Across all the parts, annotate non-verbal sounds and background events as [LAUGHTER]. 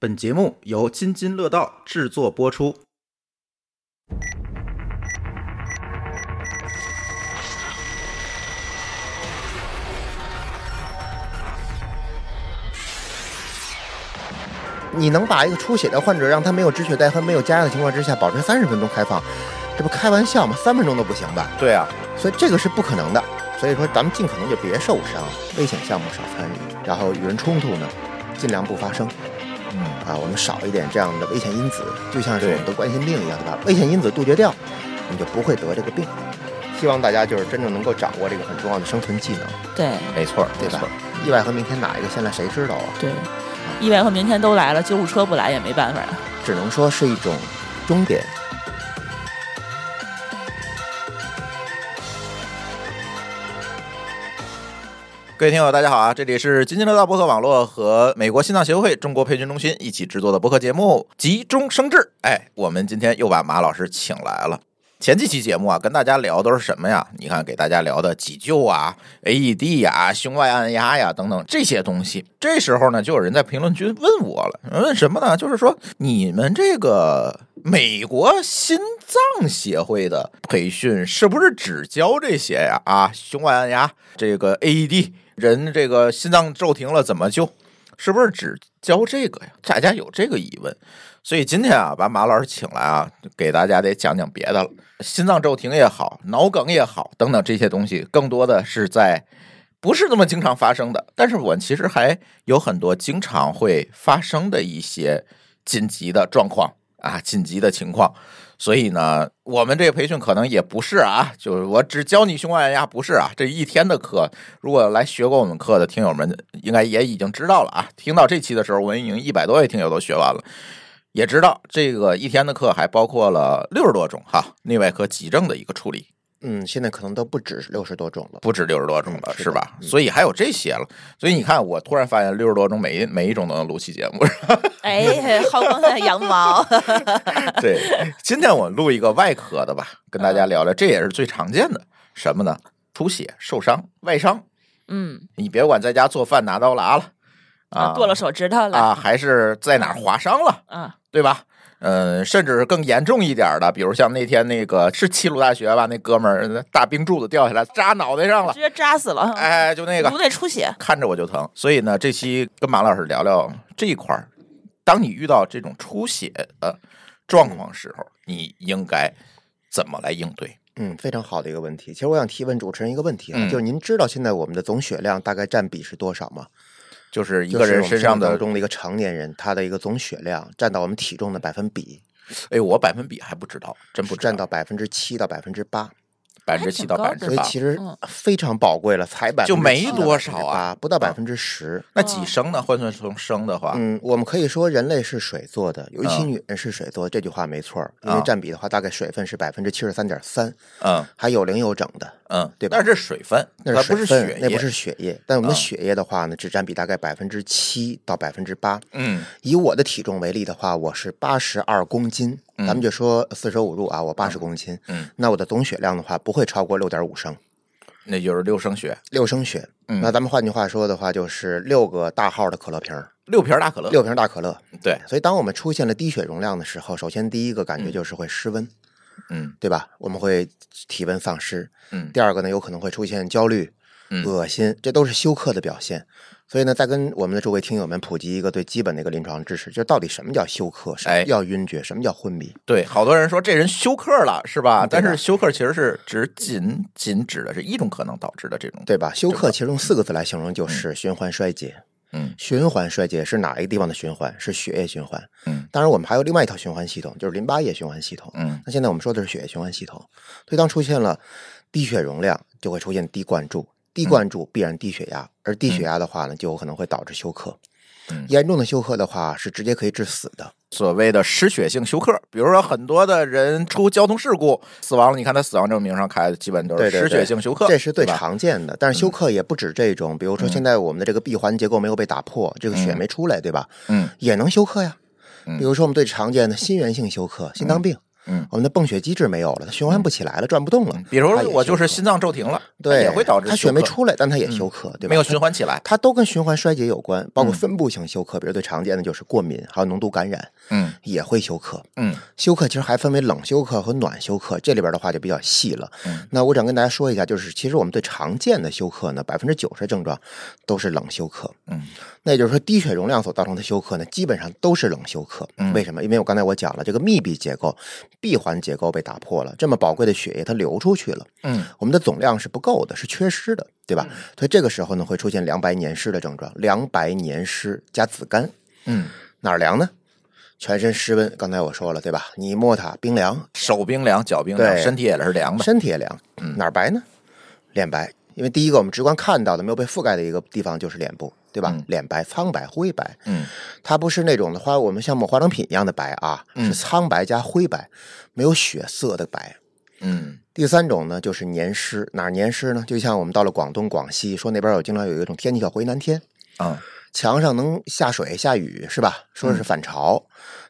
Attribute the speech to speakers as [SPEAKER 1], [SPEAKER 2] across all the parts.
[SPEAKER 1] 本节目由津津乐道制作播出。
[SPEAKER 2] 你能把一个出血的患者让他没有止血带和没有加压的情况之下，保持三十分钟开放，这不开玩笑吗？三分钟都不行吧？
[SPEAKER 1] 对啊，
[SPEAKER 2] 所以这个是不可能的。所以说，咱们尽可能就别受伤，啊危险项目少参与，然后与人冲突呢，尽量不发生。
[SPEAKER 1] 嗯
[SPEAKER 2] 啊，我们少一点这样的危险因子，就像是
[SPEAKER 1] 对
[SPEAKER 2] 我们得冠心病一样，对吧？危险因子杜绝掉，你就不会得这个病。希望大家就是真正能够掌握这个很重要的生存技能，
[SPEAKER 3] 对
[SPEAKER 1] 没错儿，
[SPEAKER 2] 对吧？意外和明天哪一个先来，谁知道啊？
[SPEAKER 3] 对，意外和明天都来了，救护车不来也没办法呀。
[SPEAKER 2] 只能说是一种终点。
[SPEAKER 1] 各位听友，大家好啊！这里是津津乐道播客网络和美国心脏协会中国培训中心一起制作的播客节目《急中生智》。哎，我们今天又把马老师请来了。前几期节目啊，跟大家聊都是什么呀？你看，给大家聊的急救啊、AED 呀、胸外按压呀等等这些东西。这时候呢，就有人在评论区问我了，问什么呢？就是说你们这个美国心脏协会的培训是不是只教这些呀？啊，胸外按压、这个 AED、人这个心脏骤停了怎么救？是不是只教这个呀？大家有这个疑问，所以今天啊，把马老师请来啊，给大家得讲讲别的了。心脏骤停也好，脑梗也好，等等这些东西，更多的是在不是那么经常发生的，但是我其实还有很多经常会发生的一些紧急的状况啊，紧急的情况。所以呢，我们这个培训可能也不是啊，就是我只教你胸外按压，不是啊。这一天的课，如果来学过我们课的听友们，应该也已经知道了啊。听到这期的时候，我们已经一百多位听友都学完了，也知道这个一天的课还包括了六十多种哈内外科急症的一个处理，
[SPEAKER 2] 嗯，现在可能都不止六十多种了。
[SPEAKER 1] 不止六十多种了，
[SPEAKER 2] 嗯是的
[SPEAKER 1] 是吧？
[SPEAKER 2] 嗯
[SPEAKER 1] 所以还有这些了。所以你看，我突然发现六十多种每一每一种都能录期节目，
[SPEAKER 3] [LAUGHS] 哎，薅光他的羊毛。
[SPEAKER 1] [LAUGHS] 对，今天我录一个外科的吧，跟大家聊聊，这也是最常见的什么呢？出血、受伤、外伤，
[SPEAKER 3] [LAUGHS] 嗯，
[SPEAKER 1] 你别管在家做饭拿刀剌了啊，
[SPEAKER 3] 剁了手指头了
[SPEAKER 1] 啊，还是在哪儿划伤了，
[SPEAKER 3] 啊
[SPEAKER 1] 对吧？嗯，甚至更严重一点的，比如像那天那个是齐鲁大学吧，那哥们儿大冰柱子掉下来扎脑袋上了
[SPEAKER 3] 直，接扎死了。，
[SPEAKER 1] 哎，就那个
[SPEAKER 3] 颅内出血。
[SPEAKER 1] 看着我就疼。所以呢，这期跟马老师聊聊这一块儿，当你遇到这种出血的状况时候，你应该怎么来应对？
[SPEAKER 2] 嗯，非常好的一个问题。其实我想提问主持人一个问题啊，
[SPEAKER 1] 嗯
[SPEAKER 2] 就是您知道现在我们的总血量大概占比是多少吗？
[SPEAKER 1] 就是一
[SPEAKER 2] 就
[SPEAKER 1] 个
[SPEAKER 2] 是
[SPEAKER 1] 人
[SPEAKER 2] 我们
[SPEAKER 1] 身上
[SPEAKER 2] 生活
[SPEAKER 1] 的
[SPEAKER 2] 当，中的一个成年人，他的一个总血量占到我们体重的百分比，
[SPEAKER 1] 哎，我百分比还不知道，真不
[SPEAKER 2] 是
[SPEAKER 1] 知
[SPEAKER 2] 占
[SPEAKER 1] 道
[SPEAKER 2] 到百分之七到百分之八，
[SPEAKER 1] 百分之七到百
[SPEAKER 3] 还
[SPEAKER 1] 分
[SPEAKER 3] 挺
[SPEAKER 1] 之
[SPEAKER 2] 所以
[SPEAKER 3] 高
[SPEAKER 1] 八，
[SPEAKER 2] 其实
[SPEAKER 3] 嗯
[SPEAKER 2] 非常宝贵了，才百
[SPEAKER 1] 就没多少啊，
[SPEAKER 2] 不到百分之十。
[SPEAKER 1] 那几升呢？换算成升的话，
[SPEAKER 2] 嗯，我们可以说人类是水做的，尤其
[SPEAKER 1] 嗯
[SPEAKER 2] 女人是水做，这句话没错儿，因为
[SPEAKER 1] 啊
[SPEAKER 2] 占比的话，大概水分是百分之七十三点三，
[SPEAKER 1] 嗯
[SPEAKER 2] 还有零有整的，
[SPEAKER 1] 嗯，
[SPEAKER 2] 对吧
[SPEAKER 1] 但是这是水分，
[SPEAKER 2] 那
[SPEAKER 1] 呃它不
[SPEAKER 2] 水
[SPEAKER 1] 是
[SPEAKER 2] 分
[SPEAKER 1] 血液，
[SPEAKER 2] 那不是血液。但我们的
[SPEAKER 1] 啊
[SPEAKER 2] 血液的话呢，只占比大概百分之七到百分之八。
[SPEAKER 1] 嗯
[SPEAKER 2] 以我的体重为例的话，我是八十二公斤，咱们就说四舍五入啊，我八十公斤。
[SPEAKER 1] 嗯，
[SPEAKER 2] 那我的总血量的话，不会超过六点五升，
[SPEAKER 1] 那就是六升血，
[SPEAKER 2] 六升血。
[SPEAKER 1] 嗯
[SPEAKER 2] 那咱们换句话说的话，就是六个大号的可乐瓶儿，
[SPEAKER 1] 六瓶大可乐，
[SPEAKER 2] 六瓶大可乐。
[SPEAKER 1] 对，
[SPEAKER 2] 所以，当我们出现了低血容量的时候，首先第一个感觉就是会失温，
[SPEAKER 1] 嗯
[SPEAKER 2] 对吧？我们会体温丧失。
[SPEAKER 1] 嗯
[SPEAKER 2] 第二个呢，有可能会出现焦虑、
[SPEAKER 1] 嗯
[SPEAKER 2] 恶心，这都是休克的表现。所以呢，再跟我们的诸位听友们普及一个最基本的一个临床知识，就是到底什么叫休克，什
[SPEAKER 1] 哎
[SPEAKER 2] 么叫晕厥，什么叫昏迷？
[SPEAKER 1] 对，好多人说这人休克了是吧？
[SPEAKER 2] 嗯对
[SPEAKER 1] 但
[SPEAKER 2] 吧
[SPEAKER 1] 是休克其实是只仅仅指的是一种可能导致的这种，
[SPEAKER 2] 对吧？休克其实用四个字来形容就是循环衰竭。
[SPEAKER 1] 嗯
[SPEAKER 2] 循环衰竭是哪一个地方的循环？是血液循环。
[SPEAKER 1] 嗯
[SPEAKER 2] 当然，我们还有另外一套循环系统，就是淋巴液循环系统。
[SPEAKER 1] 嗯
[SPEAKER 2] 那现在我们说的是血液循环系统，所以当出现了低血容量，就会出
[SPEAKER 1] 嗯
[SPEAKER 2] 现低灌注，低灌注必然低血压，而低血压的话呢，就有可能会导致休克。
[SPEAKER 1] 嗯
[SPEAKER 2] 严重的休克的话是直接可以致死的。
[SPEAKER 1] 所谓的失血性休克，比如说很多的人出交通事故死亡了，你看他死亡证明上开的基本都是
[SPEAKER 2] 对对
[SPEAKER 1] 失
[SPEAKER 2] 对
[SPEAKER 1] 血性休克，
[SPEAKER 2] 这是最
[SPEAKER 1] 吧嗯
[SPEAKER 2] 常见的。但是休克也不止这种，比如说现在我们的这个闭环结构没有被打破，这个血
[SPEAKER 1] 嗯
[SPEAKER 2] 没出来，对吧？
[SPEAKER 1] 嗯
[SPEAKER 2] 也能休克呀。
[SPEAKER 1] 嗯
[SPEAKER 2] 比如说我们最常见的心源性休克，心脏病，
[SPEAKER 1] 嗯
[SPEAKER 2] 我们的泵血机制没有了，它循环不起来了，转不动了。
[SPEAKER 1] 比如
[SPEAKER 2] 它
[SPEAKER 1] 说
[SPEAKER 2] 也
[SPEAKER 1] 我就
[SPEAKER 2] 休
[SPEAKER 1] 是
[SPEAKER 2] 克
[SPEAKER 1] 心脏骤停了，
[SPEAKER 2] 对，
[SPEAKER 1] 也会导致
[SPEAKER 2] 它血
[SPEAKER 1] 休
[SPEAKER 2] 没
[SPEAKER 1] 克
[SPEAKER 2] 出来，但它也
[SPEAKER 1] 嗯
[SPEAKER 2] 休克，对吧？
[SPEAKER 1] 没有
[SPEAKER 2] 它
[SPEAKER 1] 循环起来，
[SPEAKER 2] 它都跟循环衰竭有关，包括
[SPEAKER 1] 嗯
[SPEAKER 2] 分布性休克，比如最常见的就是过敏，还有脓毒感染
[SPEAKER 1] 嗯
[SPEAKER 2] 也会休克。
[SPEAKER 1] 嗯
[SPEAKER 2] 休克其实还分为冷休克和暖休克，这里边的话就比较细了。
[SPEAKER 1] 嗯
[SPEAKER 2] 那我想跟大家说一下，就是其实我们最常见的休克呢，百分之九十症状都是冷休克。
[SPEAKER 1] 嗯
[SPEAKER 2] 那也就是说，低血容量所造成的休克呢，基本上都是冷休克。
[SPEAKER 1] 嗯
[SPEAKER 2] 为什么？因为我刚才我讲了，这个密闭结构、闭环结构被打破了，这么宝贵的血液它流出去了，
[SPEAKER 1] 嗯
[SPEAKER 2] 我们的总量是不够的，是缺失的，对吧？所以这个时候呢，会出现凉白黏湿的症状，凉白黏湿加紫绀，
[SPEAKER 1] 嗯，
[SPEAKER 2] 哪儿凉呢？全身湿温，刚才我说了，对吧？你一摸它冰凉，
[SPEAKER 1] 手冰凉，脚冰凉，
[SPEAKER 2] 对
[SPEAKER 1] 身体也是凉的，
[SPEAKER 2] 身体也凉，嗯哪儿白呢？脸白，因为第一个我们直观看到的没有被覆盖的一个地方就是脸部，对吧？
[SPEAKER 1] 嗯
[SPEAKER 2] 脸白、苍白、灰白，
[SPEAKER 1] 嗯
[SPEAKER 2] 它不是那种的花，我们像抹化妆品一样的白啊，
[SPEAKER 1] 嗯
[SPEAKER 2] 是苍白加灰白，没有血色的白。
[SPEAKER 1] 嗯
[SPEAKER 2] 第三种呢，就是黏湿，哪儿黏湿呢？就像我们到了广东、广西，说那边有经常有一种天气叫回南天，
[SPEAKER 1] 啊嗯
[SPEAKER 2] 墙上能下水下雨是吧？说是反潮，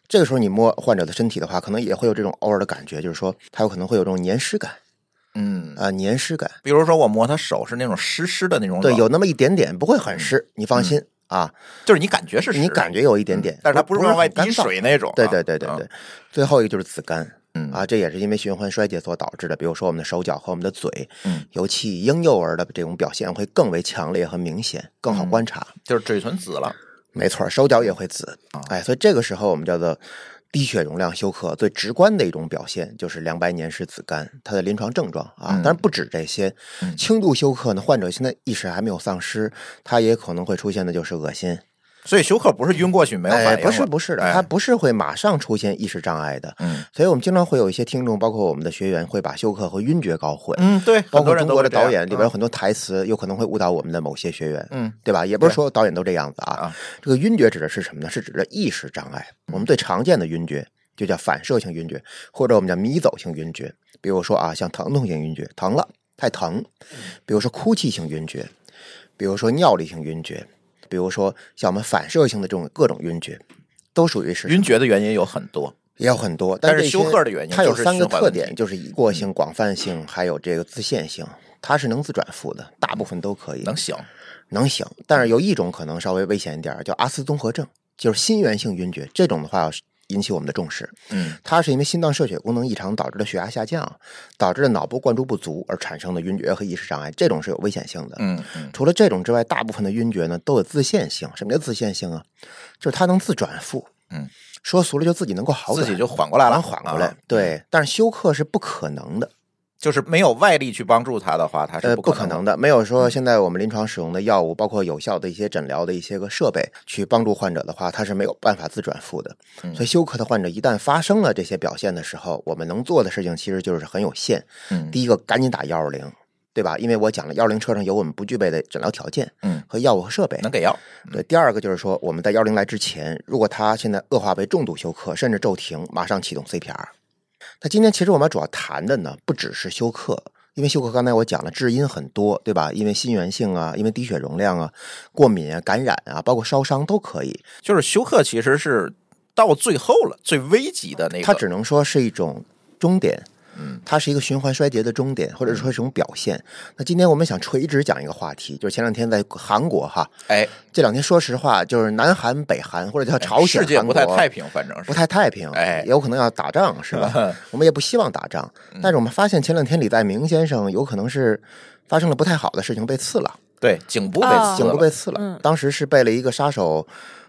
[SPEAKER 2] 这个时候你摸患者的身体的话，可能也会有这种偶尔的感觉，就是说它有可能会有这种黏湿感
[SPEAKER 1] 嗯，
[SPEAKER 2] 啊、黏湿感。
[SPEAKER 1] 比如说我摸他手是那种湿湿的那种冷，
[SPEAKER 2] 对，有那么一点点，不会很湿，你放心、啊。
[SPEAKER 1] 就是你感觉嗯是湿
[SPEAKER 2] 你
[SPEAKER 1] 的
[SPEAKER 2] 感觉有一点点，
[SPEAKER 1] 但是它不
[SPEAKER 2] 不
[SPEAKER 1] 是
[SPEAKER 2] 是
[SPEAKER 1] 往外
[SPEAKER 2] 很干
[SPEAKER 1] 滴
[SPEAKER 2] 燥
[SPEAKER 1] 水那种啊，
[SPEAKER 2] 对对对对
[SPEAKER 1] 啊
[SPEAKER 2] 对，最后一个就是紫绀。
[SPEAKER 1] 嗯
[SPEAKER 2] 啊，这也是因为循环衰竭所导致的。比如说我们的手脚和我们的嘴，
[SPEAKER 1] 嗯
[SPEAKER 2] 尤其婴幼儿的这种表现会更为强烈和明显，更
[SPEAKER 1] 嗯
[SPEAKER 2] 好观察。
[SPEAKER 1] 就是嘴唇紫了，
[SPEAKER 2] 没错，手脚也会紫。
[SPEAKER 1] 啊
[SPEAKER 2] 哎，所以这个时候我们叫做低血容量休克，最直观的一种表现就是凉白黏湿紫绀，它的临床症状啊。
[SPEAKER 1] 嗯
[SPEAKER 2] 当然不止这些，
[SPEAKER 1] 嗯
[SPEAKER 2] 轻度休克呢，患者现在意识还没有丧失，他也可能会出现的就是恶心。
[SPEAKER 1] 所以休克不是晕过去没有
[SPEAKER 2] 哎，
[SPEAKER 1] 反应了，
[SPEAKER 2] 不是不是的，
[SPEAKER 1] 哎
[SPEAKER 2] 他不是会马上出现意识障碍的。
[SPEAKER 1] 嗯
[SPEAKER 2] 所以我们经常会有一些听众，包括我们的学员，会把休克和晕厥搞混。
[SPEAKER 1] 嗯对，
[SPEAKER 2] 包
[SPEAKER 1] 很
[SPEAKER 2] 括
[SPEAKER 1] 多
[SPEAKER 2] 中
[SPEAKER 1] 人都
[SPEAKER 2] 国的
[SPEAKER 1] 是这样
[SPEAKER 2] 导演里边有
[SPEAKER 1] 啊
[SPEAKER 2] 很多台词，有可能会误导我们的某些学员，
[SPEAKER 1] 嗯
[SPEAKER 2] 对吧？也不是
[SPEAKER 1] 对
[SPEAKER 2] 说导演都这样子啊。
[SPEAKER 1] 啊嗯
[SPEAKER 2] 这个晕厥指的是什么呢？是指的意识障碍。我们最常见的晕厥就叫反射性晕厥，或者我们叫迷走性晕厥。比如说啊，像疼痛性晕厥，疼了太疼；
[SPEAKER 1] 嗯
[SPEAKER 2] 比如说哭泣性晕厥，比如说尿力性晕厥，比如说像我们反射性的这种各种晕厥，都属于是
[SPEAKER 1] 晕厥的原因有很多，
[SPEAKER 2] 也有很多，
[SPEAKER 1] 但是
[SPEAKER 2] 这
[SPEAKER 1] 休
[SPEAKER 2] 些
[SPEAKER 1] 克的原因
[SPEAKER 2] 它
[SPEAKER 1] 就
[SPEAKER 2] 有
[SPEAKER 1] 是
[SPEAKER 2] 三个
[SPEAKER 1] 循环
[SPEAKER 2] 特
[SPEAKER 1] 问题嗯
[SPEAKER 2] 点，就是一过性、广泛性，还有这个自限性，它是能自转复的，大部分都可以
[SPEAKER 1] 能醒，
[SPEAKER 2] 能醒，但是有一种可能稍微危险一点儿，叫阿斯综合症，就是心源性晕厥，这种的话要引起我们的重视。
[SPEAKER 1] 嗯
[SPEAKER 2] 它是因为心脏射血功能异常导致的血压下降，导致的脑部灌注不足而产生的晕厥和意识障碍，这种是有危险性的。
[SPEAKER 1] 嗯嗯
[SPEAKER 2] 除了这种之外，大部分的晕厥呢都有自限性。什么叫自限性啊？就是它能自转复。
[SPEAKER 1] 嗯，
[SPEAKER 2] 说俗了就自己能够好转，
[SPEAKER 1] 自己就缓过来了，
[SPEAKER 2] 能缓过来
[SPEAKER 1] 啊。
[SPEAKER 2] 对，但是休克是不可能的，
[SPEAKER 1] 就是没有外力去帮助他的话，他啊是
[SPEAKER 2] 呃，不可
[SPEAKER 1] 能
[SPEAKER 2] 能
[SPEAKER 1] 的。嗯
[SPEAKER 2] 的。没有说现在我们临床使用的药物，包括有效的一些诊疗的一些个设备，去帮助患者的话，它是没有办法自转复的。
[SPEAKER 1] 嗯
[SPEAKER 2] 所以休克的患者一旦发生了这些表现的时候，我们能做的事情其实就是很有限。
[SPEAKER 1] 嗯
[SPEAKER 2] 第一个，赶紧打幺二零。对吧？因为我讲了，幺零车上有我们不具备的诊疗条件，
[SPEAKER 1] 嗯，
[SPEAKER 2] 和药物和设备，
[SPEAKER 1] 能给药，
[SPEAKER 2] 对，第二个就是说，我们在幺零来之前，如果他现在恶化为重度休克，甚至骤停，马上启动 CPR。那今天其实我们主要谈的呢，不只是休克，因为休克刚才我讲了，致因很多，对吧？因为心源性啊，因为低血容量啊，过敏啊，感染啊，包括烧伤都可以。
[SPEAKER 1] 就是休克其实是到最后了，最危急的那个。
[SPEAKER 2] 它只能说是一种终点，
[SPEAKER 1] 嗯，
[SPEAKER 2] 它是一个循环衰竭的终点，或者说是一种表现。那今天我们想垂直讲一个话题，就是前两天在韩国哈，
[SPEAKER 1] 哎，
[SPEAKER 2] 这两天说实话，就是南韩、北韩或者叫朝鲜、
[SPEAKER 1] 哎世界
[SPEAKER 2] 韩
[SPEAKER 1] 不
[SPEAKER 2] 国
[SPEAKER 1] 太太平，反正是
[SPEAKER 2] 不太太平，
[SPEAKER 1] 哎嗯
[SPEAKER 2] 有可能要打仗，是吧？我们也不希望打仗，但是我们发现前两天李在明先生有可能是发生了不太好的事情，被刺了，
[SPEAKER 1] 对颈部被
[SPEAKER 3] 啊
[SPEAKER 1] 刺
[SPEAKER 2] 呃颈
[SPEAKER 1] 了，
[SPEAKER 2] 部被刺了，
[SPEAKER 3] 嗯
[SPEAKER 2] 当时是被了一个杀手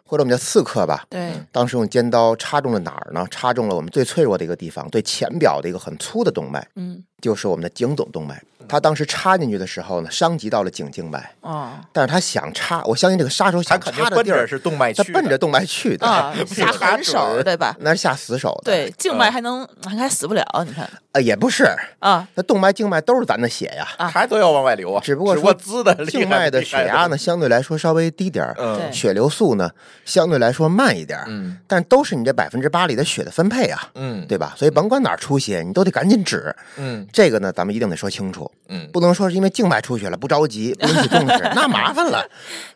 [SPEAKER 2] 或者我们叫刺客吧，
[SPEAKER 3] 对，
[SPEAKER 2] 当时用尖刀插中了哪儿呢？插中了我们最脆弱的一个地方，最浅表的一个很粗的动脉，
[SPEAKER 3] 嗯
[SPEAKER 2] 就是我们的颈总动脉。他当时插进去的时候呢，伤及到了颈静脉， [LAUGHS]
[SPEAKER 3] 哦
[SPEAKER 2] 但是他想插，我相信这个杀手
[SPEAKER 1] 他
[SPEAKER 2] 想
[SPEAKER 1] 肯定
[SPEAKER 2] 插的
[SPEAKER 1] 奔
[SPEAKER 2] 地儿
[SPEAKER 1] 着是动脉去
[SPEAKER 2] 他
[SPEAKER 1] 的，，
[SPEAKER 2] 奔着动脉去的，
[SPEAKER 3] 啊下狠手对吧？
[SPEAKER 2] 那是下死手的。
[SPEAKER 3] 对，静脉还能还死不了，你看
[SPEAKER 2] 啊，也不是，
[SPEAKER 3] 啊，
[SPEAKER 2] 那动脉、静脉都是咱的血呀，
[SPEAKER 3] 啊
[SPEAKER 1] 还都要往外流啊，
[SPEAKER 2] 只不过
[SPEAKER 1] 只
[SPEAKER 2] 说
[SPEAKER 1] 不过滋的厉害
[SPEAKER 2] 静脉的
[SPEAKER 1] 厉
[SPEAKER 2] 血
[SPEAKER 1] 害
[SPEAKER 2] 压呢，相对来说稍微低点儿，
[SPEAKER 1] 嗯
[SPEAKER 3] 对
[SPEAKER 2] 血流速呢相对来说慢一点儿，
[SPEAKER 1] 嗯
[SPEAKER 2] 但都是你这百分之八里的血的分配啊，
[SPEAKER 1] 嗯
[SPEAKER 2] 对吧？所以甭管哪儿出血，你都得赶紧止。
[SPEAKER 1] 嗯
[SPEAKER 2] 这个呢，咱们一定得说清楚，
[SPEAKER 1] 嗯，
[SPEAKER 2] 不能说是因为静脉出血了不着急，不引起重
[SPEAKER 3] [LAUGHS]
[SPEAKER 2] 视，那麻烦了。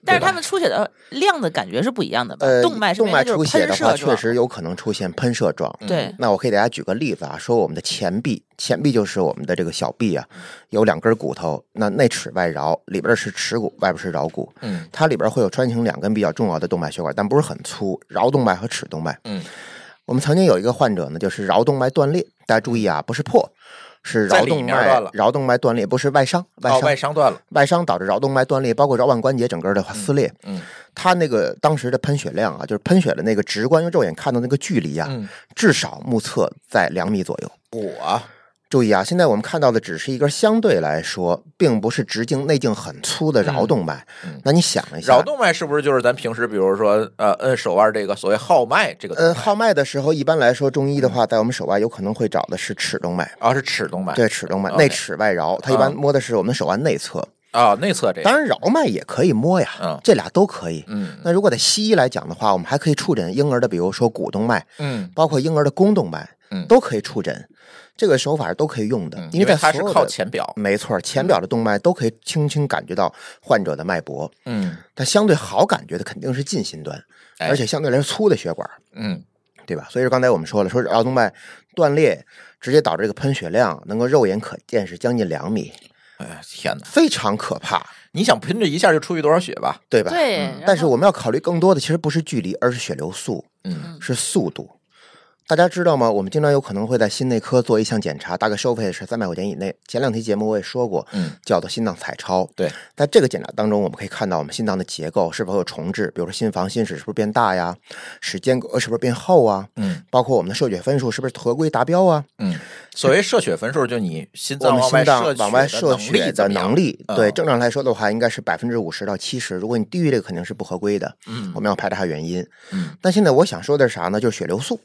[SPEAKER 3] 但是
[SPEAKER 2] 对吧
[SPEAKER 3] 他们出血的量的感觉是不一样的吧？
[SPEAKER 2] 呃，
[SPEAKER 3] 动脉是
[SPEAKER 2] 动脉出血的话，确
[SPEAKER 3] 确
[SPEAKER 2] 实有嗯可能出现喷射
[SPEAKER 1] 嗯
[SPEAKER 2] 状。
[SPEAKER 3] 对
[SPEAKER 2] 那我可以给大家举个例子啊，说我们的前臂，前臂就是我们的这个小臂啊，有两根骨头，那内尺外桡，里边是尺骨，外边是桡骨，
[SPEAKER 1] 嗯
[SPEAKER 2] 它里边会有穿行两根比较重要的动脉血管，但不是很粗，桡动脉和尺动脉。
[SPEAKER 1] 嗯，
[SPEAKER 2] 我们曾经有一个患者呢，就是桡动脉断裂，大家注意啊，不是破，是
[SPEAKER 1] 在
[SPEAKER 2] 桡
[SPEAKER 1] 里
[SPEAKER 2] 动
[SPEAKER 1] 面
[SPEAKER 2] 脉
[SPEAKER 1] 断了
[SPEAKER 2] 桡动脉断裂，不是外伤，外
[SPEAKER 1] 哦，
[SPEAKER 2] 伤、
[SPEAKER 1] 外伤断了，
[SPEAKER 2] 外伤导致桡动脉断裂，包括桡腕关节整个的撕裂。
[SPEAKER 1] 嗯
[SPEAKER 2] 他那个当时的喷血量啊，就是喷血的那个直观用肉眼看到那个距离啊，
[SPEAKER 1] 嗯，
[SPEAKER 2] 至少目测在两米左右。
[SPEAKER 1] 我
[SPEAKER 2] 注意啊，现在我们看到的只是一根相对来说，并不是直径内径很粗的桡动脉。
[SPEAKER 1] 嗯嗯
[SPEAKER 2] 那你想一下，
[SPEAKER 1] 桡动脉是不是就是咱平时比如说呃摁手腕这个所谓号脉这个动
[SPEAKER 2] 呃，
[SPEAKER 1] 脉
[SPEAKER 2] 号脉的时候，一般来说中医的话，在我们手腕有可能会找的是尺动脉。
[SPEAKER 1] 啊是尺动脉
[SPEAKER 2] 对，尺动脉
[SPEAKER 1] OK
[SPEAKER 2] 内尺外桡，它一
[SPEAKER 1] 啊
[SPEAKER 2] 般摸的是我们手腕内侧。
[SPEAKER 1] 啊内侧这个
[SPEAKER 2] 当然，桡脉也可以摸
[SPEAKER 1] 嗯
[SPEAKER 2] 呀，这俩都可以。
[SPEAKER 1] 嗯
[SPEAKER 2] 那如果在西医来讲的话，我们还可以触诊婴儿的，比如说股动脉，
[SPEAKER 1] 嗯
[SPEAKER 2] 包括婴儿的肱动脉
[SPEAKER 1] 嗯，
[SPEAKER 2] 都可以触诊，这个手法都可以用的
[SPEAKER 1] 嗯，，
[SPEAKER 2] 为
[SPEAKER 1] 为
[SPEAKER 2] 在
[SPEAKER 1] 它
[SPEAKER 2] 所
[SPEAKER 1] 是
[SPEAKER 2] 有
[SPEAKER 1] 靠
[SPEAKER 2] 的
[SPEAKER 1] 浅表
[SPEAKER 2] 没错，浅表的动脉都可以轻轻感觉到患者的脉搏，
[SPEAKER 1] 嗯
[SPEAKER 2] 但相对好感觉的肯定是近心端，
[SPEAKER 1] 哎
[SPEAKER 2] 而且相对来说粗的血管，
[SPEAKER 1] 嗯
[SPEAKER 2] 对吧？所以说刚才我们说了，说桡动脉断裂直接导致这个喷血量能够肉眼可见是将近两米，
[SPEAKER 1] 哎呀天哪
[SPEAKER 2] 非常可怕，
[SPEAKER 1] 你想喷这一下就出去多少血吧
[SPEAKER 2] 对吧？嗯
[SPEAKER 3] 对，然后
[SPEAKER 2] 但是我们要考虑更多的其实不是距离，而是血流速。
[SPEAKER 1] 嗯
[SPEAKER 2] 是速度。大家知道吗？我们经常有可能会在心内科做一项检查，大概收费是三百块钱以内。前两期节目我也说过，
[SPEAKER 1] 嗯
[SPEAKER 2] 叫做心脏彩超。
[SPEAKER 1] 对，
[SPEAKER 2] 在这个检查当中，我们可以看到我们心脏的结构是否有重置，比如说心房、心室是不是变大呀，室间隔是不是变厚啊，
[SPEAKER 1] 嗯
[SPEAKER 2] 包括我们的射血分数是不是合规达标啊，
[SPEAKER 1] 嗯所谓射血分数就是你心
[SPEAKER 2] 我
[SPEAKER 1] 脏
[SPEAKER 2] 们
[SPEAKER 1] 往
[SPEAKER 2] 心
[SPEAKER 1] 外
[SPEAKER 2] 脏往外
[SPEAKER 1] 射
[SPEAKER 2] 射
[SPEAKER 1] 血
[SPEAKER 2] 血
[SPEAKER 1] 的
[SPEAKER 2] 的
[SPEAKER 1] 能
[SPEAKER 2] 能
[SPEAKER 1] 力
[SPEAKER 2] 力
[SPEAKER 1] 怎么样，
[SPEAKER 2] 对
[SPEAKER 1] 嗯
[SPEAKER 2] 正常来说的话，应该是百分之五十到七十。如果你低于这个，肯定是不合规的。
[SPEAKER 1] 嗯
[SPEAKER 2] 我们要排查原因。
[SPEAKER 1] 嗯，
[SPEAKER 2] 但现在我想说的是啥呢？就是血流速，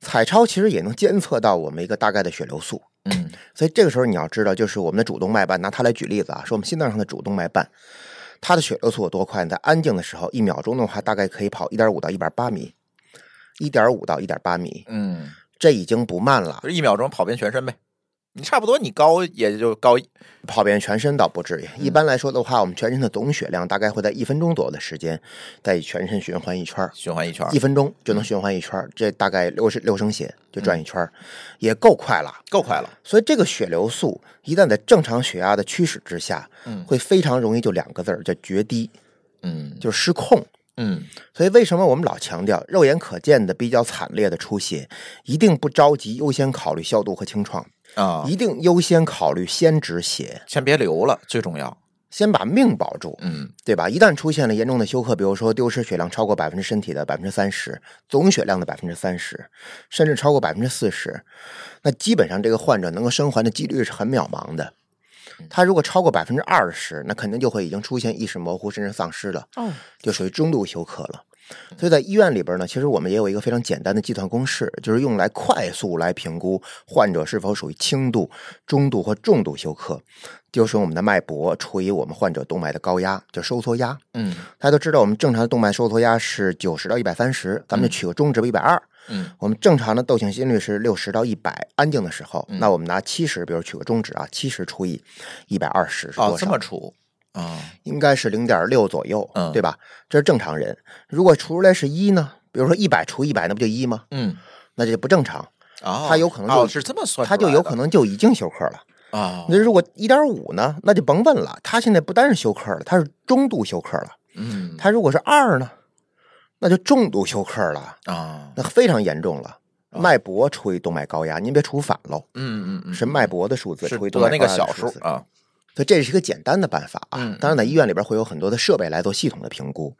[SPEAKER 2] 彩超其实也能监测到我们一个大概的血流速。
[SPEAKER 1] 嗯
[SPEAKER 2] 所以这个时候你要知道，就是我们的主动脉瓣，拿它来举例子啊，说我们心脏上的主动脉瓣，它的血流速有多快？在安静的时候，一秒钟的话，大概可以跑一点五到一点八米，一点五到一点八米，
[SPEAKER 1] 嗯。
[SPEAKER 2] 这已经不慢了。
[SPEAKER 1] 就是一秒钟跑遍全身呗。你差不多，你高也就高一，
[SPEAKER 2] 跑遍全身倒不至于。一般来说的话，我们全身的总血量大概会在一分钟左右的时间，在全身循环一圈儿，
[SPEAKER 1] 循环一圈儿
[SPEAKER 2] 一，分钟就能循环一圈儿，这大概六十六升血就转一圈儿，也够快了。
[SPEAKER 1] 够快了。
[SPEAKER 2] 所以这个血流速一旦在正常血压的驱使之下，
[SPEAKER 1] 嗯
[SPEAKER 2] 会非常容易就两个字儿叫决堤，
[SPEAKER 1] 嗯
[SPEAKER 2] 就是失控。
[SPEAKER 1] 嗯
[SPEAKER 2] 所以为什么我们老强调肉眼可见的比较惨烈的出血，一定不着急优先考虑消毒和清创，
[SPEAKER 1] 啊，
[SPEAKER 2] 一定优先考虑先止血，
[SPEAKER 1] 先别流了，最重要。
[SPEAKER 2] 先把命保住。
[SPEAKER 1] 嗯
[SPEAKER 2] 对吧？一旦出现了严重的休克，比如说丢失血量超过百分之身体的百分之三十，总血量的百分之三十，甚至超过百分之四十，那基本上这个患者能够生还的几率是很渺茫的。他如果超过百分之二十，那肯定就会已经出现意识模糊，甚至丧失了，
[SPEAKER 3] 哦
[SPEAKER 2] 就属于中度休克了。所以在医院里边呢，其实我们也有一个非常简单的计算公式，就是用来快速来评估患者是否属于轻度、中度或重度休克，就是用我们的脉搏除以我们患者动脉的高压，叫收缩压。
[SPEAKER 1] 嗯
[SPEAKER 2] 大家都知道，我们正常的动脉收缩压是九十到一百三十，咱们就取个中值吧，一百二。
[SPEAKER 1] 嗯
[SPEAKER 2] 我们正常的窦性心率是六十到一百，安静的时候，
[SPEAKER 1] 嗯
[SPEAKER 2] 那我们拿七十，比如取个中值啊，七十除以一百二十是
[SPEAKER 1] 哦
[SPEAKER 2] 多，
[SPEAKER 1] 这
[SPEAKER 2] 少？
[SPEAKER 1] 么除啊，
[SPEAKER 2] 应该是零点六左右，
[SPEAKER 1] 嗯
[SPEAKER 2] 对吧？这是正常人。如果除出来是一呢？比如说一百除一百，那不就一吗？
[SPEAKER 1] 嗯
[SPEAKER 2] 那就不正常，
[SPEAKER 1] 啊，
[SPEAKER 2] 它有可能就
[SPEAKER 1] 哦是这么算出
[SPEAKER 2] 他
[SPEAKER 1] 来的，
[SPEAKER 2] 就有可能就已经休克了。
[SPEAKER 1] 啊，
[SPEAKER 2] 那如果一点五呢？那就甭问了，他现在不单是休克了，他是中度休克了。
[SPEAKER 1] 嗯
[SPEAKER 2] 他如果是二呢，那就重度休克了。
[SPEAKER 1] 啊，
[SPEAKER 2] 那非常严重了。脉搏除以动脉高压，您别除反喽，
[SPEAKER 1] 嗯嗯嗯，
[SPEAKER 2] 是脉搏的数字
[SPEAKER 1] 是
[SPEAKER 2] 除以动
[SPEAKER 1] 得
[SPEAKER 2] 脉
[SPEAKER 1] 那
[SPEAKER 2] 高
[SPEAKER 1] 个
[SPEAKER 2] 压的
[SPEAKER 1] 小数
[SPEAKER 2] 数字。
[SPEAKER 1] 啊，
[SPEAKER 2] 所以这是一个简单的办法啊。
[SPEAKER 1] 嗯
[SPEAKER 2] 当然，在医院里边会有很多的设备来做系统的评估，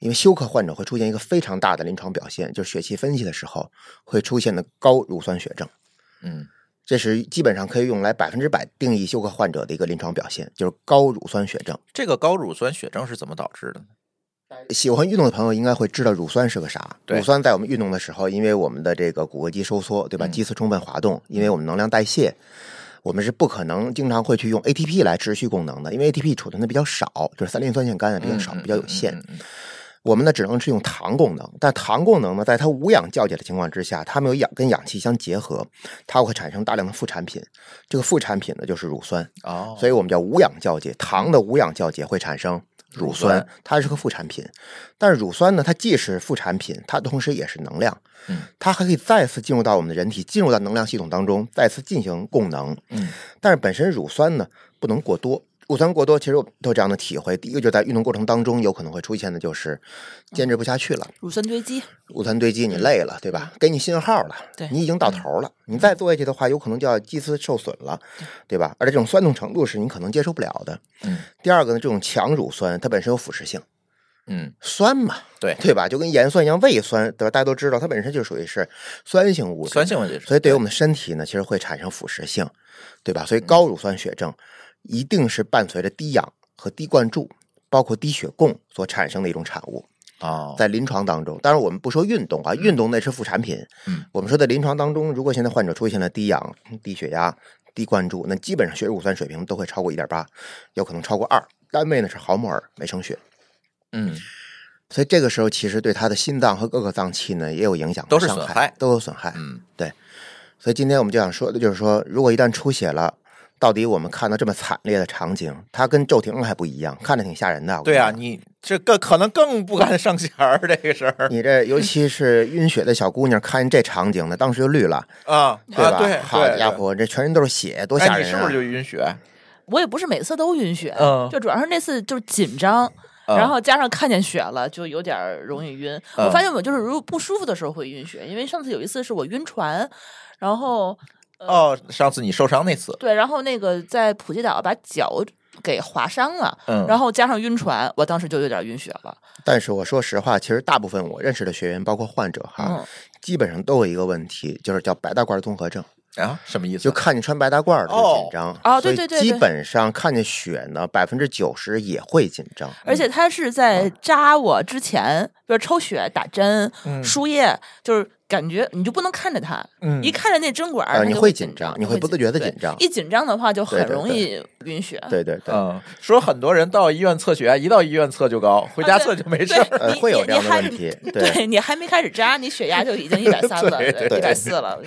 [SPEAKER 2] 因为休克患者会出现一个非常大的临床表现，就是血气分析的时候会出现的高乳酸血症。
[SPEAKER 1] 嗯
[SPEAKER 2] 这是基本上可以用来百分之百定义休克患者的一个临床表现，就是高乳酸血症。
[SPEAKER 1] 这个高乳酸血症是怎么导致的呢？
[SPEAKER 2] 喜欢运动的朋友应该会知道乳酸是个啥。
[SPEAKER 1] 对
[SPEAKER 2] 乳酸在我们运动的时候，因为我们的这个骨骼肌收缩，对吧？
[SPEAKER 1] 嗯
[SPEAKER 2] 肌丝充分滑动，因为我们能量代谢，我们是不可能经常会去用 ATP 来持续供能的，因为 ATP 储存的比较少，就是三磷酸腺苷啊比较少，
[SPEAKER 1] 嗯
[SPEAKER 2] 比较有限。
[SPEAKER 1] 嗯嗯嗯嗯
[SPEAKER 2] 我们呢只能是用糖供能，但糖供能呢，在它无氧酵解的情况之下，它没有氧跟氧气相结合，它会产生大量的副产品。这个副产品呢就是乳酸，
[SPEAKER 1] 哦，
[SPEAKER 2] 所以我们叫无氧酵解，糖的无氧酵解会产生乳
[SPEAKER 1] 乳
[SPEAKER 2] 酸
[SPEAKER 1] 酸，
[SPEAKER 2] 它是个副产品。但是乳酸呢，它既是副产品，它同时也是能量，
[SPEAKER 1] 嗯
[SPEAKER 2] 它还可以再次进入到我们的人体，进入到能量系统当中，再次进行供能。
[SPEAKER 1] 嗯
[SPEAKER 2] 但是本身乳酸呢，不能过多。乳酸过多，其实我都有这样的体会。第一个就是在运动过程当中，有可能会出现的就是坚持不下去了，
[SPEAKER 3] 乳酸堆积，
[SPEAKER 2] 乳酸堆积，
[SPEAKER 1] 嗯
[SPEAKER 2] 你累了，对吧？给你信号了，
[SPEAKER 3] 对
[SPEAKER 2] 你已经到头了，你再做下去的话，有可能就要肌丝受损了，对吧？而且这种酸痛程度是你可能接受不了的。
[SPEAKER 1] 嗯
[SPEAKER 2] 第二个呢，这种强乳酸它本身有腐蚀性，
[SPEAKER 1] 嗯，
[SPEAKER 2] 酸嘛，
[SPEAKER 1] 对
[SPEAKER 2] 对吧？就跟盐酸一样，胃酸对吧？大家都知道，它本身就属于是酸性物质，
[SPEAKER 1] 酸性问题是，
[SPEAKER 2] 所以对于我们的身体呢，其实会产生腐蚀性，对吧？
[SPEAKER 1] 嗯
[SPEAKER 2] 所以高乳酸血症一定是伴随着低氧和低灌注，包括低血供所产生的一种产物。
[SPEAKER 1] 哦，
[SPEAKER 2] 在临床当中，当然我们不说运动啊，运动那是副产品。
[SPEAKER 1] 嗯，
[SPEAKER 2] 我们说在临床当中，如果现在患者出现了低氧、低血压、低灌注，那基本上血乳酸水平都会超过一点八，有可能超过二。单位呢是毫摩尔每升血，
[SPEAKER 1] 嗯
[SPEAKER 2] 所以这个时候其实对他的心脏和各个脏器呢也有影响和
[SPEAKER 1] 都是
[SPEAKER 2] 伤害，
[SPEAKER 1] 损害
[SPEAKER 2] 都有损害。
[SPEAKER 1] 嗯
[SPEAKER 2] 所以今天我们就想说的就是说，如果一旦出血了，到底我们看到这么惨烈的场景，它跟骤停还不一样，看着挺吓人的。我跟
[SPEAKER 1] 对
[SPEAKER 2] 你
[SPEAKER 1] 啊，
[SPEAKER 2] 讲
[SPEAKER 1] 你这更可能更不敢上弦儿这个事儿
[SPEAKER 2] 你这尤其是晕血的小姑娘，看这场景呢，当时就绿了，
[SPEAKER 1] 啊
[SPEAKER 2] 吧？
[SPEAKER 1] 啊，对，
[SPEAKER 2] 好
[SPEAKER 1] 对
[SPEAKER 2] 家，伙，这全身都是血，多
[SPEAKER 1] 对
[SPEAKER 2] 吓
[SPEAKER 1] 哎，
[SPEAKER 2] 人
[SPEAKER 1] 你是
[SPEAKER 2] 啊！
[SPEAKER 1] 不是就晕血？
[SPEAKER 3] 我也不是每次都晕血，
[SPEAKER 2] 哦
[SPEAKER 1] 嗯
[SPEAKER 3] 就主要是那次就是紧张，
[SPEAKER 1] 嗯
[SPEAKER 3] 然后加上看见血了，就有点儿容易晕。
[SPEAKER 1] 嗯
[SPEAKER 3] 我发现我就是如果不舒服的时候会晕血，因为上次有一次是我晕船，然后
[SPEAKER 1] 哦，上次你受伤那次，
[SPEAKER 3] 对，然后那个在普吉岛把脚给划伤了，
[SPEAKER 1] 嗯，
[SPEAKER 3] 然
[SPEAKER 1] 后
[SPEAKER 3] 后加上晕船，我当时就有点晕血了。
[SPEAKER 2] 但是我说实话，其实大部分我认识的学员，包括患者哈，
[SPEAKER 3] 嗯，
[SPEAKER 2] 基本上都有一个问题，就是叫白大褂综合症，
[SPEAKER 1] 啊，什么意思？
[SPEAKER 2] 就看见穿白大褂的就紧张。
[SPEAKER 3] 哦
[SPEAKER 2] 所以
[SPEAKER 3] 对对对对
[SPEAKER 2] 基本上看见血呢，百分之九十也会紧张。
[SPEAKER 3] 而且他是在扎我之前，比如抽血、打针、
[SPEAKER 1] 嗯
[SPEAKER 3] 输液，就是感觉你就不能看着他，
[SPEAKER 1] 嗯
[SPEAKER 3] 一看着那针管儿，
[SPEAKER 2] 呃
[SPEAKER 3] 他
[SPEAKER 2] 你
[SPEAKER 3] 就
[SPEAKER 2] 会
[SPEAKER 3] 会
[SPEAKER 2] 紧张
[SPEAKER 3] 张，
[SPEAKER 2] 你会不自觉地紧
[SPEAKER 3] 对
[SPEAKER 2] 张
[SPEAKER 3] 一紧张的话，就
[SPEAKER 2] 对
[SPEAKER 3] 很
[SPEAKER 2] 对
[SPEAKER 3] 容易晕血。
[SPEAKER 2] 对对对，
[SPEAKER 1] 嗯，说很多人到医院测血，一到医院测就高，回家测就没事儿。
[SPEAKER 2] 呃
[SPEAKER 3] 你
[SPEAKER 2] 会有
[SPEAKER 3] 你
[SPEAKER 2] 这样的
[SPEAKER 3] 你还
[SPEAKER 2] 问题
[SPEAKER 3] 是
[SPEAKER 2] 对
[SPEAKER 3] 对你还没开始扎，你血压就已经一百三了，
[SPEAKER 1] [LAUGHS] 对对
[SPEAKER 3] 一百四了。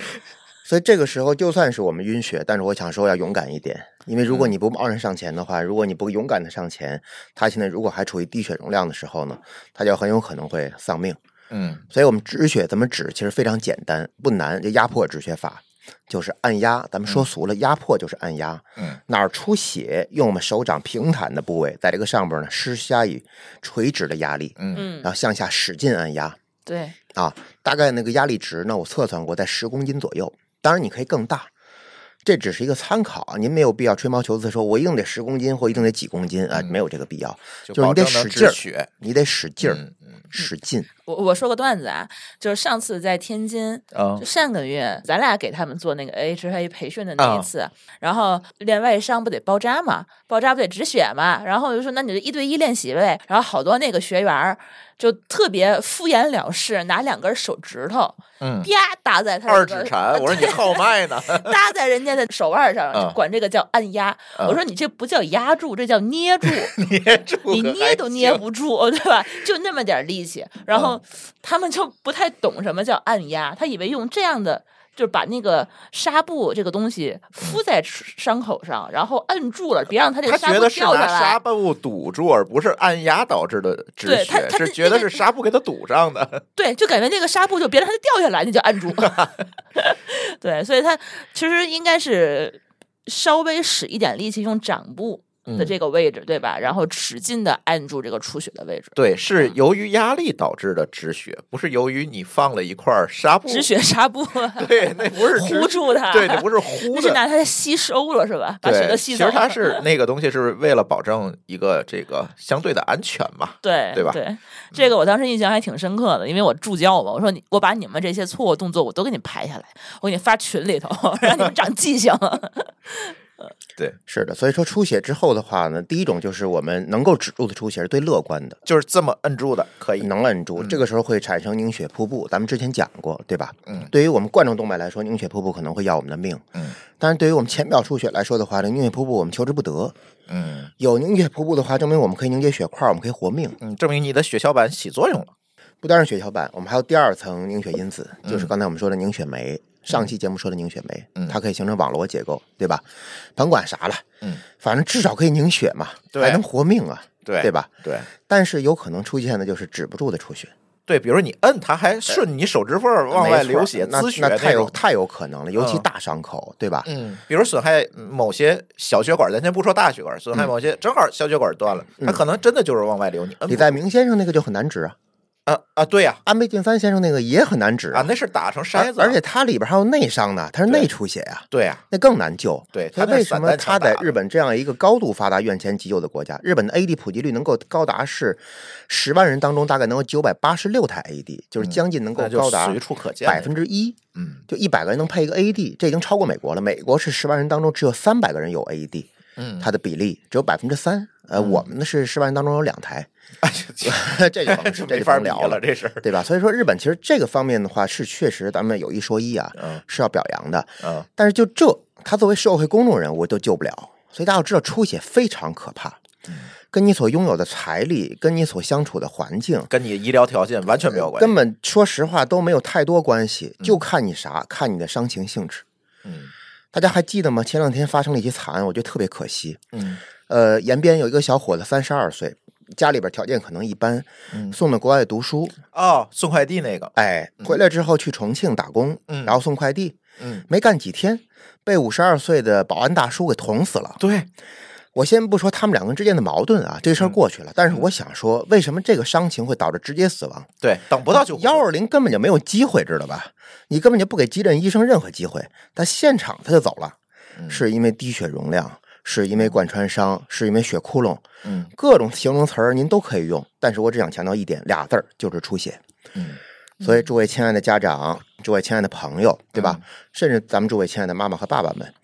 [SPEAKER 2] 所以这个时候，就算是我们晕血，但是我想说要勇敢一点，因为如
[SPEAKER 3] 嗯
[SPEAKER 2] 果你不贸然上前的话，如果你不勇敢的上前，他现在如果还处于低血容量的时候呢，他就很有可能会丧命。
[SPEAKER 1] 嗯
[SPEAKER 2] 所以我们止血怎么止，其实非常简单，不难，就压迫止血法，就是按压。咱们说俗了，压迫就是按压，
[SPEAKER 1] 嗯
[SPEAKER 2] 哪儿出血，用我们手掌平坦的部位，在这个上边呢施加以垂直的压力，
[SPEAKER 1] 嗯
[SPEAKER 3] 嗯
[SPEAKER 2] 然，后向下使劲按压。
[SPEAKER 3] 对，
[SPEAKER 2] 啊，大概那个压力值呢，我测算过在十公斤左右。当然你可以更大，这只是一个参考，啊您没有必要吹毛求疵说我一定得十公斤或一定得几公斤啊，
[SPEAKER 1] 嗯
[SPEAKER 2] 没有这个必要。就是
[SPEAKER 1] 保
[SPEAKER 2] 你得
[SPEAKER 1] 证能
[SPEAKER 2] 使
[SPEAKER 1] 止
[SPEAKER 2] 劲儿
[SPEAKER 1] 血，
[SPEAKER 2] 你得使劲儿，
[SPEAKER 1] 嗯嗯
[SPEAKER 2] 使劲。
[SPEAKER 3] 我我说个段子啊，就是上次在天津，
[SPEAKER 1] 啊
[SPEAKER 3] 就上个月咱俩给他们做那个 AHA 培训的
[SPEAKER 1] 嗯
[SPEAKER 3] 那一次，然后练外伤不得包扎嘛，包扎不得止血嘛，然后我就说那你就一对一练习呗，然后好多那个学员儿就特别敷衍了事，拿两根手指头
[SPEAKER 1] 嗯，
[SPEAKER 3] 啪搭在他
[SPEAKER 1] 二
[SPEAKER 3] 这
[SPEAKER 1] 指
[SPEAKER 3] 个
[SPEAKER 1] 禅，我说你号脉呢？
[SPEAKER 3] 搭在人家的手腕上，
[SPEAKER 1] 嗯
[SPEAKER 3] 就管这个叫按压。
[SPEAKER 1] 嗯
[SPEAKER 3] 我说你这不叫压住，这叫捏住，
[SPEAKER 1] 捏住
[SPEAKER 3] 你
[SPEAKER 1] 可
[SPEAKER 3] 捏
[SPEAKER 1] 还
[SPEAKER 3] 都捏
[SPEAKER 1] 行嗯
[SPEAKER 3] 不住，哦对吧？就那么点力气，然后他们就不太懂什么叫按压，他以为用这样的。就是把那个纱布这个东西敷在伤口上，然后摁住了，别让它这
[SPEAKER 1] 嗯他
[SPEAKER 3] 个纱
[SPEAKER 1] 觉
[SPEAKER 3] 布
[SPEAKER 1] 得是
[SPEAKER 3] 掉
[SPEAKER 1] 拿
[SPEAKER 3] 下
[SPEAKER 1] 纱
[SPEAKER 3] 来。
[SPEAKER 1] 布堵住，而不是按压导致的止
[SPEAKER 3] 对他
[SPEAKER 1] 血，
[SPEAKER 3] 他
[SPEAKER 1] 是
[SPEAKER 3] 是
[SPEAKER 1] 觉得
[SPEAKER 3] 因
[SPEAKER 1] 是
[SPEAKER 3] 为
[SPEAKER 1] 纱布给他堵上的。
[SPEAKER 3] 对，就感觉那个纱布就别让它掉下来，你就
[SPEAKER 1] [LAUGHS]
[SPEAKER 3] 按住。 [LAUGHS] 对，所以它其实应该是稍微使一点力气，用掌部的
[SPEAKER 1] 嗯
[SPEAKER 3] 这个位置，对吧？然后使劲的按住这个出血的位置，
[SPEAKER 1] 对，是
[SPEAKER 3] 嗯
[SPEAKER 1] 由于压力导致的止血，不是由于你放了一块纱布。
[SPEAKER 3] 止血纱布 [LAUGHS]
[SPEAKER 1] 对，那不是止
[SPEAKER 3] 糊住它，
[SPEAKER 1] 对，那不是糊
[SPEAKER 3] 那
[SPEAKER 1] 的
[SPEAKER 3] 是，拿它吸收了是吧？把血
[SPEAKER 1] 对，
[SPEAKER 3] 都
[SPEAKER 1] 其
[SPEAKER 3] 吸
[SPEAKER 1] 实
[SPEAKER 3] 走了。
[SPEAKER 1] 它是那个东西是为了保证一个这个相对的安全嘛。
[SPEAKER 3] 对
[SPEAKER 1] 对吧
[SPEAKER 3] 对，这个我当时印象还挺深刻的，因为我助教嘛，我说你我把你们这些错误动作我都给你排下来，我给你发群里头，让你们长记性。
[SPEAKER 1] 对，
[SPEAKER 2] 是的，所以说出血之后的话呢，第一种就是我们能够止住的出血是最乐观的，
[SPEAKER 1] 就是这么摁住的，可以。
[SPEAKER 2] 能摁住，这个时候会产生凝血瀑布，咱们之前讲过，对吧？
[SPEAKER 1] 嗯
[SPEAKER 2] 对于我们冠状动脉来说，凝血瀑布可能会要我们的命，
[SPEAKER 1] 嗯，
[SPEAKER 2] 但是对于我们浅表出血来说的话，这凝血瀑布我们求之不得，
[SPEAKER 1] 嗯
[SPEAKER 2] 有凝血瀑布的话，证明我们可以凝结血块，我们可以活命。
[SPEAKER 1] 嗯，证明你的血小板起作用了。
[SPEAKER 2] 不单是血小板，我们还有第二层凝血因子，就是刚才我们说的凝血酶。上期节目说的凝血酶，
[SPEAKER 1] 嗯
[SPEAKER 2] 它可以形成网络结构，对吧？甭管啥了，
[SPEAKER 1] 嗯，
[SPEAKER 2] 反正至少可以凝血嘛，
[SPEAKER 1] 对
[SPEAKER 2] 还能活命啊，
[SPEAKER 1] 对
[SPEAKER 2] 对吧？
[SPEAKER 1] 对
[SPEAKER 2] 但是有可能出现的就是止不住的出血，
[SPEAKER 1] 对，比如你摁它，还顺你手指缝儿往外
[SPEAKER 2] 没错
[SPEAKER 1] 流血、
[SPEAKER 2] 那
[SPEAKER 1] 滋血
[SPEAKER 2] 那太有
[SPEAKER 1] 种。
[SPEAKER 2] 太有可能了，尤其
[SPEAKER 1] 嗯
[SPEAKER 2] 大伤口，对吧？
[SPEAKER 1] 嗯，比如损害某些小血管，咱先不说大血管，
[SPEAKER 3] 嗯
[SPEAKER 1] 损害某些正好小血管断了，它可能真的就是往外流。你摁
[SPEAKER 2] 李
[SPEAKER 1] 不
[SPEAKER 2] 在明先生那个就很难止啊，
[SPEAKER 1] 啊啊，对呀
[SPEAKER 2] 安倍晋三先生那个也很难止
[SPEAKER 1] 啊，那是打成筛子了，
[SPEAKER 2] 而而且它里边还有内伤呢，它是
[SPEAKER 1] 对
[SPEAKER 2] 内出血啊，
[SPEAKER 1] 对呀，
[SPEAKER 2] 那更难救。
[SPEAKER 1] 对
[SPEAKER 2] 所以
[SPEAKER 1] 它那
[SPEAKER 2] 为
[SPEAKER 1] 是
[SPEAKER 2] 什
[SPEAKER 1] 散
[SPEAKER 2] 么
[SPEAKER 1] 弹
[SPEAKER 2] 它
[SPEAKER 1] 枪
[SPEAKER 2] 在
[SPEAKER 1] 打的
[SPEAKER 2] 日本这样一个高度发达、院前急救的国家，日本的 AED 普及率能够高达是十万人当中大概能有九百八十六台 AED，就是将近能
[SPEAKER 1] 嗯
[SPEAKER 2] 够
[SPEAKER 1] 那就
[SPEAKER 2] 高达
[SPEAKER 1] 随处可见
[SPEAKER 2] 百分之一，
[SPEAKER 1] 嗯
[SPEAKER 2] 就一百个人能配一个 AED，这已经超过美国了。美国是十万人当中只有三百个人有 AED，
[SPEAKER 1] 嗯，
[SPEAKER 2] 它的比例只有百分之三。呃，我们的是十万人当中有两台，
[SPEAKER 1] 哎这
[SPEAKER 2] 这就甭
[SPEAKER 1] 这
[SPEAKER 2] [LAUGHS] 这
[SPEAKER 1] 没
[SPEAKER 2] 就
[SPEAKER 1] 法
[SPEAKER 2] 甭
[SPEAKER 1] 比
[SPEAKER 2] 聊
[SPEAKER 1] 了，。这事儿。
[SPEAKER 2] 对吧？所以说，日本其实这个方面的话是确实，咱们有一说一啊，
[SPEAKER 1] 嗯
[SPEAKER 2] 是要表扬的。 [LAUGHS]
[SPEAKER 1] 嗯，
[SPEAKER 2] 但是就这，他作为社会公众人物都救不了，所以大家要知道，出血非常可怕，跟你所拥有的财力，跟你所相处的环境，
[SPEAKER 1] 跟你医疗条件完全没有关系。
[SPEAKER 2] 根本说实话都没有太多关系，就看你啥，看你的伤情性质。
[SPEAKER 1] 嗯
[SPEAKER 2] 大家还记得吗？前两天发生了一起惨案，我觉得特别可惜。
[SPEAKER 1] 嗯
[SPEAKER 2] 呃，延边有一个小伙子，三十二岁，家里边条件可能一般，
[SPEAKER 1] 嗯
[SPEAKER 2] 送到国外读书，
[SPEAKER 1] 哦，送快递那个，
[SPEAKER 2] 哎，回来之后去重庆打工，
[SPEAKER 1] 嗯
[SPEAKER 2] 然后送快递，
[SPEAKER 1] 嗯，
[SPEAKER 2] 没干几天，被五十二岁的保安大叔给捅死了。
[SPEAKER 1] 对，
[SPEAKER 2] 我先不说他们两个人之间的矛盾啊，这事儿
[SPEAKER 1] 嗯
[SPEAKER 2] 过去了。但是我想说，为什么这个伤情会导致直接死亡？
[SPEAKER 1] 对，等不到就嗯
[SPEAKER 2] 幺二零根本就没有机会，知道吧？你根本就不给急诊医生任何机会，他现场他就走了，
[SPEAKER 1] 嗯
[SPEAKER 2] 是因为低血容量，是因为贯穿伤，是因为血窟窿，
[SPEAKER 1] 嗯
[SPEAKER 2] 各种形容词儿您都可以用。但是我只想强调一点，俩字儿就是出血。
[SPEAKER 1] 嗯
[SPEAKER 2] 所以，诸位亲爱的家长，诸位亲爱的朋友，对吧？甚至咱们诸位亲爱的妈妈和爸爸们，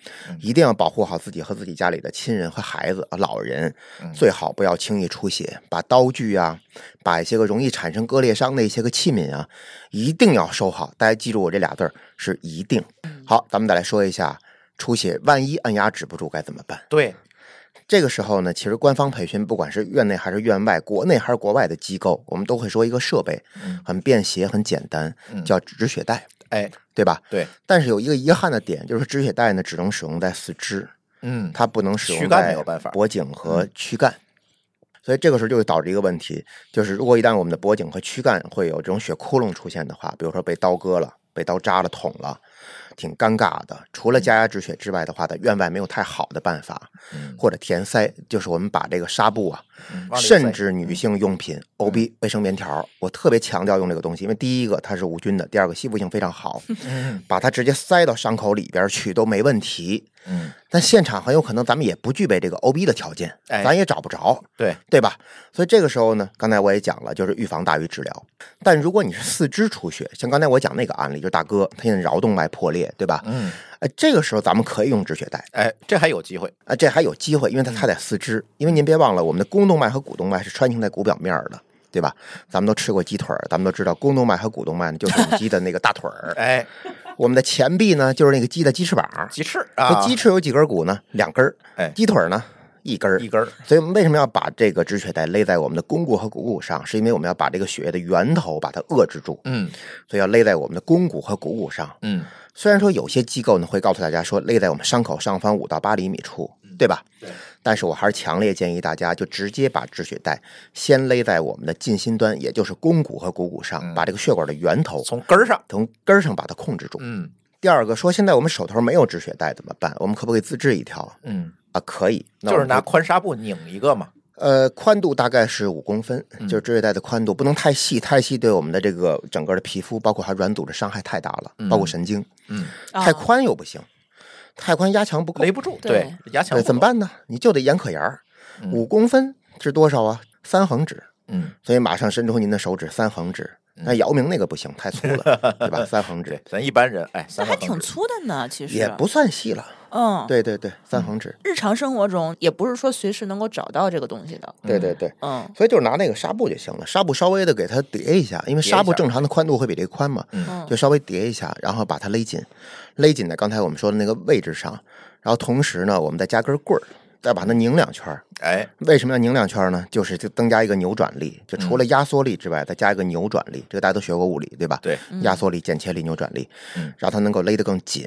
[SPEAKER 2] 一定要保护好自己和自己家里的亲人和孩子、啊老人，最好不要轻易出血。把刀具啊，把一些个容易产生割裂伤的一些个器皿啊，一定要收好。大家记住我这俩字儿是一定。好，咱们再来说一下出血，万一按压止不住该怎么办？
[SPEAKER 1] 对，
[SPEAKER 2] 这个时候呢，其实官方培训，不管是院内还是院外，国内还是国外的机构，我们都会说一个设备
[SPEAKER 1] 嗯，
[SPEAKER 2] 很便携、很简单，叫止血带，
[SPEAKER 1] 哎，
[SPEAKER 2] 对吧？
[SPEAKER 1] 对，
[SPEAKER 2] 但是有一个遗憾的点，就是止血带呢只能使用在四肢，
[SPEAKER 1] 嗯，
[SPEAKER 2] 它不能使用
[SPEAKER 1] 躯干
[SPEAKER 2] 在
[SPEAKER 1] 没有办法嗯
[SPEAKER 2] 脖颈和躯干。所以这个时候就会导致一个问题，就是如果一旦我们的脖颈和躯干会有这种血窟窿出现的话，比如说被刀割了、被刀扎了、捅了，挺尴尬的。除了加压止血之外的话，在院外没有太好的办法，
[SPEAKER 1] 嗯
[SPEAKER 2] 或者填塞，就是我们把这个纱布啊，
[SPEAKER 1] 嗯往里
[SPEAKER 2] 甚
[SPEAKER 1] 塞
[SPEAKER 2] 至女性用品、O B 卫生棉条，我特别强调用这个东西，因为第一个它是无菌的，第二个吸附性非常好，
[SPEAKER 1] 嗯
[SPEAKER 2] 把它直接塞到伤口里边去都没问题。
[SPEAKER 1] 嗯，
[SPEAKER 2] 但现场很有可能咱们也不具备这个 O B 的条件，
[SPEAKER 1] 哎
[SPEAKER 2] 咱也找不着，
[SPEAKER 1] 对，
[SPEAKER 2] 对吧？所以这个时候呢，刚才我也讲了，就是预防大于治疗。但如果你是四肢出血，像刚才我讲那个案例，就是大哥他现在桡动脉破裂，对吧？
[SPEAKER 1] 嗯，
[SPEAKER 2] 哎，这个时候咱们可以用止血带。
[SPEAKER 1] 哎，这还有机会，
[SPEAKER 2] 啊，这还有机会，因为它它在四肢，因为您别忘了，我们的肱动脉和股动脉是穿行在骨表面儿的，对吧？咱们都吃过鸡腿儿，咱们都知道肱动脉和股动脉呢，就是我们鸡的那个大腿儿， [LAUGHS]
[SPEAKER 1] 哎，
[SPEAKER 2] 我们的前臂呢，就是那个鸡的鸡翅膀儿。
[SPEAKER 1] 鸡翅
[SPEAKER 2] 这
[SPEAKER 1] 啊，
[SPEAKER 2] 鸡翅有几根骨呢？两根儿。
[SPEAKER 1] 哎
[SPEAKER 2] 鸡腿儿呢？一根儿
[SPEAKER 1] 一。根儿，
[SPEAKER 2] 所以我们为什么要把这个止血带勒在我们的肱骨和股骨上？是因为我们要把这个血液的源头把它遏制住，
[SPEAKER 1] 嗯
[SPEAKER 2] 所以要勒在我们的肱骨和股骨上。
[SPEAKER 1] 嗯，
[SPEAKER 2] 虽然说有些机构呢会告诉大家说勒在我们伤口上方五到八厘米处，
[SPEAKER 1] 嗯
[SPEAKER 2] 对吧？但是我还是强烈建议大家就直接把止血带先勒在我们的近心端，也就是肱骨和股骨上，把这个血管的源头
[SPEAKER 1] 嗯从根儿上，
[SPEAKER 2] 从根儿上把它控制住。
[SPEAKER 1] 嗯
[SPEAKER 2] 第二个说，现在我们手头没有止血带怎么办？我们可不可以自制一条
[SPEAKER 1] 嗯，
[SPEAKER 2] 啊？可以，那
[SPEAKER 1] 就是
[SPEAKER 2] 我们
[SPEAKER 1] 拿宽纱布拧一个嘛，
[SPEAKER 2] 呃，宽度大概是五公分，
[SPEAKER 1] 嗯
[SPEAKER 2] 就是止血带的宽度，不能太细，太细对我们的这个整个的皮肤，包括还有软组织伤害太大了，包括神经。
[SPEAKER 1] 嗯，
[SPEAKER 2] 太宽又不行，太宽压强不够
[SPEAKER 1] 勒，不住，
[SPEAKER 3] 对，
[SPEAKER 1] 压强
[SPEAKER 2] 对，怎么
[SPEAKER 1] 办？
[SPEAKER 2] 办呢？你就得眼可沿儿，
[SPEAKER 1] 嗯
[SPEAKER 2] 五公分是多少啊？三横指，
[SPEAKER 1] 嗯，
[SPEAKER 2] 所以马上伸出您的手指，三横指。那姚明那个不行，太
[SPEAKER 1] [LAUGHS]
[SPEAKER 2] 粗了，对吧？三横
[SPEAKER 1] 对
[SPEAKER 2] 指，
[SPEAKER 1] [LAUGHS] 咱一般人，哎，
[SPEAKER 3] 那
[SPEAKER 1] 三
[SPEAKER 3] 还
[SPEAKER 1] 个
[SPEAKER 3] 挺
[SPEAKER 1] 横指，
[SPEAKER 3] 粗的呢，其实
[SPEAKER 2] 也不算细了。
[SPEAKER 3] 嗯，，
[SPEAKER 2] 对对对，三横指，
[SPEAKER 3] 日常生活中也不是说随时能够找到这个东西的，
[SPEAKER 2] 对对对。
[SPEAKER 3] 嗯
[SPEAKER 2] 所以就是拿那个纱布就行了，纱布稍微的给它叠一下，因为纱
[SPEAKER 1] 叠
[SPEAKER 2] 布
[SPEAKER 1] 一下
[SPEAKER 2] 正常的宽度会比这个宽嘛，
[SPEAKER 3] 嗯
[SPEAKER 2] 就稍微叠一下，然后把它勒紧，勒紧在刚才我们说的那个位置上，然后同时呢，我们再加根棍儿，再把它拧两圈儿。
[SPEAKER 1] 哎，
[SPEAKER 2] 为什么要拧两圈儿呢？就是就增加一个扭转力，就除了压缩力之外，再加一个扭转力，这个大家都学过物理，嗯对嗯吧？
[SPEAKER 1] 对，
[SPEAKER 2] 压缩力、剪切力、扭转力
[SPEAKER 1] 嗯，
[SPEAKER 2] 让它能够勒得更紧，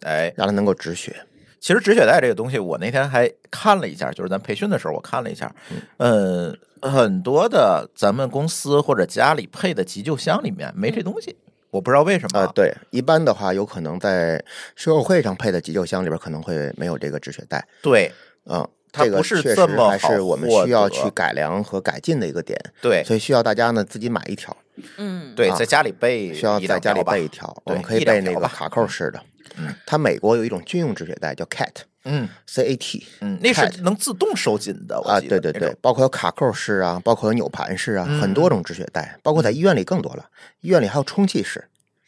[SPEAKER 1] 哎，
[SPEAKER 2] 让它能够止血。
[SPEAKER 1] 其实止血带这个东西，我那天还看了一下，就是咱培训的时候我看了一下，嗯，很多的咱们公司或者家里配的急救箱里面没这东西，我不知道为什么
[SPEAKER 2] 啊，
[SPEAKER 1] 啊。
[SPEAKER 2] 对，一般的话，有可能在社会上配的急救箱里边可能会没有这个止血带，
[SPEAKER 1] 对
[SPEAKER 2] 嗯，
[SPEAKER 1] 它
[SPEAKER 2] 这个
[SPEAKER 1] 不是
[SPEAKER 2] 确
[SPEAKER 1] 这
[SPEAKER 2] 实
[SPEAKER 1] 么
[SPEAKER 2] 还
[SPEAKER 1] 好
[SPEAKER 2] 是我们
[SPEAKER 1] 获
[SPEAKER 2] 需要
[SPEAKER 1] 得哎
[SPEAKER 2] 去改良和改进的一个点，
[SPEAKER 1] 对
[SPEAKER 2] 所以需要大家呢自己买一条，
[SPEAKER 3] 嗯，
[SPEAKER 1] 对，
[SPEAKER 2] 啊
[SPEAKER 1] 在家里备
[SPEAKER 2] 需要
[SPEAKER 1] 一
[SPEAKER 2] 在
[SPEAKER 1] 两
[SPEAKER 2] 家里
[SPEAKER 1] 条吧
[SPEAKER 2] 备一条，我们
[SPEAKER 1] 对
[SPEAKER 2] 可以
[SPEAKER 1] 一两
[SPEAKER 2] 备那
[SPEAKER 1] 条
[SPEAKER 2] 个
[SPEAKER 1] 吧
[SPEAKER 2] 卡扣式的。
[SPEAKER 1] 嗯，
[SPEAKER 2] 它美国有一种军用止血带叫 CAT，C
[SPEAKER 1] 嗯
[SPEAKER 2] A T
[SPEAKER 1] 嗯，那是
[SPEAKER 2] Cat
[SPEAKER 1] 能自动收紧的，我
[SPEAKER 2] 啊，
[SPEAKER 1] 记
[SPEAKER 2] 对
[SPEAKER 1] 得
[SPEAKER 2] 对
[SPEAKER 1] 那
[SPEAKER 2] 对
[SPEAKER 1] 种，嗯
[SPEAKER 2] 包括有卡扣式啊，包括有扭盘式啊，很多种止血带，包括在医院里更多了，医院里还有充气式，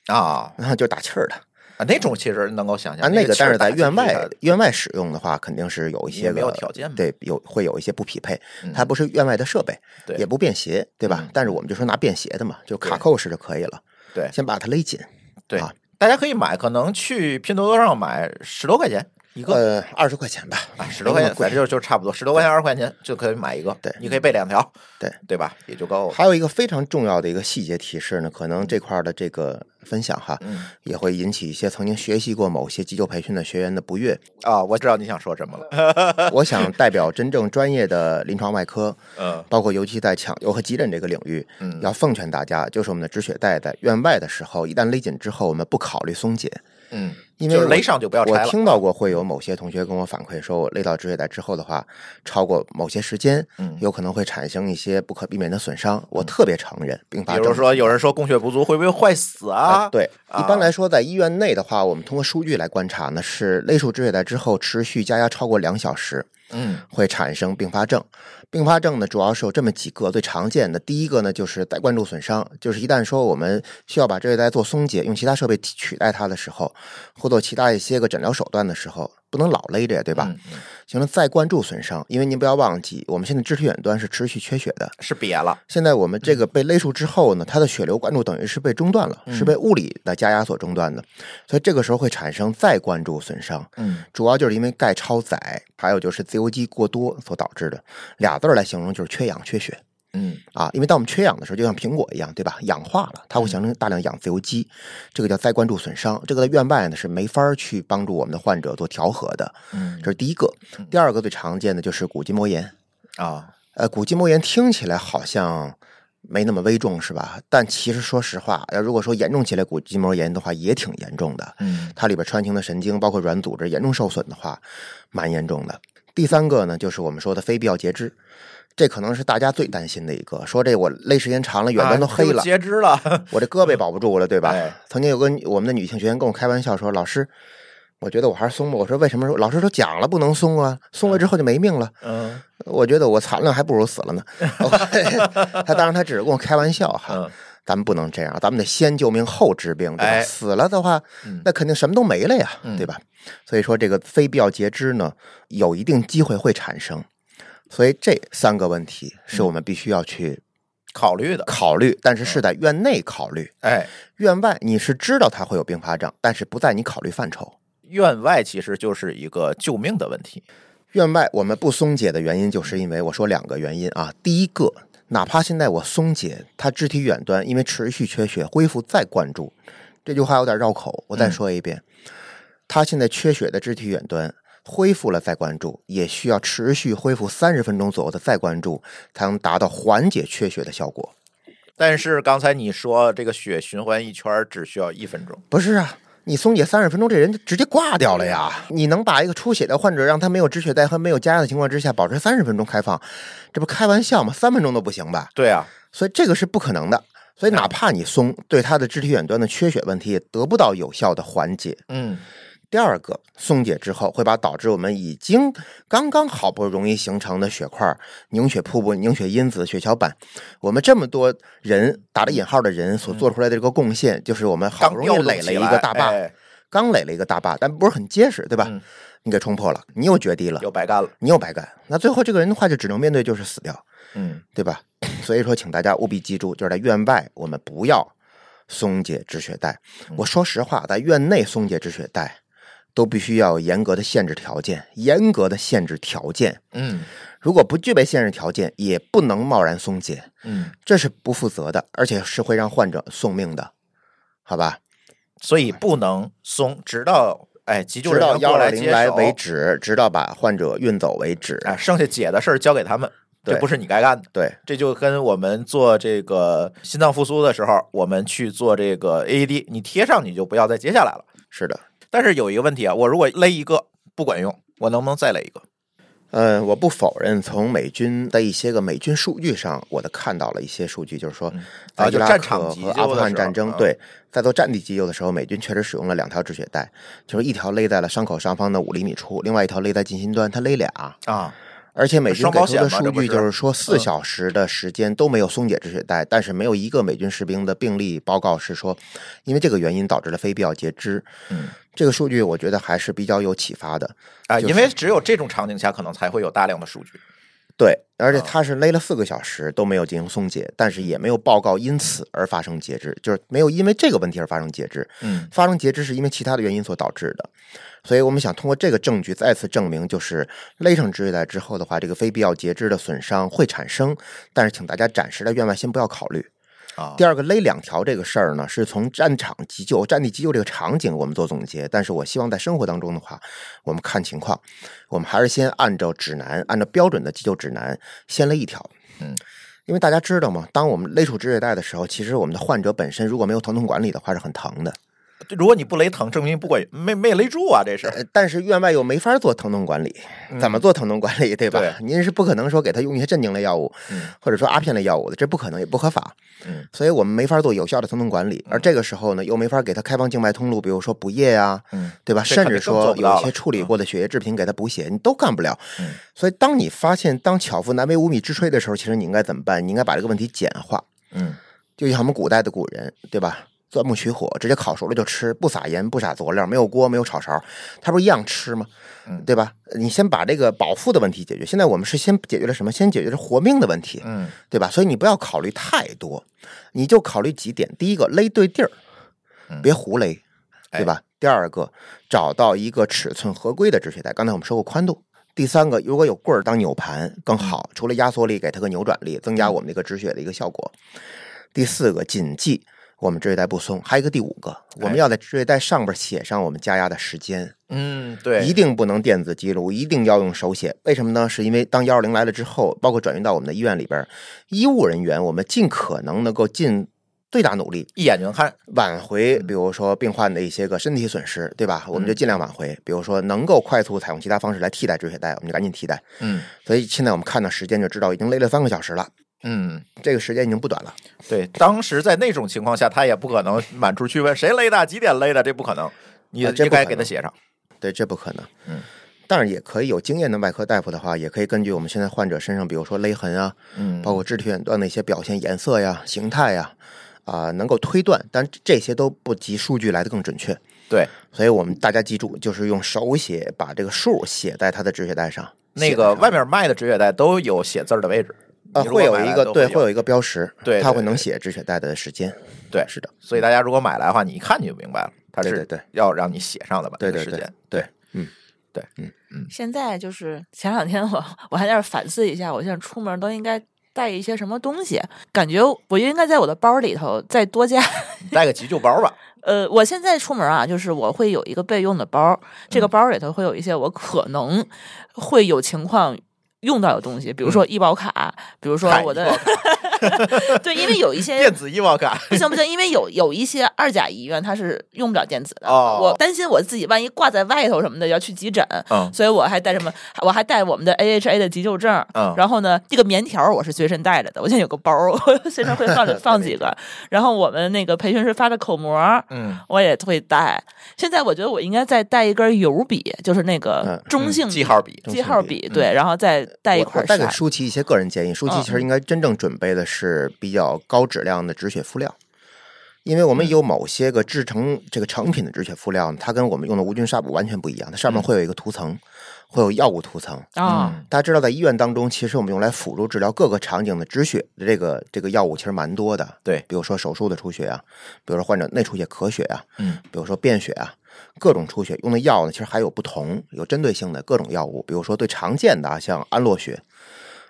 [SPEAKER 1] 啊
[SPEAKER 2] 然后就是打气儿的
[SPEAKER 1] 啊，那种其实能够想象
[SPEAKER 2] 啊，那
[SPEAKER 1] 个
[SPEAKER 2] 个
[SPEAKER 1] 气
[SPEAKER 2] 但
[SPEAKER 1] 儿
[SPEAKER 2] 是
[SPEAKER 1] 打
[SPEAKER 2] 在
[SPEAKER 1] 进
[SPEAKER 2] 院
[SPEAKER 1] 去
[SPEAKER 2] 外
[SPEAKER 1] 它
[SPEAKER 2] 院外使用的话，肯定是有一
[SPEAKER 1] 也
[SPEAKER 2] 些
[SPEAKER 1] 没有
[SPEAKER 2] 个
[SPEAKER 1] 条件嘛
[SPEAKER 2] 对，有会有一些不匹配
[SPEAKER 1] 嗯，
[SPEAKER 2] 它不是院外的设备，
[SPEAKER 1] 对
[SPEAKER 2] 也不便携，对吧？
[SPEAKER 1] 嗯
[SPEAKER 2] 但是我们就说拿便携的嘛，就卡
[SPEAKER 1] 对
[SPEAKER 2] 扣式就可以了。
[SPEAKER 1] 对
[SPEAKER 2] 先把它勒紧，
[SPEAKER 1] 对
[SPEAKER 2] 啊，
[SPEAKER 1] 大家可以买，可能去拼多多上买十多块钱一个。
[SPEAKER 2] 呃，二十块钱吧，
[SPEAKER 1] 啊，十多块钱，
[SPEAKER 2] 呃没那么贵
[SPEAKER 1] 反正就就差不多，十多块钱、二十块钱就可以买一个。
[SPEAKER 2] 对
[SPEAKER 1] 你可以备两条，
[SPEAKER 2] 对
[SPEAKER 1] 对吧？也就够了。
[SPEAKER 2] 还有一个非常重要的一个细节提示呢，可能这块儿的这个分享哈，
[SPEAKER 1] 嗯
[SPEAKER 2] 也会引起一些曾经学习过某些急救培训的学员的不
[SPEAKER 1] [LAUGHS]
[SPEAKER 2] 悦。
[SPEAKER 1] 啊，我知道你想说什么了。
[SPEAKER 2] 我想代表真正专业的临床外科，
[SPEAKER 1] 嗯
[SPEAKER 2] 包括尤其在抢救和急诊这个领域，
[SPEAKER 1] 嗯
[SPEAKER 2] 要奉劝大家，就是我们的止血带在院外的时候，一旦勒紧之后，我们不考虑松解，
[SPEAKER 1] 嗯，
[SPEAKER 2] 因为
[SPEAKER 1] 就是
[SPEAKER 2] 我
[SPEAKER 1] 勒上就不要拆
[SPEAKER 2] 我
[SPEAKER 1] 了。
[SPEAKER 2] 听到过会有某些同学跟我反馈说，我勒到止血带之后的话，超过某些时间，
[SPEAKER 1] 嗯
[SPEAKER 2] 有可能会产生一些不可避免的损伤。我特别承认，并
[SPEAKER 1] 比
[SPEAKER 2] 发症。
[SPEAKER 1] 如说，有人说供血不足会不会坏死啊？
[SPEAKER 2] 啊，，对，
[SPEAKER 1] 啊
[SPEAKER 2] 一般来说，在医院内的话，我们通过数据来观察呢，是勒束止血带之后持续加压超过两小时，
[SPEAKER 1] 嗯
[SPEAKER 2] 会产生并发症。并发症呢，主要是有这么几个最常见的。第一个呢，就是带冠柱损伤，就是一旦说我们需要把这一带做松解，用其他设备取取代它的时候，或做其他一些个诊疗手段的时候，不能老勒着，对吧？
[SPEAKER 1] 嗯
[SPEAKER 2] 形成再冠柱损伤，因为您不要忘记，我们现在肢体远端是持续缺血的。
[SPEAKER 1] 是瘪了。
[SPEAKER 2] 现在我们这个被勒住之后呢，它的血流灌注等于是被中断了，是被物理的加压所中断的，所以这个时候会产生再灌注损伤。
[SPEAKER 1] 嗯
[SPEAKER 2] 主要就是因为钙超载，还有就是自由基过多所导致的。俩字儿来形容就是缺氧缺血
[SPEAKER 1] 嗯
[SPEAKER 2] 啊！因为当我们缺氧的时候，就像苹果一样，对吧？氧化了，它会形成大量氧自由基，这个叫再灌注损伤。这个在院外呢是没法儿去帮助我们的患者做调和的，
[SPEAKER 1] 嗯
[SPEAKER 2] 这是第一个。第二个最常见的就是骨筋膜炎。
[SPEAKER 1] 啊，
[SPEAKER 2] 呃，骨筋膜炎听起来好像没那么危重，是吧？但其实说实话，要如果说严重起来骨筋膜炎的话，也挺严重的。
[SPEAKER 1] 嗯
[SPEAKER 2] 它里边穿行的神经包括软组织严重受损的话，蛮严重的。第三个呢，就是我们说的非必要截肢，这可能是大家最担心的一个。说这我勒时间长了，远端都
[SPEAKER 1] 啊
[SPEAKER 2] 黑了，
[SPEAKER 1] 截肢了。
[SPEAKER 2] 我这胳膊也保不住了，对吧？
[SPEAKER 1] 哎
[SPEAKER 2] 曾经有个女我们的女性学员跟我开玩笑说：“老师，我觉得我还是松吧。”我说：“为什么？”老师说：“讲了不能松啊，松了之后就没命了。
[SPEAKER 1] 嗯
[SPEAKER 2] 我觉得我残了还不如死了呢。 [LAUGHS] 他当然他只是跟我开玩笑哈，
[SPEAKER 1] 嗯
[SPEAKER 2] 咱们不能这样，咱们得先救命后治病，对吧？
[SPEAKER 1] 哎
[SPEAKER 2] 死了的话
[SPEAKER 1] 嗯，
[SPEAKER 2] 那肯定什么都没了呀，
[SPEAKER 1] 嗯
[SPEAKER 2] 对吧？所以说这个非必要截肢呢，有一定机会会产生。所以这三个问题
[SPEAKER 1] 嗯
[SPEAKER 2] 是我们必须要去
[SPEAKER 1] 考虑的。
[SPEAKER 2] 考虑，但是
[SPEAKER 1] 嗯
[SPEAKER 2] 是在院内考虑，
[SPEAKER 1] 哎，
[SPEAKER 2] 院外你是知道它会有并发症，但是不在你考虑范畴。
[SPEAKER 1] 院外其实就是一个救命的问题。
[SPEAKER 2] 院外我们不松解的原因，就是因为我说两个原因啊。第一个，哪怕现在我松解，它肢体远端因为持续缺血恢复再灌注，这句话有点绕口，我再说一遍，它现在缺血的肢体远端。恢复了再灌注，也需要持续恢复三十分钟左右的再灌注，才能达到缓解缺血的效果。
[SPEAKER 1] 但是刚才你说这个血循环一圈儿只需要一分钟，
[SPEAKER 2] 不是啊，你松解三十分钟，这人就直接挂掉了呀！你能把一个出血的患者让他没有止血带和没有加压的情况之下保持三十分钟开放，这不开玩笑吗？三分钟都不行吧？
[SPEAKER 1] 对啊，
[SPEAKER 2] 所以这个是不可能的。所以哪怕你松，对他的肢体远端的缺血问题也得不到有效的缓解。
[SPEAKER 1] 嗯，
[SPEAKER 2] 第二个，松解之后会把导致我们已经刚刚好不容易形成的血块、凝血瀑布、凝血因子、血小板，我们这么多人打着引号的人所做出来的这个贡献，就是我们好
[SPEAKER 1] 刚
[SPEAKER 2] 不容
[SPEAKER 1] 调
[SPEAKER 2] 易
[SPEAKER 1] 动
[SPEAKER 2] 垒
[SPEAKER 1] 起
[SPEAKER 2] 了一
[SPEAKER 1] 来
[SPEAKER 2] 个大坝，
[SPEAKER 1] 哎
[SPEAKER 2] 刚垒了一个大坝，但不是很结实，对吧？
[SPEAKER 1] 嗯
[SPEAKER 2] 你给冲破了，你又决堤了，
[SPEAKER 1] 又白干了。
[SPEAKER 2] 你又白干。那最后这个人的话，就只能面对就是死掉，
[SPEAKER 1] 嗯，
[SPEAKER 2] 对吧？ [COUGHS] 所以说，请大家务必记住，就是在院外我们不要松解止血带。我说实话，在院内松解止血带都必须要有严格的限制条件，严格的限制条件。
[SPEAKER 1] 嗯
[SPEAKER 2] 如果不具备限制条件，也不能贸然松解，
[SPEAKER 1] 嗯，
[SPEAKER 2] 这是不负责的，而且是会让患者送命的，好吧？
[SPEAKER 1] 所以不能松，直到哎急救
[SPEAKER 2] 直
[SPEAKER 1] 人
[SPEAKER 2] 到
[SPEAKER 1] 员
[SPEAKER 2] 幺
[SPEAKER 1] 过
[SPEAKER 2] 二
[SPEAKER 1] 来
[SPEAKER 2] 零
[SPEAKER 1] 接
[SPEAKER 2] 来
[SPEAKER 1] 手
[SPEAKER 2] 为。止，直到把患者运走为止。
[SPEAKER 1] 哎，剩下解的事儿交给他们，这
[SPEAKER 2] 对
[SPEAKER 1] 不是你该干的。
[SPEAKER 2] 对，
[SPEAKER 1] 这就跟我们做这个心脏复苏的时候，我们去做这个 AED，你贴上你就不要再接下来了。
[SPEAKER 2] 是的。
[SPEAKER 1] 但是有一个问题啊，我如果勒一个不管用，我能不能再勒一个？
[SPEAKER 2] 呃，我不否认，从美军的一些个美军数据上，我的看到了一些数据，就是说，
[SPEAKER 1] 啊
[SPEAKER 2] 在伊
[SPEAKER 1] 就
[SPEAKER 2] 拉
[SPEAKER 1] 战
[SPEAKER 2] 克
[SPEAKER 1] 场急
[SPEAKER 2] 和
[SPEAKER 1] 救
[SPEAKER 2] 阿富
[SPEAKER 1] 的
[SPEAKER 2] 汗
[SPEAKER 1] 时候
[SPEAKER 2] 战争
[SPEAKER 1] 啊，
[SPEAKER 2] 对，在做战地急救的时候，美军确实使用了两条止血带，就是一条勒在了伤口上方的五厘米处，另外一条勒在近心端，它勒俩。
[SPEAKER 1] 啊，
[SPEAKER 2] 而且美军
[SPEAKER 1] 双
[SPEAKER 2] 给
[SPEAKER 1] 保
[SPEAKER 2] 出
[SPEAKER 1] 险
[SPEAKER 2] 的
[SPEAKER 1] 嘛
[SPEAKER 2] 数
[SPEAKER 1] 这不
[SPEAKER 2] 据
[SPEAKER 1] 是
[SPEAKER 2] 就是说，四
[SPEAKER 1] 嗯
[SPEAKER 2] 小时的时间都没有松解止血带，但是没有一个美军士兵的病例报告是说因为这个原因导致了非必要截肢。
[SPEAKER 1] 嗯，
[SPEAKER 2] 这个数据我觉得还是比较有启发的。
[SPEAKER 1] 啊，
[SPEAKER 2] 就
[SPEAKER 1] 因为只有这种场景下，可能才会有大量的数据。
[SPEAKER 2] 对，而且
[SPEAKER 1] 啊
[SPEAKER 2] 他是勒了四个小时都没有进行松解，但是也没有报告因此而发生截肢，就是没有因为这个问题而发生截肢。
[SPEAKER 1] 嗯
[SPEAKER 2] 发生截肢是因为其他的原因所导致的，所以我们想通过这个证据再次证明，就是勒上止血带之后的话，这个非必要截肢的损伤会产生，但是请大家暂时在院外先不要考虑。
[SPEAKER 1] 啊，
[SPEAKER 2] 第二个勒两条这个事儿呢，是从战场急救、战地急救这个场景我们做总结，但是我希望在生活当中的话，我们看情况，我们还是先按照指南，按照标准的急救指南，先勒一条。
[SPEAKER 1] 嗯，
[SPEAKER 2] 因为大家知道嘛，当我们勒出止血带的时候，其实我们的患者本身如果没有疼痛管理的话是很疼的，
[SPEAKER 1] 如果你不勒疼，证明不管没没勒住啊，这嗯是
[SPEAKER 2] 呃但是院外又没法做疼痛管理，怎么做疼痛管理，对吧？
[SPEAKER 1] 对
[SPEAKER 2] 您是不可能说给他用一些镇静类药物，
[SPEAKER 1] 嗯
[SPEAKER 2] 或者说阿片类药物的，这不可能也不合法。
[SPEAKER 1] 嗯，
[SPEAKER 2] 所以我们没法做有效的疼痛管理，而这个时候呢，又没法给他开放静脉通路，比如说补液啊，
[SPEAKER 1] 嗯
[SPEAKER 2] 对吧？
[SPEAKER 1] 这
[SPEAKER 2] 甚
[SPEAKER 1] 肯
[SPEAKER 2] 至
[SPEAKER 1] 定更做
[SPEAKER 2] 说
[SPEAKER 1] 不到
[SPEAKER 2] 有
[SPEAKER 1] 了
[SPEAKER 2] 一些处理过的血液制品给他补血，你都干不了。
[SPEAKER 1] 嗯
[SPEAKER 2] 所以当你发现当巧妇难为无米之炊的时候，其实你应该怎么办？你应该把这个问题简化，
[SPEAKER 1] 嗯
[SPEAKER 2] 就像我们古代的古人，对吧？钻木取火，直接烤熟了就吃，不撒盐，不撒佐料，没有锅，没有炒勺，它不是一样吃吗？
[SPEAKER 1] 嗯
[SPEAKER 2] 对吧？你先把这个饱腹的问题解决。现在我们是先解决了什么？先解决了活命的问题，
[SPEAKER 1] 嗯
[SPEAKER 2] 对吧？所以你不要考虑太多，你就考虑几点：第一个，勒对地儿
[SPEAKER 1] 嗯，
[SPEAKER 2] 别胡勒，
[SPEAKER 1] 哎
[SPEAKER 2] 对吧？第二个，找到一个尺寸合规的止血带。刚才我们说过宽度。第三个，如果有棍儿当扭盘
[SPEAKER 1] 嗯
[SPEAKER 2] 更好，除了压缩力，给它个扭转力，增加我们这个止血的一个效果。第四个，谨记我们止血带不松。还有一个第五个，我
[SPEAKER 1] 哎
[SPEAKER 2] 们要在止血带上边写上我们加压的时间。
[SPEAKER 1] 嗯，对，
[SPEAKER 2] 一定不能电子记录，一定要用手写。为什么呢？是因为当幺二零来了之后，包括转运到我们的医院里边，医务人员我们尽可能能够尽最大努力
[SPEAKER 1] 一眼就能看。
[SPEAKER 2] 挽回，比如说病患的一些个身体损失，对吧？我们
[SPEAKER 1] 嗯
[SPEAKER 2] 就尽量挽回。比如说能够快速采用其他方式来替代止血带，我们就赶紧替代。
[SPEAKER 1] 嗯
[SPEAKER 2] 所以现在我们看到时间就知道，已经勒了三个小时了，
[SPEAKER 1] 嗯，
[SPEAKER 2] 这个时间已经不短了。
[SPEAKER 1] 对，当时在那种情况下，他也不可能满处去问谁勒的，几点勒的，这不可能。你
[SPEAKER 2] 啊这
[SPEAKER 1] 应
[SPEAKER 2] 不可
[SPEAKER 1] 该
[SPEAKER 2] 能
[SPEAKER 1] 给他写上。
[SPEAKER 2] 对，这不可能。
[SPEAKER 1] 嗯，
[SPEAKER 2] 但是也可以有经验的外科大夫的话，也可以根据我们现在患者身上，比如说勒痕啊，
[SPEAKER 1] 嗯
[SPEAKER 2] 包括肢体远端的一些表现、颜色呀、形态呀，啊、能够推断，但这些都不及数据来的更准确。
[SPEAKER 1] 对，
[SPEAKER 2] 所以我们大家记住，就是用手写把这个数写在他的止血带上。
[SPEAKER 1] 那
[SPEAKER 2] 写
[SPEAKER 1] 个
[SPEAKER 2] 在上
[SPEAKER 1] 外面卖的止血带都有写字儿的位置，
[SPEAKER 2] 呃，
[SPEAKER 1] 你如果
[SPEAKER 2] 会有
[SPEAKER 1] 买
[SPEAKER 2] 一
[SPEAKER 1] 来
[SPEAKER 2] 个
[SPEAKER 1] 都
[SPEAKER 2] 对，
[SPEAKER 1] 会
[SPEAKER 2] 会有一个标识，
[SPEAKER 1] 对
[SPEAKER 2] 它
[SPEAKER 1] 对
[SPEAKER 2] 会能
[SPEAKER 1] 对
[SPEAKER 2] 写止血带的时间。
[SPEAKER 1] 对
[SPEAKER 2] 是的，
[SPEAKER 1] 所以大家如果买来的话，你一看你就明白了，它
[SPEAKER 2] 对对
[SPEAKER 1] 是
[SPEAKER 2] 对
[SPEAKER 1] 要让你写上的吧？
[SPEAKER 2] 对
[SPEAKER 1] 这个
[SPEAKER 2] 对
[SPEAKER 1] 时
[SPEAKER 2] 对
[SPEAKER 1] 间
[SPEAKER 2] 对，嗯，
[SPEAKER 1] 对，
[SPEAKER 2] 嗯，
[SPEAKER 3] 现在就是前两天我我还在那儿反思一下，我现在出门都应该带一些什么东西，感觉我应该在我的包里头再多加。
[SPEAKER 1] 你带个急救包吧。
[SPEAKER 3] 呃，我现在出门啊，就是我会有一个备用的包，这
[SPEAKER 1] 嗯
[SPEAKER 3] 个包里头会有一些我可能会有情况。用到的东西，比如说医保卡，比如说
[SPEAKER 1] 嗨
[SPEAKER 3] 我
[SPEAKER 1] 你
[SPEAKER 3] 的
[SPEAKER 1] 报嗯卡
[SPEAKER 3] 对，因为有一些
[SPEAKER 1] 电子啊医保卡，
[SPEAKER 3] 不行不行，因为有有一些二甲医院它是用不了电子的，
[SPEAKER 1] 哦
[SPEAKER 3] 我担心我自己万一挂在外头什么的要去急诊，
[SPEAKER 1] 嗯
[SPEAKER 3] 所以我还带什么，我还带我们的 AHA 的急救证，
[SPEAKER 1] 嗯
[SPEAKER 3] 然后呢，这个棉条我是随身带着的，我现在有个包，我随身会放
[SPEAKER 1] [LAUGHS]
[SPEAKER 3] 放几个，然后我们那个培训师发的口膜。
[SPEAKER 1] 嗯，
[SPEAKER 3] 我也会带，现在我觉得我应该再带一根油笔，就是那个
[SPEAKER 2] 嗯
[SPEAKER 3] 中性
[SPEAKER 1] 记号笔，
[SPEAKER 3] 记号笔，对，然后再带一
[SPEAKER 2] 呃我
[SPEAKER 3] 块嗯
[SPEAKER 2] 我带给
[SPEAKER 3] 啥
[SPEAKER 2] 舒淇一些个人建议，舒淇其实应该真正准备的是比较高质量的止血敷料，因为我
[SPEAKER 3] 嗯
[SPEAKER 2] 们有某些个制成这个成品的止血敷料，它跟我们用的无菌纱布完全不一样，它上
[SPEAKER 3] 嗯
[SPEAKER 2] 面会有一个涂层，会有药物涂层。
[SPEAKER 3] 啊、
[SPEAKER 1] 嗯
[SPEAKER 2] 大家知道，在医院当中，其实我们用来辅助治疗各个场景的止血的这个这个药物其实蛮多的，
[SPEAKER 1] 对
[SPEAKER 2] 比如说手术的出血啊，比如说患者内出血咳血啊，
[SPEAKER 1] 嗯，
[SPEAKER 2] 比如说便血啊，各种出血用的药呢，其实还有不同，有针对性的各种药物，比如说对常见的啊，像安洛血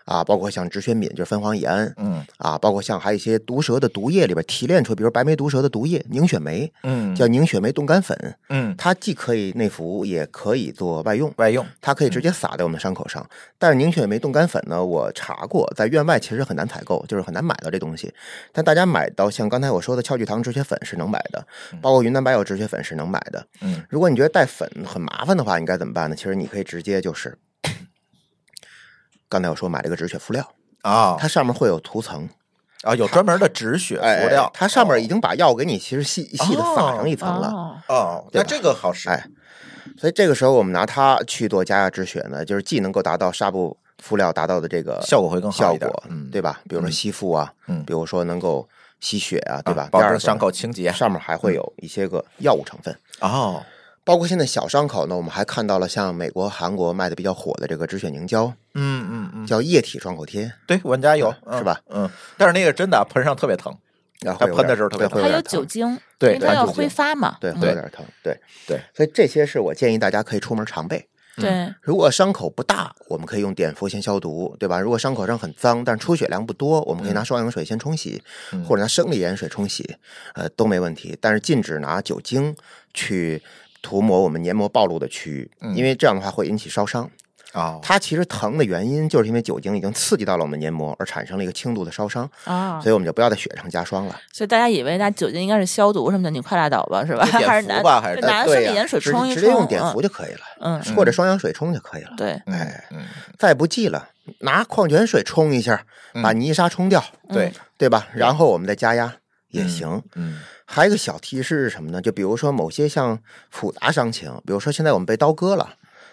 [SPEAKER 2] 啊，包括像止血敏，就是酚黄乙胺，
[SPEAKER 1] 嗯
[SPEAKER 2] 啊，包括像还有一些毒蛇的毒液里边提炼出，比如白眉毒蛇的毒液凝血酶，
[SPEAKER 1] 嗯
[SPEAKER 2] 叫凝血酶冻干粉，
[SPEAKER 1] 嗯，
[SPEAKER 2] 它既可以内服，也可以做外用。
[SPEAKER 1] 外用，
[SPEAKER 2] 它可以
[SPEAKER 1] 嗯
[SPEAKER 2] 直接撒在我们的伤口上，但是凝血酶冻干粉呢，我查过，在院外其实很难采购，就是很难买到这东西。但大家买到像刚才我说的壳聚糖止血粉是能买的，包括云南白药止血粉是能买的。
[SPEAKER 1] 嗯
[SPEAKER 2] 如果你觉得带粉很麻烦的话，你该怎么办呢？其实你可以直接就是，刚才我说买了一个止血敷料，
[SPEAKER 1] 啊
[SPEAKER 2] 它上面会有涂层，
[SPEAKER 1] 啊，有专门的止血
[SPEAKER 2] 哎
[SPEAKER 1] 敷料，
[SPEAKER 2] 它上面已经把药给你其实细细的撒上一层嗯了。
[SPEAKER 3] 哦，
[SPEAKER 1] 哦，那这个好使，
[SPEAKER 2] 哎，所以这个时候我们拿它去做加压止血呢，就是既能够达到纱布敷料达到的这个
[SPEAKER 1] 效果会更好
[SPEAKER 2] 效
[SPEAKER 1] 一点
[SPEAKER 2] 果，
[SPEAKER 1] 嗯
[SPEAKER 2] 对吧？比如说
[SPEAKER 1] 嗯
[SPEAKER 2] 吸附啊，
[SPEAKER 1] 嗯
[SPEAKER 2] 比如说能够吸血啊，对吧？
[SPEAKER 1] 保
[SPEAKER 2] 第二
[SPEAKER 1] 证
[SPEAKER 2] 个
[SPEAKER 1] 伤口嗯清洁，
[SPEAKER 2] 上面还会有一些个药物成分。
[SPEAKER 1] 哦，
[SPEAKER 2] 包括现在小伤口呢，我们还看到了像美国、韩国卖的比较火的这个止血凝胶，
[SPEAKER 1] 嗯嗯嗯，
[SPEAKER 2] 叫液体创口贴，
[SPEAKER 1] 对，我们家有，
[SPEAKER 2] 是吧？
[SPEAKER 1] 嗯，但是那个真的喷上特别疼，
[SPEAKER 2] 然后
[SPEAKER 1] 它
[SPEAKER 2] 会有
[SPEAKER 1] 喷的
[SPEAKER 2] 点
[SPEAKER 1] 时候特
[SPEAKER 2] 对
[SPEAKER 1] 别
[SPEAKER 2] 会
[SPEAKER 3] 还有
[SPEAKER 2] 点
[SPEAKER 3] 酒
[SPEAKER 2] 疼。
[SPEAKER 3] 精，
[SPEAKER 1] 对
[SPEAKER 3] 因为它
[SPEAKER 2] 还有
[SPEAKER 3] 要
[SPEAKER 2] 酒
[SPEAKER 3] 挥
[SPEAKER 2] 精
[SPEAKER 3] 发嘛，
[SPEAKER 2] 对，
[SPEAKER 3] 嗯
[SPEAKER 2] 会有点疼，对
[SPEAKER 1] 对，
[SPEAKER 2] 所以这些是我建议大家可以出门常备。
[SPEAKER 3] 对，
[SPEAKER 2] 如果伤口不大，我们可以用碘伏先消毒，对吧？如果伤口上很脏，但是出血量不多，我们
[SPEAKER 3] 嗯
[SPEAKER 2] 可以拿双氧水先冲洗，
[SPEAKER 1] 嗯
[SPEAKER 2] 或者拿生理盐水冲洗，呃，都没问题。但是禁止拿酒精去涂抹我们黏膜暴露的区域，
[SPEAKER 3] 嗯
[SPEAKER 2] 因为这样的话会引起烧伤。
[SPEAKER 1] 哦，
[SPEAKER 2] 它其实疼的原因就是因为酒精已经刺激到了我们黏膜，而产生了一个轻度的烧伤，
[SPEAKER 3] 啊
[SPEAKER 2] 所，以我们就不要在血上加霜了。
[SPEAKER 3] 所以大家以为拿酒精应该是消毒什么的，你快拉倒吧，是吧？
[SPEAKER 1] 就碘
[SPEAKER 3] 还是
[SPEAKER 1] 伏
[SPEAKER 3] 拿
[SPEAKER 1] 吧还是
[SPEAKER 3] 就拿
[SPEAKER 2] 呃
[SPEAKER 3] 生
[SPEAKER 2] 对
[SPEAKER 3] 理
[SPEAKER 2] 呀
[SPEAKER 3] 盐水
[SPEAKER 2] 直
[SPEAKER 3] 冲一
[SPEAKER 2] 直接用
[SPEAKER 3] 冲，
[SPEAKER 2] 碘伏
[SPEAKER 3] 嗯
[SPEAKER 2] 就可以了，
[SPEAKER 3] 嗯，
[SPEAKER 2] 或者双氧水冲就可以了。
[SPEAKER 3] 对，
[SPEAKER 1] 哎，嗯，
[SPEAKER 2] 再不济了，拿矿泉水冲一下，
[SPEAKER 3] 嗯
[SPEAKER 2] 把泥沙冲掉，
[SPEAKER 1] 对，
[SPEAKER 2] 对吧？然后我们再加压也行。
[SPEAKER 1] 嗯
[SPEAKER 2] 还有一个小提示是什么呢？就比如说某些像复杂伤情，比如说现在我们被刀割了。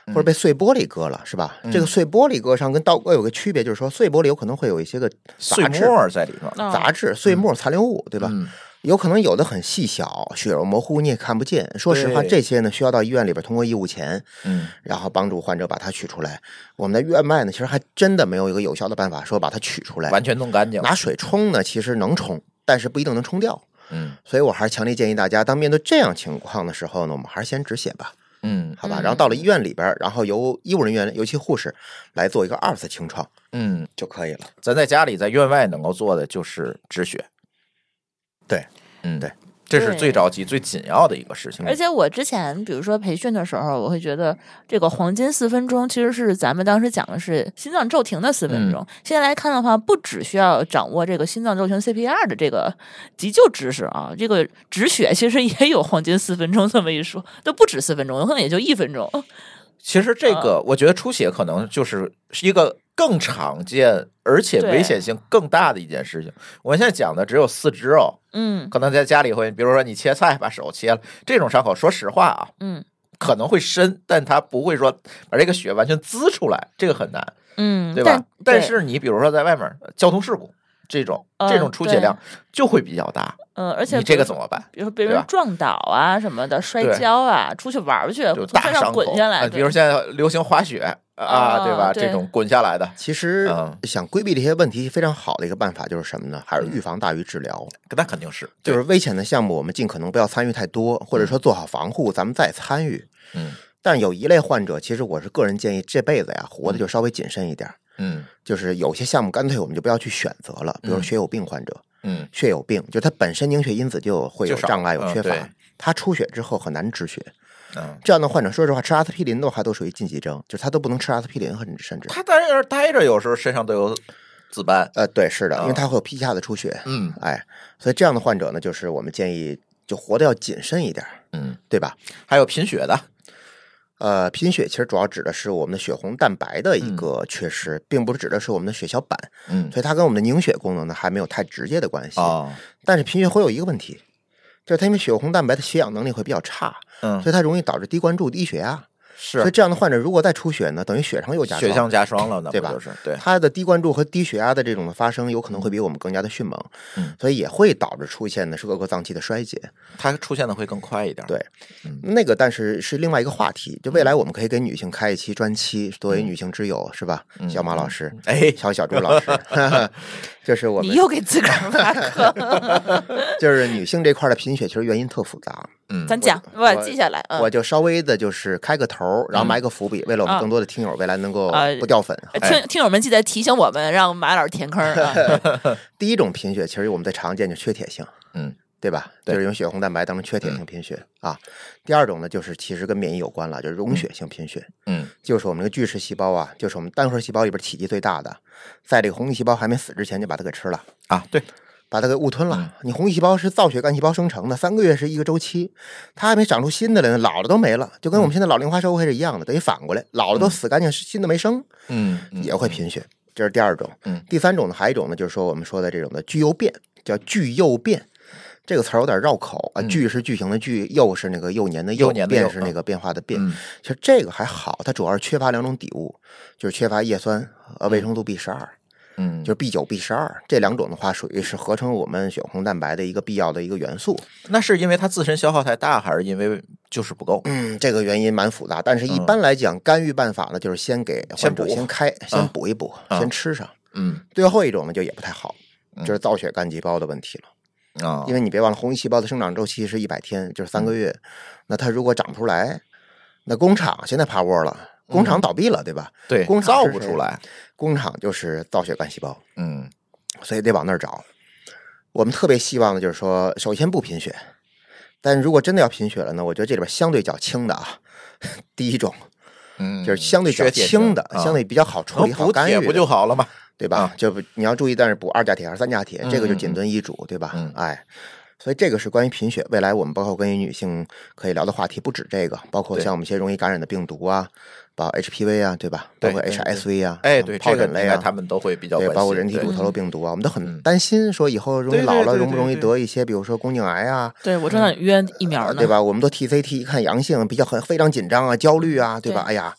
[SPEAKER 2] 或者
[SPEAKER 1] 嗯
[SPEAKER 2] 被碎玻璃割了，是吧？这个碎玻璃割伤跟刀割有个区别，就是说碎玻璃有可能会有一些个
[SPEAKER 1] 碎
[SPEAKER 2] 杂质、
[SPEAKER 1] 沫在里头，
[SPEAKER 3] 啊
[SPEAKER 2] 杂质、碎末、残留物，对吧？
[SPEAKER 1] 嗯
[SPEAKER 2] 有可能有的很细小，血肉模糊，你也看不见。说实话，
[SPEAKER 1] 对
[SPEAKER 2] 这些呢需要到医院里边通过义务钳，
[SPEAKER 1] 嗯，
[SPEAKER 2] 然后帮助患者把它取出来。我们在院外呢，其实还真的没有一个有效的办法说把它取出
[SPEAKER 1] 嗯
[SPEAKER 2] 来。
[SPEAKER 1] 完全弄干净，
[SPEAKER 2] 拿水冲呢，其实能冲，但是不一定能冲掉。
[SPEAKER 1] 嗯
[SPEAKER 2] 所以我还是强烈建议大家，当面对这样情况的时候呢，我们还是先止血吧，
[SPEAKER 1] 嗯
[SPEAKER 2] 好吧？
[SPEAKER 3] 嗯
[SPEAKER 2] 然后到了医院里边儿，然后由医务人员，尤其护士来做一个二次清创
[SPEAKER 1] 嗯，
[SPEAKER 2] 就可以了。
[SPEAKER 1] 咱在家里在院外能够做的就是止血，
[SPEAKER 2] 对，
[SPEAKER 1] 嗯对，这是最着急最紧要的一个事情，
[SPEAKER 3] 而且我之前比如说培训的时候，我会觉得这个黄金四分钟其实是咱们当时讲的是心脏骤停的四分
[SPEAKER 1] 嗯
[SPEAKER 3] 钟。现在来看的话，不只需要掌握这个心脏骤停 CPR 的这个急救知识啊，这个止血其实也有黄金四分钟这么一说，都不止四分钟，有可能也就一分钟。
[SPEAKER 1] 其实
[SPEAKER 3] 嗯
[SPEAKER 1] 这个，我觉得出血可能就是一个更常见，而且危险性更大的一件事情。我们现在讲的只有四肢哦，
[SPEAKER 3] 嗯
[SPEAKER 1] 可能在家里会，比如说你切菜把手切了，这种伤口，说实话啊，
[SPEAKER 3] 嗯
[SPEAKER 1] 可能会深，但它不会说把这个血完全滋出来，这个很难，
[SPEAKER 3] 嗯，
[SPEAKER 1] 对吧？但
[SPEAKER 3] 对
[SPEAKER 1] 是你比如说在外面呃交通事故这种，
[SPEAKER 3] 嗯
[SPEAKER 1] 这种出血量就会比较大，
[SPEAKER 3] 嗯，而且
[SPEAKER 1] 你
[SPEAKER 3] 比
[SPEAKER 1] 这
[SPEAKER 3] 如
[SPEAKER 1] 个
[SPEAKER 3] 说
[SPEAKER 1] 怎么办？
[SPEAKER 3] 比如说被
[SPEAKER 1] 对
[SPEAKER 3] 人
[SPEAKER 1] 吧
[SPEAKER 3] 撞倒啊什么的，摔
[SPEAKER 1] 对
[SPEAKER 3] 跤啊，出去玩儿去，
[SPEAKER 1] 就
[SPEAKER 3] 从
[SPEAKER 1] 大
[SPEAKER 3] 山
[SPEAKER 1] 伤
[SPEAKER 3] 上
[SPEAKER 1] 口，
[SPEAKER 3] 滚下来，
[SPEAKER 1] 呃比如现在流行滑雪啊，
[SPEAKER 3] 哦
[SPEAKER 1] 对吧？
[SPEAKER 3] 对
[SPEAKER 1] 这种滚下来的，
[SPEAKER 2] 其实
[SPEAKER 1] 嗯
[SPEAKER 2] 想规避这些问题，非常好的一个办法就是什么呢？还是预防大于治疗。
[SPEAKER 1] 那肯定是，对
[SPEAKER 2] 就是危险的项目，我们尽可能不要参与太多，或者说做好防护，咱们再参与。
[SPEAKER 1] 嗯
[SPEAKER 2] 但有一类患者，其实我是个人建议，这辈子呀活的就稍微谨慎一点儿。
[SPEAKER 1] 嗯
[SPEAKER 2] 就是有些项目干脆我们就不要去选择了，比如
[SPEAKER 1] 嗯
[SPEAKER 2] 说血友病患者，
[SPEAKER 1] 嗯。
[SPEAKER 2] 血友病就它本身凝血因子就会有
[SPEAKER 1] 就少
[SPEAKER 2] 障碍、有
[SPEAKER 1] 嗯
[SPEAKER 2] 缺
[SPEAKER 1] 对
[SPEAKER 2] 乏，它出血之后很难止血。
[SPEAKER 1] 嗯
[SPEAKER 2] 这样的患者，说实话，吃阿司匹林的话都属于禁忌症，就是他都不能吃阿司匹林，甚至甚至
[SPEAKER 1] 他在这儿待着，有时候身上都有自班，
[SPEAKER 2] 呃，对，是的，因为
[SPEAKER 1] 哦
[SPEAKER 2] 它会有皮下的出血，
[SPEAKER 1] 嗯
[SPEAKER 2] 哎，所以这样的患者呢，就是我们建议就活得要谨慎一点儿，
[SPEAKER 1] 嗯，
[SPEAKER 2] 对吧？
[SPEAKER 1] 还有贫血的，
[SPEAKER 2] 呃，贫血其实主要指的是我们的血红蛋白的一个缺失，并不是指的是我们的血小板，
[SPEAKER 1] 嗯
[SPEAKER 2] 所以它跟我们的凝血功能呢还没有太直接的关系。
[SPEAKER 1] 哦，
[SPEAKER 2] 但是贫血会有一个问题，就是它因为血红蛋白的血氧能力会比较差，
[SPEAKER 1] 嗯
[SPEAKER 2] 所以它容易导致低关注、低血压。所以
[SPEAKER 1] 是
[SPEAKER 2] 这样的患者如果再出血呢，等于血上又加
[SPEAKER 1] 血
[SPEAKER 2] 霜
[SPEAKER 1] 象加霜了呢，
[SPEAKER 2] 对
[SPEAKER 1] 不
[SPEAKER 2] 吧
[SPEAKER 1] 就是对，
[SPEAKER 2] 他的低关注和低血压的这种的发生，有可能会比我们更加的迅猛，
[SPEAKER 1] 嗯
[SPEAKER 2] 所以也会导致出现的是各个脏器的衰竭。
[SPEAKER 1] 它出现的会更快一点，
[SPEAKER 2] 对
[SPEAKER 1] 嗯
[SPEAKER 2] 那个，但是是另外一个话题。就未来我们可以给女性开一期专期，作为女性之友，是吧？
[SPEAKER 1] 嗯
[SPEAKER 2] 小马老师，
[SPEAKER 1] 哎
[SPEAKER 2] 小小朱
[SPEAKER 1] [LAUGHS]
[SPEAKER 2] 老师， [LAUGHS] 就是我
[SPEAKER 3] 你
[SPEAKER 2] 们，
[SPEAKER 3] 又给自个儿挖坑，
[SPEAKER 2] [LAUGHS] 就是女性这块的贫血，其实原因特复杂。
[SPEAKER 1] 嗯，
[SPEAKER 3] 咱讲，
[SPEAKER 2] 我
[SPEAKER 3] 我记下来。嗯
[SPEAKER 2] 我就稍微的，就是开个头儿，
[SPEAKER 1] 嗯
[SPEAKER 2] 然后埋个伏笔，为了我们
[SPEAKER 3] 啊
[SPEAKER 2] 更多的听友未来能够
[SPEAKER 3] 啊
[SPEAKER 2] 不掉粉。
[SPEAKER 3] 呃
[SPEAKER 1] 哎
[SPEAKER 3] 听听友们记得提醒我们，让马老师填坑儿啊。
[SPEAKER 2] [LAUGHS] 第一种贫血，其实我们最常见就缺铁性，
[SPEAKER 1] 嗯，
[SPEAKER 2] 对吧？
[SPEAKER 1] 对
[SPEAKER 2] 就是用血红蛋白当成缺铁性贫血、啊。第二种呢，就是其实跟免疫有关了，就是溶血性贫血，
[SPEAKER 1] 嗯
[SPEAKER 2] 就是我们这个巨噬细胞啊，就是我们单核细胞里边体积最大的，在这个红细胞还没死之前就把它给吃了。
[SPEAKER 1] 啊，对，
[SPEAKER 2] 把它给误吞了。你红细胞是造血干细胞生成的，三个月是一个周期，它还没长出新的来呢，老的都没了，就跟我们现在老龄化社会是一样的，等于反过来，老的都死干净，新的没生，
[SPEAKER 1] 嗯嗯
[SPEAKER 2] 也会贫血，这是第二种。
[SPEAKER 1] 嗯
[SPEAKER 2] 第三种呢，还有一种呢，就是说我们说的这种的巨幼变，叫巨幼变。这个词儿有点绕口啊，
[SPEAKER 1] 嗯
[SPEAKER 2] 巨是巨型的巨，幼是那个幼年的
[SPEAKER 1] 幼年的幼
[SPEAKER 2] 变是那个变化的变。
[SPEAKER 1] 嗯
[SPEAKER 2] 其实这个还好，它主要是缺乏两种底物，就是缺乏叶酸呃维生素 B 十二，
[SPEAKER 1] 嗯，
[SPEAKER 2] 就是 B 九、B 十二这两种的话，属于是合成我们血红蛋白的一个必要的一个元素。
[SPEAKER 1] 那是因为它自身消耗太大，还是因为就是不够？
[SPEAKER 2] 嗯，这个原因蛮复杂，但是一般来讲，干预办法呢，就是先给
[SPEAKER 1] 嗯先
[SPEAKER 2] 患者
[SPEAKER 1] 补
[SPEAKER 2] 先开，先
[SPEAKER 1] 啊
[SPEAKER 2] 补一补，
[SPEAKER 1] 啊
[SPEAKER 2] 先吃上。
[SPEAKER 1] 嗯
[SPEAKER 2] 最后一种呢，就也不太好，
[SPEAKER 1] 嗯
[SPEAKER 2] 就是造血干细胞的问题了。
[SPEAKER 1] 啊，
[SPEAKER 2] 因为你别忘了，红细胞的生长周期是一百天，就是三个
[SPEAKER 1] 嗯
[SPEAKER 2] 月。那它如果长不出来，那工厂现在趴窝了，工
[SPEAKER 1] 嗯
[SPEAKER 2] 厂倒闭了，对吧？
[SPEAKER 1] 对
[SPEAKER 2] 工厂
[SPEAKER 1] 造
[SPEAKER 2] 是
[SPEAKER 1] 不
[SPEAKER 2] 谁
[SPEAKER 1] 出来，
[SPEAKER 2] 工厂就是造血干细胞，
[SPEAKER 1] 嗯
[SPEAKER 2] 所以得往那儿找。我们特别希望的就是说，首先不贫血，但如果真的要贫血了呢，我觉得这里边相对较轻的啊， [LAUGHS] 第一种
[SPEAKER 1] 嗯，
[SPEAKER 2] 就是相对较
[SPEAKER 1] 缺铁
[SPEAKER 2] 轻的，
[SPEAKER 1] 啊
[SPEAKER 2] 相对比较好处理、
[SPEAKER 1] 能
[SPEAKER 2] 好
[SPEAKER 1] 补
[SPEAKER 2] 干
[SPEAKER 1] 铁
[SPEAKER 2] 预
[SPEAKER 1] 不
[SPEAKER 2] 的
[SPEAKER 1] 就好了吗？
[SPEAKER 2] 对吧
[SPEAKER 1] 啊？
[SPEAKER 2] 就不你要注意，但是补二价铁还是三价铁，这个就
[SPEAKER 1] 嗯嗯
[SPEAKER 2] 谨遵医嘱，对吧
[SPEAKER 1] 嗯？
[SPEAKER 2] 哎，所以这个是关于贫血，未来我们包括关于女性可以聊的话题不止这个，包括
[SPEAKER 1] 对
[SPEAKER 2] 像我们一些容易感染的病毒啊，包括 HPV 啊，对吧？
[SPEAKER 1] 对
[SPEAKER 2] 包括
[SPEAKER 1] 对对
[SPEAKER 2] HSV 啊，
[SPEAKER 1] 哎，
[SPEAKER 2] 像
[SPEAKER 1] 对，
[SPEAKER 2] 疱
[SPEAKER 1] 这个
[SPEAKER 2] 疹
[SPEAKER 1] 应
[SPEAKER 2] 类
[SPEAKER 1] 该
[SPEAKER 2] 啊，
[SPEAKER 1] 他们都会比较
[SPEAKER 2] 对，
[SPEAKER 1] 关
[SPEAKER 2] 包括
[SPEAKER 1] 心
[SPEAKER 2] 人体
[SPEAKER 1] 对
[SPEAKER 2] 乳头瘤病毒啊，我们都很
[SPEAKER 1] 嗯
[SPEAKER 2] 担心说以后容易
[SPEAKER 1] 对对
[SPEAKER 2] 老了
[SPEAKER 1] 对
[SPEAKER 2] 容不
[SPEAKER 1] 对
[SPEAKER 2] 容易
[SPEAKER 1] 对
[SPEAKER 2] 得一些，比如说宫颈癌啊，
[SPEAKER 3] 对，我正想约疫苗
[SPEAKER 2] 啊
[SPEAKER 3] 呢，
[SPEAKER 2] 对？吧？我们都 TCT 一看阳性，比较很非常紧张啊，焦虑啊，对吧？
[SPEAKER 3] 对
[SPEAKER 2] 哎呀，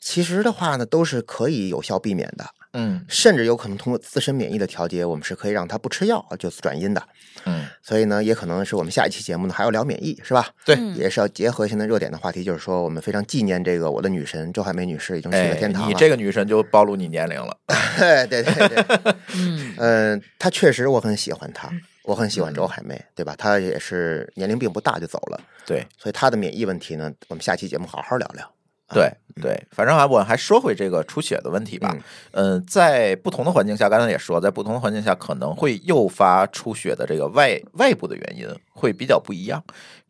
[SPEAKER 2] 其实的话呢，都是可以有效避免的，
[SPEAKER 1] 嗯
[SPEAKER 2] 甚至有可能通过自身免疫的调节，我们是可以让它不吃药就转阴的。
[SPEAKER 1] 嗯，
[SPEAKER 2] 所以呢，也可能是我们下一期节目呢还要聊免疫，是吧？
[SPEAKER 1] 对
[SPEAKER 3] 嗯
[SPEAKER 2] 也是要结合现在热点的话题，就是说我们非常纪念这个我的女神周海媚女士已经去
[SPEAKER 1] 哎
[SPEAKER 2] 了，天堂啊
[SPEAKER 1] 你
[SPEAKER 2] 了。
[SPEAKER 1] 这个女神就暴露你年龄了，
[SPEAKER 2] [LAUGHS] 对对对对，
[SPEAKER 3] 嗯，
[SPEAKER 2] 嗯，她确实我很喜欢她，我很喜
[SPEAKER 1] 嗯
[SPEAKER 2] 欢周海媚，对吧？她也是年龄并不大就走了，
[SPEAKER 1] 对
[SPEAKER 2] 所以她的免疫问题呢，我们下期节目好好聊聊。
[SPEAKER 1] 对对，反正还啊我还说回这个出血的问题吧
[SPEAKER 2] 嗯，
[SPEAKER 1] 嗯，在不同的环境下，刚才也说，在不同的环境下可能会诱发出血的这个外外部的原因会比较不一样，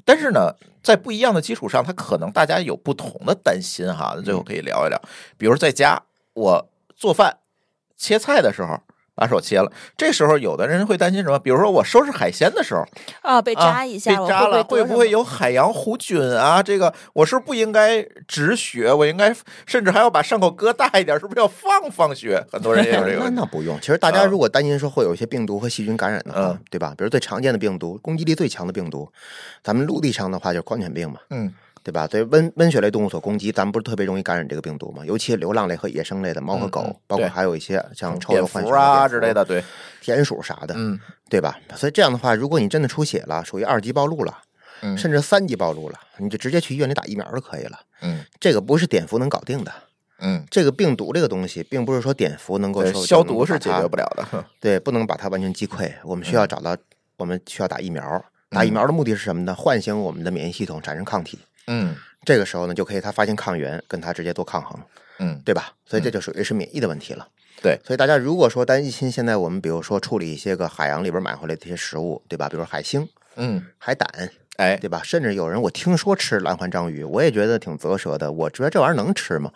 [SPEAKER 1] 但是呢，在不一样的基础上，它可能大家有不同的担心哈，最后可以聊一聊，比如在家我做饭切菜的时候。把手切了，这时候有的人会担心什么？比如说我收拾海鲜的时候，
[SPEAKER 3] 啊，被扎一下，
[SPEAKER 1] 啊、
[SPEAKER 3] 我
[SPEAKER 1] 被扎了
[SPEAKER 3] 会
[SPEAKER 1] 会
[SPEAKER 3] 不
[SPEAKER 1] 不
[SPEAKER 3] 会
[SPEAKER 1] 会
[SPEAKER 3] 得
[SPEAKER 1] 有海洋弧菌啊？这个我是不是不应该止血，我应该甚至还要把伤口割大一点，是不是要放放血？很多人也有这个
[SPEAKER 2] 哎那 [LAUGHS]
[SPEAKER 1] 问题
[SPEAKER 2] 那不用，其实大家
[SPEAKER 1] 啊
[SPEAKER 2] 如果担心说会有一些病毒和细菌感染的话，
[SPEAKER 1] 嗯
[SPEAKER 2] 对吧？比如最常见的病毒，攻击力最强的病毒，咱们陆地上的话就是狂犬病嘛，
[SPEAKER 1] 嗯
[SPEAKER 2] 对吧？对温温血类动物所攻击，咱们不是特别容易感染这个病毒嘛？尤其流浪类和野生类的猫和狗，
[SPEAKER 1] 嗯嗯
[SPEAKER 2] 包括
[SPEAKER 1] 对
[SPEAKER 2] 还有一些像臭
[SPEAKER 1] 蝙
[SPEAKER 2] 鼬、浣
[SPEAKER 1] 蝠
[SPEAKER 2] 熊
[SPEAKER 1] 啊
[SPEAKER 2] 蝙蝠
[SPEAKER 1] 之类的，对，
[SPEAKER 2] [LAUGHS] 田鼠啥的，
[SPEAKER 1] 嗯
[SPEAKER 2] 对吧？所以这样的话，如果你真的出血了，属于二级暴露了，
[SPEAKER 1] 嗯
[SPEAKER 2] 甚至三级暴露了，你就直接去医院里打疫苗就可以了。
[SPEAKER 1] 嗯
[SPEAKER 2] 这个不是碘伏能搞定的。
[SPEAKER 1] 嗯，
[SPEAKER 2] 这个病毒这个东西，并不是说碘伏能够
[SPEAKER 1] 对
[SPEAKER 2] 说
[SPEAKER 1] 消毒是解
[SPEAKER 2] 就能把它
[SPEAKER 1] 决不了的。
[SPEAKER 2] 对，不能把它完全击溃，我们
[SPEAKER 1] 嗯
[SPEAKER 2] 需要找到，我们需要打疫苗。打疫苗的目的是什么呢？唤醒我们的免疫系统，产生抗体。
[SPEAKER 1] 嗯
[SPEAKER 2] 这个时候呢，就可以它发现抗原，跟它直接做抗衡，
[SPEAKER 1] 嗯，
[SPEAKER 2] 对吧？所以这就属于是免疫的问题了。
[SPEAKER 1] 对
[SPEAKER 2] 所以大家如果说担心现在我们比如说处理一些个海洋里边买回来的一些食物，对吧？比如海星、
[SPEAKER 1] 嗯
[SPEAKER 2] 海胆，
[SPEAKER 1] 哎，
[SPEAKER 2] 对吧？甚至有人我听说吃蓝环章鱼，我也觉得挺啧舌的。我觉得这玩意儿能吃吗？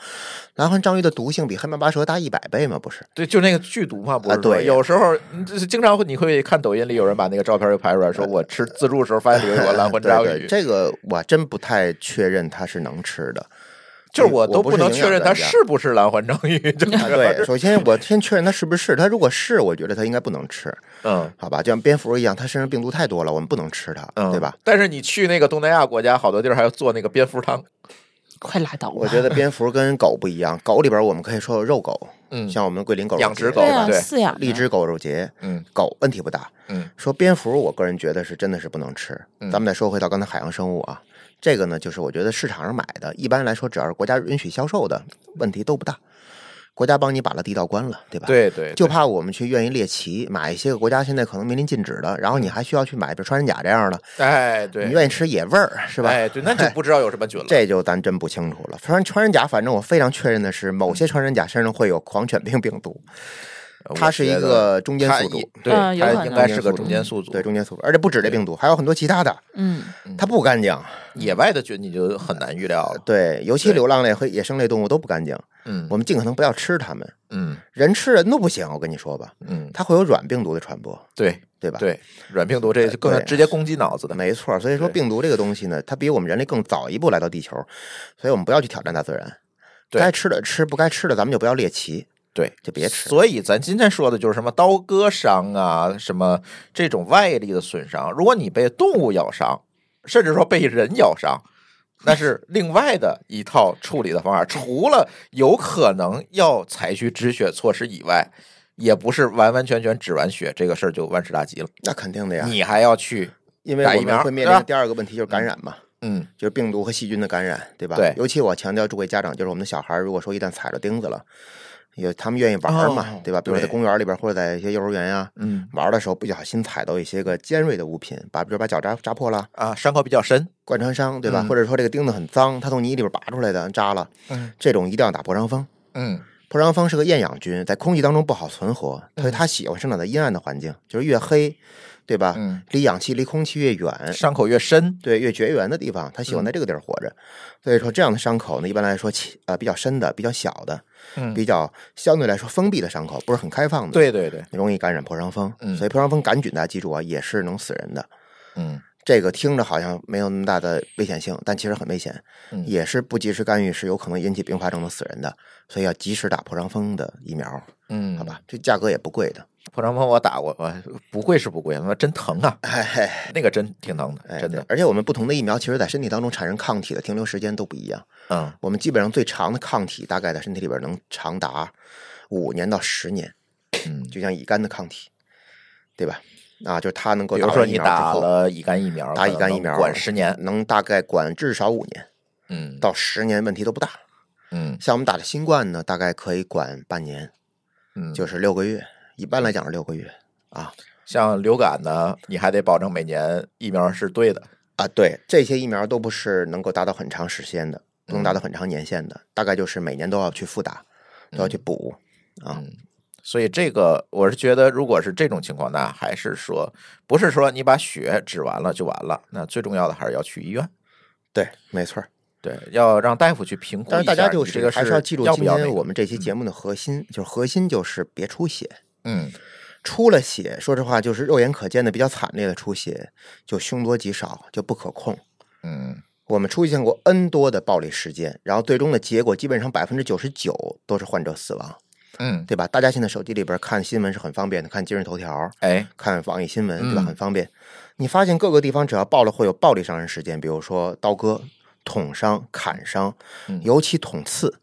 [SPEAKER 2] 蓝环章鱼的毒性比黑曼巴蛇大一百倍吗？不是，
[SPEAKER 1] 对，就那个剧毒嘛，不是说、
[SPEAKER 2] 啊对
[SPEAKER 1] 有时候嗯就是经常会你会看抖音里有人把那个照片又拍出来，说我吃自助时候发现里面有个
[SPEAKER 2] [LAUGHS]
[SPEAKER 1] 蓝魂
[SPEAKER 2] 对
[SPEAKER 1] 章
[SPEAKER 2] 对
[SPEAKER 1] 鱼，
[SPEAKER 2] 这个我真不太确认它是能吃
[SPEAKER 1] [LAUGHS]
[SPEAKER 2] 的。
[SPEAKER 1] 就是
[SPEAKER 2] 我
[SPEAKER 1] 都不
[SPEAKER 2] 不是
[SPEAKER 1] 能
[SPEAKER 2] 营
[SPEAKER 1] 确
[SPEAKER 2] 养
[SPEAKER 1] 认它
[SPEAKER 2] 专家
[SPEAKER 1] 是不是蓝环章鱼，就是
[SPEAKER 2] 啊
[SPEAKER 1] [LAUGHS]
[SPEAKER 2] 对，首先我先确认它是不是，它如果是，我觉得它应该不能吃，
[SPEAKER 1] 嗯。
[SPEAKER 2] 好吧？就像蝙蝠一样，它身上病毒太多了，我们不能吃它，
[SPEAKER 1] 嗯，
[SPEAKER 2] 对吧？？
[SPEAKER 1] 但是你去那个东南亚国家，好多地儿还要做那个蝙蝠汤。
[SPEAKER 3] 快拉倒吧！
[SPEAKER 2] 我觉得蝙蝠跟狗不一样， [LAUGHS] 狗里边我们可以说有肉狗，
[SPEAKER 1] 嗯
[SPEAKER 2] 像我们桂林狗肉
[SPEAKER 1] 养殖
[SPEAKER 2] 节
[SPEAKER 1] 狗
[SPEAKER 3] 对
[SPEAKER 2] 对吧
[SPEAKER 3] 啊，
[SPEAKER 1] 对
[SPEAKER 3] 饲养的
[SPEAKER 2] 荔枝狗肉节，
[SPEAKER 1] 嗯
[SPEAKER 2] 狗问题不大。
[SPEAKER 1] 嗯，
[SPEAKER 2] 说蝙蝠，我个人觉得是真的是不能吃。
[SPEAKER 1] 嗯
[SPEAKER 2] 咱们再说回到刚才海洋生物啊，这个呢，就是我觉得市场上买的，一般来说只要是国家允许销售的，问题都不大。国家帮你把了地道关了，对吧？。
[SPEAKER 1] 对对，
[SPEAKER 2] 就
[SPEAKER 1] 对
[SPEAKER 2] 怕我们去愿意猎奇，买一些个国家现在可能面临禁止的，然后你还需要去买，比如穿山甲这样的，
[SPEAKER 1] 哎对，
[SPEAKER 2] 你愿意吃野味儿是吧？
[SPEAKER 1] 哎对，那就不知道有什么菌了。
[SPEAKER 2] [LAUGHS] 这就咱真不清楚了。穿穿山甲，反正我非常确认的是，某些穿山甲身上会有狂犬病病毒，
[SPEAKER 1] 嗯我
[SPEAKER 2] 它是一
[SPEAKER 1] 觉得
[SPEAKER 2] 个中间
[SPEAKER 1] 它
[SPEAKER 2] 宿主
[SPEAKER 1] 也，对，
[SPEAKER 3] 嗯有
[SPEAKER 1] 它应
[SPEAKER 3] 可能
[SPEAKER 1] 该是个
[SPEAKER 2] 中
[SPEAKER 1] 中间
[SPEAKER 2] 间
[SPEAKER 1] 宿主。
[SPEAKER 2] 对中间宿主，而且不止这病毒，还有很多其他的，
[SPEAKER 3] 嗯，
[SPEAKER 2] 它不干净。
[SPEAKER 1] 野外的菌你就很难预料了。
[SPEAKER 2] 对，尤其
[SPEAKER 1] 对
[SPEAKER 2] 流浪类和野生类动物都不干净，
[SPEAKER 1] 嗯
[SPEAKER 2] 呃我们尽可能不要吃它们。
[SPEAKER 1] 嗯
[SPEAKER 2] 人吃人都不行，我跟你说吧，
[SPEAKER 1] 嗯，
[SPEAKER 2] 它会有软病毒的传播，
[SPEAKER 1] 对
[SPEAKER 2] 对吧？，呃
[SPEAKER 1] 对，软病毒这就更
[SPEAKER 2] 对
[SPEAKER 1] 直接攻击脑子的。
[SPEAKER 2] 没错。所以说，
[SPEAKER 1] 对
[SPEAKER 2] 病毒这个东西呢，它比我们人类更早一步来到地球，所以我们不要去挑战大自然。
[SPEAKER 1] 对
[SPEAKER 2] 该吃的吃，不该吃的咱们就不要猎奇，
[SPEAKER 1] 对，
[SPEAKER 2] 就别吃。
[SPEAKER 1] 所以咱今天说的就是什么刀割伤啊，什么这种外力的损伤。如果你被动物咬伤，甚至说被人咬 [LAUGHS] 伤，那是另外的一套处理的方法。除了有可能要采取止血措施以外，也不是完完全全止完血这个事儿就万事大吉了。
[SPEAKER 2] 那肯定的呀，
[SPEAKER 1] 你还要去，
[SPEAKER 2] 因为
[SPEAKER 1] 打疫
[SPEAKER 2] 我们
[SPEAKER 1] 苗
[SPEAKER 2] 会
[SPEAKER 1] 对
[SPEAKER 2] 面临
[SPEAKER 1] 吧
[SPEAKER 2] 的第二个问题就是感染嘛。
[SPEAKER 1] 嗯
[SPEAKER 2] 就是病毒和细菌的感染，对吧？
[SPEAKER 1] 对
[SPEAKER 2] 尤其我强调诸位家长，就是我们的小孩儿，如果说一旦踩着钉子了，有他们愿意玩儿嘛，
[SPEAKER 1] 哦
[SPEAKER 2] 对吧？比如说在
[SPEAKER 1] 对
[SPEAKER 2] 公园里边儿或者在一些幼儿园呀、
[SPEAKER 1] 嗯
[SPEAKER 2] 玩儿的时候不小心踩到一些个尖锐的物品，把比如把脚扎扎破了、
[SPEAKER 1] 啊，伤口比较深，
[SPEAKER 2] 贯穿伤，对吧？
[SPEAKER 1] 嗯
[SPEAKER 2] 或者说这个钉子很脏，它从泥里边儿拔出来的扎了，
[SPEAKER 1] 嗯
[SPEAKER 2] 这种一定要打破伤风。
[SPEAKER 1] 嗯
[SPEAKER 2] 破伤风是个厌氧菌，在空气当中不好存活，
[SPEAKER 1] 嗯
[SPEAKER 2] 所以它喜欢生长在阴暗的环境，就是越黑，对吧？
[SPEAKER 1] 嗯，
[SPEAKER 2] 离氧气、离空气越远，
[SPEAKER 1] 啊伤口越深，
[SPEAKER 2] 对越绝缘的地方，它喜欢
[SPEAKER 1] 嗯
[SPEAKER 2] 在这个地儿活着。所以说，这样的伤口呢，一般来说起，呃，比较深的、比较小的、
[SPEAKER 1] 嗯
[SPEAKER 2] 比较相对来说封闭的伤口，不是很开放的，，
[SPEAKER 1] 对对对，
[SPEAKER 2] 容易感染破伤风。
[SPEAKER 1] 嗯
[SPEAKER 2] 所以破伤风杆菌大家记住啊，也是能死人的。
[SPEAKER 1] 嗯
[SPEAKER 2] 这个听着好像没有那么大的危险性，但其实很危险，
[SPEAKER 1] 嗯
[SPEAKER 2] 也是不及时干预是有可能引起并发症的死人的。所以要及时打破伤风的疫苗，
[SPEAKER 1] 嗯，
[SPEAKER 2] 好吧？这价格也不贵的。 [LAUGHS]
[SPEAKER 1] 破伤风我打过，我不贵是不贵，他妈真疼啊！
[SPEAKER 2] 哎
[SPEAKER 1] 那个真挺疼的，
[SPEAKER 2] 哎，
[SPEAKER 1] 真
[SPEAKER 2] 对
[SPEAKER 1] 的，
[SPEAKER 2] 而且我们不同的疫苗，其实在身体当中产生抗体的停留时间都不一样。
[SPEAKER 1] 嗯，
[SPEAKER 2] 我们基本上最长的抗体，大概在身体里边能长达五年到十年，
[SPEAKER 1] 嗯
[SPEAKER 2] 就像乙肝的抗体，对吧？啊，就是它能够
[SPEAKER 1] 比如
[SPEAKER 2] 打完
[SPEAKER 1] 说
[SPEAKER 2] 疫
[SPEAKER 1] 你
[SPEAKER 2] 苗之
[SPEAKER 1] 打
[SPEAKER 2] 后，
[SPEAKER 1] 了乙肝疫苗，
[SPEAKER 2] 打
[SPEAKER 1] 可
[SPEAKER 2] 乙肝
[SPEAKER 1] 能
[SPEAKER 2] 疫苗
[SPEAKER 1] 管十年，
[SPEAKER 2] 能大概管至少五年
[SPEAKER 1] 嗯
[SPEAKER 2] 到十年，问题都不大。
[SPEAKER 1] 嗯
[SPEAKER 2] 像我们打的新冠呢，大概可以管半年，
[SPEAKER 1] 嗯，
[SPEAKER 2] 就是六个月，一般来讲是六个月啊
[SPEAKER 1] 像流感呢，你还得保证每年疫苗是对的，
[SPEAKER 2] 啊，对，这些疫苗都不是能够达到很长时间的，不能达
[SPEAKER 1] 嗯
[SPEAKER 2] 到很长年限的，大概就是每年都要去复打，都要去补。啊
[SPEAKER 1] 嗯，所以这个我是觉得，如果是这种情况，那还是说不是说你把血止完了就完了，那最重要的还是要去医院。
[SPEAKER 2] 对，没错儿。
[SPEAKER 1] 对，要让大夫去评估一
[SPEAKER 2] 但
[SPEAKER 1] 下你
[SPEAKER 2] 是大
[SPEAKER 1] 这个是
[SPEAKER 2] 家就是还是要记住，
[SPEAKER 1] 要不
[SPEAKER 2] 今
[SPEAKER 1] 要那
[SPEAKER 2] 天
[SPEAKER 1] 个
[SPEAKER 2] 我们这期节目的核心就是核心就是别出血，
[SPEAKER 1] 嗯
[SPEAKER 2] 出了血，说实话就是肉眼可见的比较惨烈的出血，就凶多吉少，就不可控。
[SPEAKER 1] 嗯
[SPEAKER 2] 我们出现过 N 多的暴力事件，然后最终的结果基本上百分之九十九都是患者死亡，
[SPEAKER 1] 嗯，
[SPEAKER 2] 对吧？大家现在手机里边看新闻是很方便的，看今日头条，
[SPEAKER 1] 哎，
[SPEAKER 2] 看网易新闻，对吧？
[SPEAKER 1] 嗯
[SPEAKER 2] 很方便。你发现各个地方只要报了会有暴力伤人事件，比如说刀割、捅伤、砍伤
[SPEAKER 1] 嗯，
[SPEAKER 2] 尤其捅刺，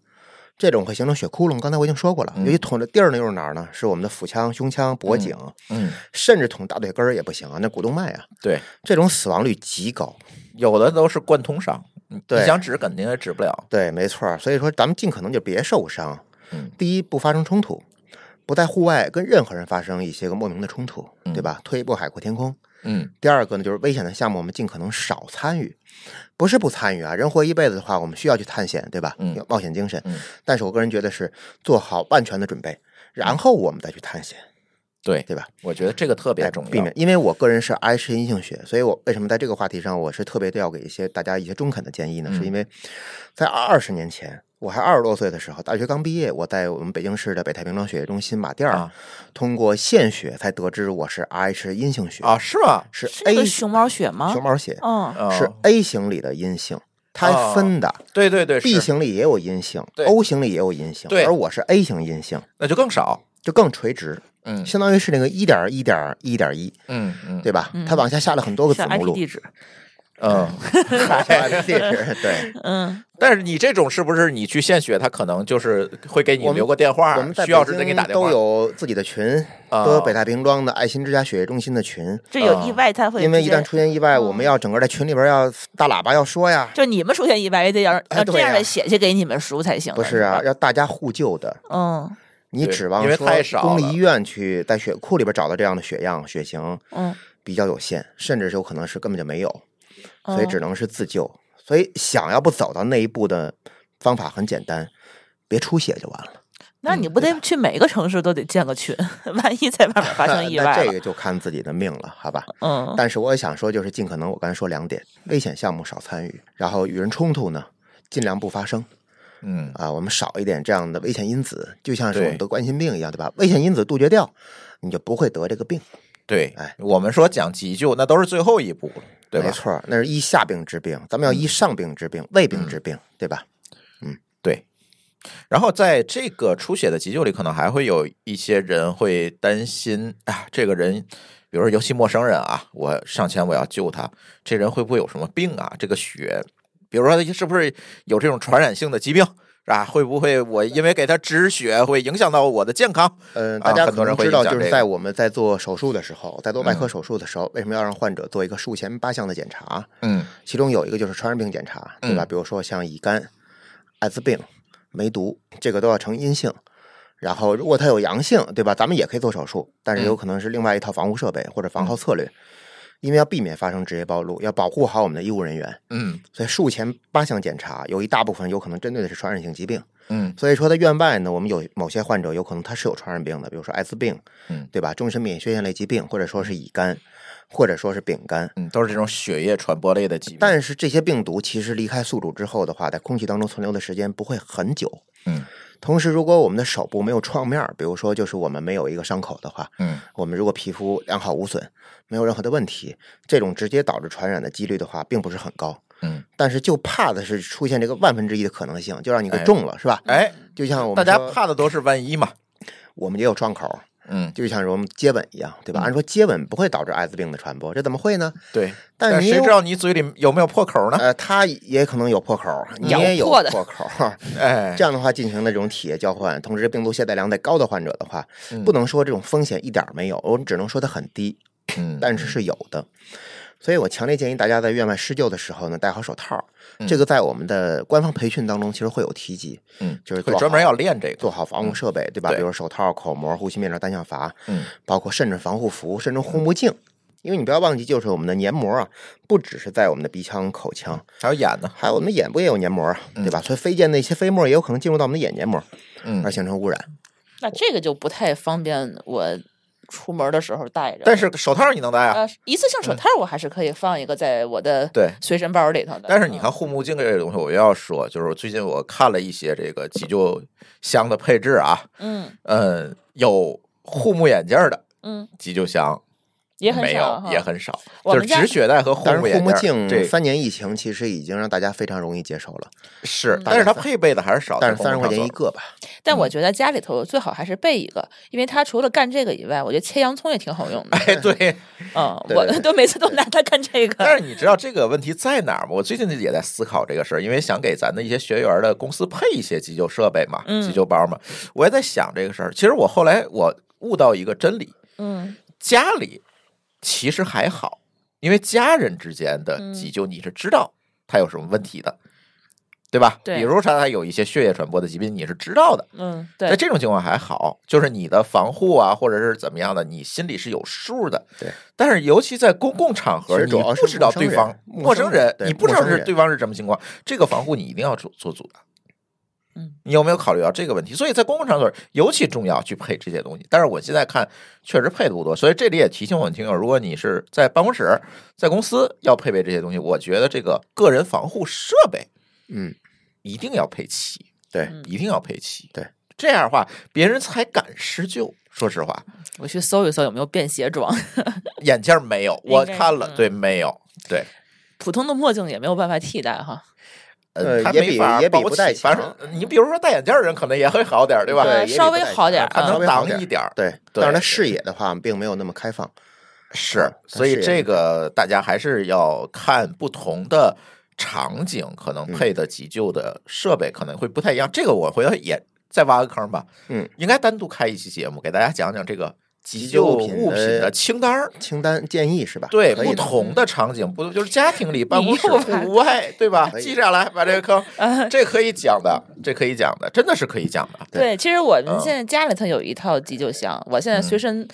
[SPEAKER 2] 这种会形成血窟窿。刚才我已经说过了，
[SPEAKER 1] 嗯
[SPEAKER 2] 尤其捅的地儿呢又是哪儿呢？是我们的腹腔、胸腔、脖颈， [LAUGHS]
[SPEAKER 1] 嗯，
[SPEAKER 2] 甚至捅大腿根儿也不行啊，那股动脉啊，
[SPEAKER 1] 对，
[SPEAKER 2] 这种死亡率极高。
[SPEAKER 1] 有的都是贯通伤，你
[SPEAKER 2] 对
[SPEAKER 1] 你想止肯定也止不了。
[SPEAKER 2] 对，没错儿。所以说，咱们尽可能就别受伤。
[SPEAKER 1] 嗯
[SPEAKER 2] 第一，不发生冲突，不在户外跟任何人发生一些个莫名的冲突，对吧？退一步海阔天空。
[SPEAKER 1] 嗯
[SPEAKER 2] 第二个呢，就是危险的项目我们尽可能少参与，不是不参与啊。人活一辈子的话，我们需要去探险，对吧？
[SPEAKER 1] 嗯
[SPEAKER 2] 有冒险精神。
[SPEAKER 1] 嗯
[SPEAKER 2] 但是我个人觉得是做好万全的准备，然后我们再去探险。
[SPEAKER 1] 对
[SPEAKER 2] 对吧？
[SPEAKER 1] 我觉得这个特别
[SPEAKER 2] 哎
[SPEAKER 1] 重要，
[SPEAKER 2] 避免，因为我个人是 I 神经性学，所以我为什么在这个话题上我是特别要给一些大家一些中肯的建议呢？
[SPEAKER 1] 嗯
[SPEAKER 2] 是因为在二十年前，我还二十多岁的时候，大学刚毕业，我在我们北京市的北太平洋血液中心马甸儿、
[SPEAKER 1] 啊
[SPEAKER 2] 通过献血才得知我是 I 是阴性血
[SPEAKER 1] 啊，，是吗？
[SPEAKER 2] 是
[SPEAKER 3] 是
[SPEAKER 2] A
[SPEAKER 3] 那个熊猫血吗？
[SPEAKER 2] 哎熊猫血、
[SPEAKER 3] 嗯，
[SPEAKER 1] 哦
[SPEAKER 2] 是 A 型里的阴性，它还分的、
[SPEAKER 1] 对对对
[SPEAKER 2] B
[SPEAKER 1] 是
[SPEAKER 2] 型里也有阴性
[SPEAKER 1] 对
[SPEAKER 2] ，O 型里也有阴性，
[SPEAKER 1] 对
[SPEAKER 2] 而我是 A 型阴性，
[SPEAKER 1] 那就更少。
[SPEAKER 2] 就更垂直，
[SPEAKER 1] 嗯
[SPEAKER 2] 相当于是那个一点一点一点一，
[SPEAKER 1] 嗯嗯，
[SPEAKER 2] 对吧？
[SPEAKER 3] 嗯
[SPEAKER 2] 它往下下了很多个子
[SPEAKER 3] 像
[SPEAKER 2] 目
[SPEAKER 3] IP
[SPEAKER 2] 录，
[SPEAKER 3] 地址，
[SPEAKER 1] 嗯，
[SPEAKER 2] [LAUGHS] 对
[SPEAKER 3] [LAUGHS]
[SPEAKER 2] 对，
[SPEAKER 3] 嗯，
[SPEAKER 1] [LAUGHS] 但是你这种是不是你去献血，他可能就是会给你
[SPEAKER 2] 我们
[SPEAKER 1] 留个电话
[SPEAKER 2] 我们，在
[SPEAKER 1] 需要
[SPEAKER 2] 北
[SPEAKER 1] 时再给
[SPEAKER 2] 京
[SPEAKER 1] 你打电
[SPEAKER 2] 都
[SPEAKER 1] 话。
[SPEAKER 2] 有自己的群，
[SPEAKER 1] 啊
[SPEAKER 2] 都有北大平庄的爱心之家血液中心的群，
[SPEAKER 3] 这有意外才会
[SPEAKER 2] 啊因为一
[SPEAKER 3] 直接嗯
[SPEAKER 2] 旦出现意外，我们要整个在群里边要大喇叭要说呀，
[SPEAKER 3] 就你们出现意外，也得要
[SPEAKER 2] 哎
[SPEAKER 3] 要
[SPEAKER 2] 对
[SPEAKER 3] 这样
[SPEAKER 2] 呀
[SPEAKER 3] 的血去给你们输才行的。
[SPEAKER 2] 不是啊，
[SPEAKER 3] 吧，
[SPEAKER 2] 要大家互救的。
[SPEAKER 3] 嗯
[SPEAKER 2] 你
[SPEAKER 1] 对
[SPEAKER 2] 指望
[SPEAKER 1] 因为
[SPEAKER 2] 说
[SPEAKER 1] 太少
[SPEAKER 2] 公立
[SPEAKER 1] 了
[SPEAKER 2] 医院去在血库里边找到这样的血样、血型
[SPEAKER 3] 嗯，
[SPEAKER 2] 比较有限，甚至是有可能是根本就没有，所以
[SPEAKER 3] 嗯
[SPEAKER 2] 只能是自救。所以想要不走到那一步的方法很简单，别出血就完了。
[SPEAKER 3] 那你不得去每个城市都得建个群， [LAUGHS] 万一在外面发生
[SPEAKER 2] [LAUGHS]
[SPEAKER 3] 意
[SPEAKER 2] 那
[SPEAKER 3] 外
[SPEAKER 2] 这
[SPEAKER 3] 了，
[SPEAKER 2] 个就看自己的命了，好吧？
[SPEAKER 3] 嗯
[SPEAKER 2] 但是我也想说，就是尽可能我刚才说两点：危险项目少参与，然后与人冲突呢尽量不发生
[SPEAKER 1] 嗯
[SPEAKER 2] 啊，我们少一点这样的危险因子，就像是我们
[SPEAKER 1] 对
[SPEAKER 2] 得冠心病一样，对吧？危险因子杜绝掉，你就不会得这个病，
[SPEAKER 1] 对
[SPEAKER 2] 哎，
[SPEAKER 1] 我们说讲急救，那都是最后一步了，对吧嗯
[SPEAKER 2] 没？错，那是医下病治病，咱们要医上病治病、胃病治病，对吧？
[SPEAKER 1] 对。然后在这个出血的急救里，可能还会有一些人会担心啊，这个人，比如说尤其陌生人啊，我上前我要救他，这人会不会有什么病啊？这个血，比如说他是不是有这种传染性的疾病？啊，会不会我因为给他止血会影响到我的健康？
[SPEAKER 2] 嗯，
[SPEAKER 1] 啊
[SPEAKER 2] 大家
[SPEAKER 1] 很
[SPEAKER 2] 可
[SPEAKER 1] 多人
[SPEAKER 2] 能
[SPEAKER 1] 会
[SPEAKER 2] 知
[SPEAKER 1] 影
[SPEAKER 2] 道，
[SPEAKER 1] 响
[SPEAKER 2] 就
[SPEAKER 1] 这个
[SPEAKER 2] 是
[SPEAKER 1] 嗯
[SPEAKER 2] 在我们在做手术的时候，在做外科手术的时候，为什么要让患者做一个术前八项的检查？
[SPEAKER 1] 嗯
[SPEAKER 2] 其中有一个就是传染病检查，对吧？
[SPEAKER 1] 嗯
[SPEAKER 2] 比如说像乙肝、艾滋病、梅毒，这个都要呈阴性。然后如果它有阳性，对吧？咱们也可以做手术，但是
[SPEAKER 1] 嗯
[SPEAKER 2] 有可能是另外一套防护设备或者防护策略，因为要避免发生职业暴露，要保护好我们的医务人员。
[SPEAKER 1] 嗯
[SPEAKER 2] 所以术前八项检查有一大部分有可能针对的是传染性疾病，
[SPEAKER 1] 嗯
[SPEAKER 2] 所以说在院外呢，我们有某些患者有可能他是有传染病的，比如说艾滋病，
[SPEAKER 1] 嗯
[SPEAKER 2] 对吧？终身免疫缺陷类疾病，或者说是乙肝，或者说是丙肝，
[SPEAKER 1] 嗯，都是这种血液传播类的疾病。
[SPEAKER 2] 但是这些病毒其实离开宿主之后的话，在空气当中存留的时间不会很久。
[SPEAKER 1] 嗯
[SPEAKER 2] 同时，如果我们的手部没有创面儿，比如说就是我们没有一个伤口的话，
[SPEAKER 1] 嗯
[SPEAKER 2] 我们如果皮肤良好无损，没有任何的问题，这种直接导致传染的几率的话，并不是很高。
[SPEAKER 1] 嗯，
[SPEAKER 2] 但是就怕的是出现这个万分之一的可能性，就让你给
[SPEAKER 1] 哎
[SPEAKER 2] 中了，是吧？
[SPEAKER 1] 哎，
[SPEAKER 2] 就像我
[SPEAKER 1] 大
[SPEAKER 2] 们
[SPEAKER 1] 家
[SPEAKER 2] 说
[SPEAKER 1] 怕的都是万一嘛。
[SPEAKER 2] 我们也有创口，
[SPEAKER 1] 嗯，
[SPEAKER 2] 就像是我们接吻一样，对
[SPEAKER 1] 嗯
[SPEAKER 2] 吧？按说接吻不会导致艾滋病的传播，这怎么会呢？
[SPEAKER 1] 对。
[SPEAKER 2] 但是
[SPEAKER 1] 但
[SPEAKER 2] 你
[SPEAKER 1] 谁
[SPEAKER 2] 有
[SPEAKER 1] 知道你嘴里有没有破口呢？
[SPEAKER 2] 呃，它也可能有破口儿，
[SPEAKER 1] 嗯
[SPEAKER 2] 你
[SPEAKER 3] 咬
[SPEAKER 2] 也有
[SPEAKER 3] 破的
[SPEAKER 2] 破口儿。
[SPEAKER 1] [LAUGHS] [LAUGHS] 哎
[SPEAKER 2] 这，样的话进行的这种体液交换，同时病毒携带量在高的患者的话，
[SPEAKER 1] 嗯
[SPEAKER 2] 不能说这种风险一点儿没有，我们只能说它很低，
[SPEAKER 1] 嗯
[SPEAKER 2] 但是是有的。所以我强烈建议大家在院外施救的时候呢，戴好手套儿
[SPEAKER 1] 嗯。
[SPEAKER 2] 这个在我们的官方培训当中其实会有提及，
[SPEAKER 1] 嗯，
[SPEAKER 2] 就是
[SPEAKER 1] 会
[SPEAKER 2] 做
[SPEAKER 1] 专
[SPEAKER 2] 好
[SPEAKER 1] 门要练这个
[SPEAKER 2] 做。好防护设备，对吧？
[SPEAKER 1] 对
[SPEAKER 2] 比如手套、口膜、呼吸面罩、单向阀，
[SPEAKER 1] 嗯，
[SPEAKER 2] 包括甚至防护服，甚至护目镜。因为你不要忘记，就是我们的黏膜啊，不只是在我们的鼻腔、口腔，
[SPEAKER 1] 还有演呢。
[SPEAKER 2] 还有我们的眼部也有黏膜啊，对吧？所以飞溅的一些飞沫也有可能进入到我们的眼黏膜，
[SPEAKER 1] 嗯
[SPEAKER 2] 而形成污染。
[SPEAKER 3] 那这个就不太方便我出门的时候带着。
[SPEAKER 1] 但是手套你能戴啊？
[SPEAKER 3] 呃，一次性手套我还是可以放一个在我的
[SPEAKER 1] 对
[SPEAKER 3] 随身包里头的。
[SPEAKER 1] 但是你
[SPEAKER 3] 嗯
[SPEAKER 1] 看护目镜这个东西，我又要说，就是最近我看了一些这个急救箱的配置啊，
[SPEAKER 3] 嗯
[SPEAKER 1] 嗯，有护目眼镜儿的
[SPEAKER 3] 嗯，
[SPEAKER 1] 急救箱
[SPEAKER 3] 也很
[SPEAKER 1] 没
[SPEAKER 3] 少
[SPEAKER 1] 有，
[SPEAKER 3] 哈，
[SPEAKER 1] 也很少，
[SPEAKER 3] 我
[SPEAKER 1] 就
[SPEAKER 3] 们
[SPEAKER 1] 是
[SPEAKER 3] 家
[SPEAKER 1] 止血带和护
[SPEAKER 2] 但是
[SPEAKER 1] 目
[SPEAKER 2] 护
[SPEAKER 1] 眼
[SPEAKER 2] 目
[SPEAKER 1] 镜儿
[SPEAKER 2] 镜
[SPEAKER 1] 这
[SPEAKER 2] 三年疫情其实已经让大家非常容易接受了，
[SPEAKER 1] 是
[SPEAKER 3] 嗯，
[SPEAKER 1] 但是它配备的还是少，
[SPEAKER 2] 但
[SPEAKER 1] 在公
[SPEAKER 2] 是三十
[SPEAKER 1] 共
[SPEAKER 2] 块
[SPEAKER 1] 场
[SPEAKER 2] 钱一
[SPEAKER 1] 所
[SPEAKER 2] 个吧，
[SPEAKER 3] 但
[SPEAKER 1] 嗯
[SPEAKER 3] 我觉得家里头最好还是备一个，因为它除了干这个以外，我觉得切洋葱也挺好用的。
[SPEAKER 1] 哎，对，
[SPEAKER 3] 嗯，
[SPEAKER 2] 对
[SPEAKER 3] 我
[SPEAKER 2] 对
[SPEAKER 3] 都每次都拿它干这 [LAUGHS] 个。
[SPEAKER 1] 但是你知道这个问题在哪儿吗？我最近也在思考这个事儿，因为想给咱的一些学员的公司配一些急救设备嘛，
[SPEAKER 3] 嗯
[SPEAKER 1] 急救包嘛，我也在想这个事儿。其实我后来我悟到一个真理，
[SPEAKER 3] 嗯
[SPEAKER 1] 家里其实还好，因为家人之间的
[SPEAKER 3] 嗯
[SPEAKER 1] 急救你是知道他有什么问题的，对吧？
[SPEAKER 3] 对
[SPEAKER 1] 比如说他有一些血液传播的疾病，你是知道的。
[SPEAKER 3] 嗯，
[SPEAKER 1] 在
[SPEAKER 3] 对，
[SPEAKER 1] 这种情况还好，就是你的防护啊，或者是怎么样的，你心里是有数的。
[SPEAKER 2] 对。
[SPEAKER 1] 但是尤其在公共场合，
[SPEAKER 2] 其实
[SPEAKER 1] 你
[SPEAKER 2] 主要是
[SPEAKER 1] 不知道对方
[SPEAKER 2] 陌
[SPEAKER 1] 陌
[SPEAKER 2] 生人
[SPEAKER 1] 生人，
[SPEAKER 2] 对
[SPEAKER 1] 你不知道
[SPEAKER 2] 陌生
[SPEAKER 1] 是
[SPEAKER 2] 人
[SPEAKER 1] 对方是什么情况，这个防护你一定要做做足的。
[SPEAKER 3] 嗯，
[SPEAKER 1] 你有没有考虑到这个问题？所以在公共场所尤其重要去配这些东西。但是我现在看确实配的不多，所以这里也提醒我们听友，如果你是在办公室、在公司要配备这些东西，我觉得这个个人防护设备
[SPEAKER 2] 嗯，
[SPEAKER 1] 一定要配齐，
[SPEAKER 2] 对，
[SPEAKER 3] 嗯
[SPEAKER 1] 一定要配齐。
[SPEAKER 2] 对，
[SPEAKER 1] 这样的话别人才敢施救。说实话，
[SPEAKER 3] 我去搜一搜有没有便携装，
[SPEAKER 1] 眼镜没有，
[SPEAKER 3] 应该
[SPEAKER 1] 我看了，
[SPEAKER 3] 嗯
[SPEAKER 1] 对，没有，对。
[SPEAKER 3] 普通的墨镜也没有办法替代哈。 [LAUGHS]
[SPEAKER 1] 呃，
[SPEAKER 2] 呃
[SPEAKER 1] 他
[SPEAKER 2] 也
[SPEAKER 1] 没
[SPEAKER 2] 比
[SPEAKER 1] 法
[SPEAKER 2] 也比
[SPEAKER 1] 保
[SPEAKER 2] 不
[SPEAKER 1] 起
[SPEAKER 2] 戴
[SPEAKER 1] 反
[SPEAKER 2] 强
[SPEAKER 1] 正你比如说戴眼镜儿人可能也会好点儿，对吧？
[SPEAKER 3] 对
[SPEAKER 2] 也
[SPEAKER 3] 呃稍
[SPEAKER 2] 比不
[SPEAKER 3] 微
[SPEAKER 2] 太
[SPEAKER 3] 好点儿
[SPEAKER 1] 他
[SPEAKER 2] 啊
[SPEAKER 3] 嗯
[SPEAKER 2] 稍
[SPEAKER 1] 能
[SPEAKER 2] 微好
[SPEAKER 1] 挡
[SPEAKER 2] 点儿
[SPEAKER 1] 一点儿，
[SPEAKER 2] 对，
[SPEAKER 1] 对
[SPEAKER 2] 但是它
[SPEAKER 1] 对
[SPEAKER 2] 视野的话并没有那么开放。
[SPEAKER 1] 是
[SPEAKER 2] 嗯，
[SPEAKER 1] 所以
[SPEAKER 2] 是
[SPEAKER 1] 这个大家还是要看不同的场景，可
[SPEAKER 2] 嗯
[SPEAKER 1] 能配的急救的设备可能会不太一样。这个我回头也再挖个坑吧，
[SPEAKER 2] 嗯，
[SPEAKER 1] 应该单独开一期节目给大家讲讲这个急
[SPEAKER 2] 急
[SPEAKER 1] 救
[SPEAKER 2] 救
[SPEAKER 1] 物
[SPEAKER 2] 品
[SPEAKER 1] 品
[SPEAKER 2] 的
[SPEAKER 1] 的清单儿。
[SPEAKER 2] 清单建议是吧？
[SPEAKER 1] 对，
[SPEAKER 2] 可以
[SPEAKER 1] 不
[SPEAKER 2] 的嗯
[SPEAKER 1] 同的场景，不就是家庭里、办公室、
[SPEAKER 3] 又来
[SPEAKER 1] 户外，对吧？
[SPEAKER 2] 可以呃
[SPEAKER 1] 记下来，把这个坑，这可以讲的，这可以讲的，真的是可以讲的。
[SPEAKER 3] 对，其实我们
[SPEAKER 1] 嗯
[SPEAKER 3] 现在家里头有一套急救箱，我现在随身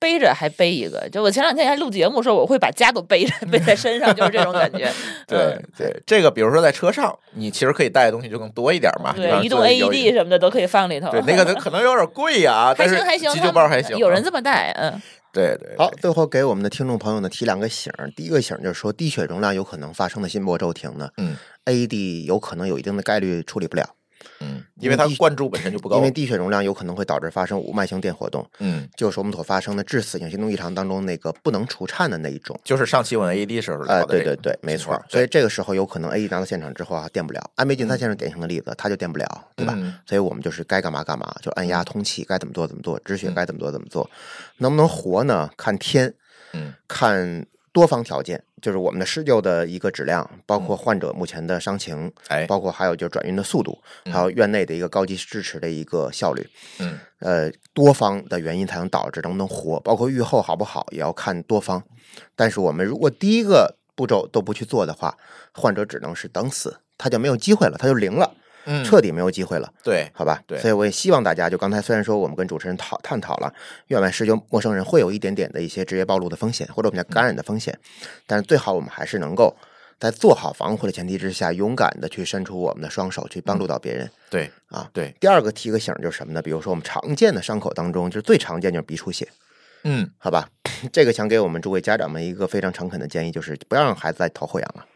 [SPEAKER 3] 背着还背一个。就我前两天还录节目说我会把家都背着背在身上，就是这种
[SPEAKER 1] [LAUGHS]
[SPEAKER 3] 感觉。
[SPEAKER 1] 对
[SPEAKER 3] 嗯
[SPEAKER 1] 对，这个比如说在车上，你其实可以带的东西就更多一点嘛。你让
[SPEAKER 3] 对，移动
[SPEAKER 1] 自
[SPEAKER 2] E
[SPEAKER 1] 己有一
[SPEAKER 3] AED 什么的都可以放里头。
[SPEAKER 1] 对，那个可能有点贵呀、啊，
[SPEAKER 3] [LAUGHS] 还
[SPEAKER 1] 但
[SPEAKER 3] 行
[SPEAKER 1] 是
[SPEAKER 3] 哦还行，
[SPEAKER 1] 急救
[SPEAKER 3] 他们
[SPEAKER 1] 包还行啊。
[SPEAKER 3] 有人这么带，嗯，
[SPEAKER 1] 对对，对
[SPEAKER 2] 好，，最后给我们的听众朋友呢提两个醒儿。第一个醒儿就是说，低血容量有可能发生的心搏骤停呢，
[SPEAKER 1] 嗯
[SPEAKER 2] ，AED 有可能有一定的概率处理不了，
[SPEAKER 1] 嗯，因为它灌注本身就不
[SPEAKER 2] 因
[SPEAKER 1] 高
[SPEAKER 2] 为，低血容量有可能会导致发生无脉性电活动，
[SPEAKER 1] 嗯，
[SPEAKER 2] 就是我们所发生的致死性心动异常当中那个不能除颤的那一种。
[SPEAKER 1] 就是上期我们 AD 时候
[SPEAKER 2] 哎、
[SPEAKER 1] 聊的
[SPEAKER 2] 对
[SPEAKER 1] 这个
[SPEAKER 2] 对对，没
[SPEAKER 1] 情
[SPEAKER 2] 错
[SPEAKER 1] 况
[SPEAKER 2] 儿。所以这个时候有可能 AED 拿到现场之后啊，电不了。安倍晋三先生典型的例子，他就电不了，对吧？
[SPEAKER 1] 嗯
[SPEAKER 2] 所以我们就是该干嘛干嘛，就按压通气，该怎么做怎么做，止血该怎么做怎么做，能不能活呢？看天，
[SPEAKER 1] 嗯，
[SPEAKER 2] 看多方条件，就是我们的施救的一个质量，包
[SPEAKER 1] 嗯
[SPEAKER 2] 括患者目前的伤情，
[SPEAKER 1] 哎，
[SPEAKER 2] 包括还有就是转运的速度，
[SPEAKER 1] 嗯
[SPEAKER 2] 还有院内的一个高级支持的一个效率，
[SPEAKER 1] 嗯，
[SPEAKER 2] 呃，多方的原因才能导致能不能活，包括愈后好不好也要看多方。但是我们如果第一个步骤都不去做的话，患者只能是等死，他就没有机会了，他就零了，
[SPEAKER 1] 嗯，
[SPEAKER 2] 彻底没有机会了。
[SPEAKER 1] 对，
[SPEAKER 2] 好吧，
[SPEAKER 1] 对
[SPEAKER 2] 所以我也希望大家，就刚才虽然说我们跟主持人讨探讨了院外施救陌生人会有一点点的一些职业暴露的风险，或者我们叫感染的风险，但是最好我们还是能够在做好防护的前提之下，勇敢的去伸出我们的双手去帮助到别人、
[SPEAKER 1] 对
[SPEAKER 2] 啊。
[SPEAKER 1] 对，
[SPEAKER 2] 第二个提个醒儿就是什么呢？比如说我们常见的伤口当中，就是最常见就是鼻出血，
[SPEAKER 1] 嗯，
[SPEAKER 2] 好吧？ [LAUGHS] 这个想给我们诸位家长们一个非常诚恳的建议，就是不要让孩子再头后
[SPEAKER 1] [LAUGHS]
[SPEAKER 2] 仰了。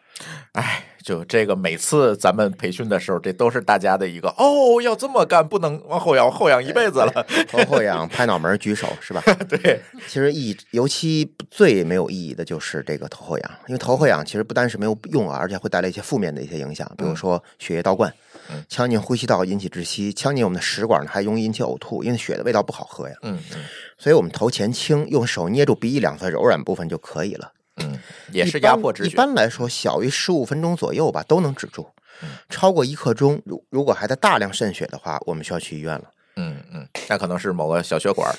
[SPEAKER 1] 哎。就这个，每次咱们培训的时候，这都是大家的一个哦，要这么干，不能往后仰，后仰一辈子了。
[SPEAKER 2] 头后仰、拍脑门儿、举手，是吧？
[SPEAKER 1] [LAUGHS] 对，
[SPEAKER 2] 其实意义，尤其最没有意义的就是这个头后仰，因为头后仰其实不单是没有用啊，而且会带来一些负面的一些影响，比如说血液倒灌
[SPEAKER 1] 嗯，
[SPEAKER 2] 呛进呼吸道引起窒息，呛进我们的食管呢还容易引起呕吐，因为血的味道不好喝呀。
[SPEAKER 1] 嗯嗯
[SPEAKER 2] 所以我们头前倾，用手捏住鼻翼两侧柔软部分就可以了。
[SPEAKER 1] 嗯，也是
[SPEAKER 2] 一般
[SPEAKER 1] 压迫止
[SPEAKER 2] 一
[SPEAKER 1] 血。
[SPEAKER 2] 般来说，小于十五分钟左右吧，都能止住。
[SPEAKER 1] 嗯
[SPEAKER 2] 超过一刻钟，如如果还在大量渗血的话，我们需要去医院了。
[SPEAKER 1] 嗯嗯，那可能是某个小血管儿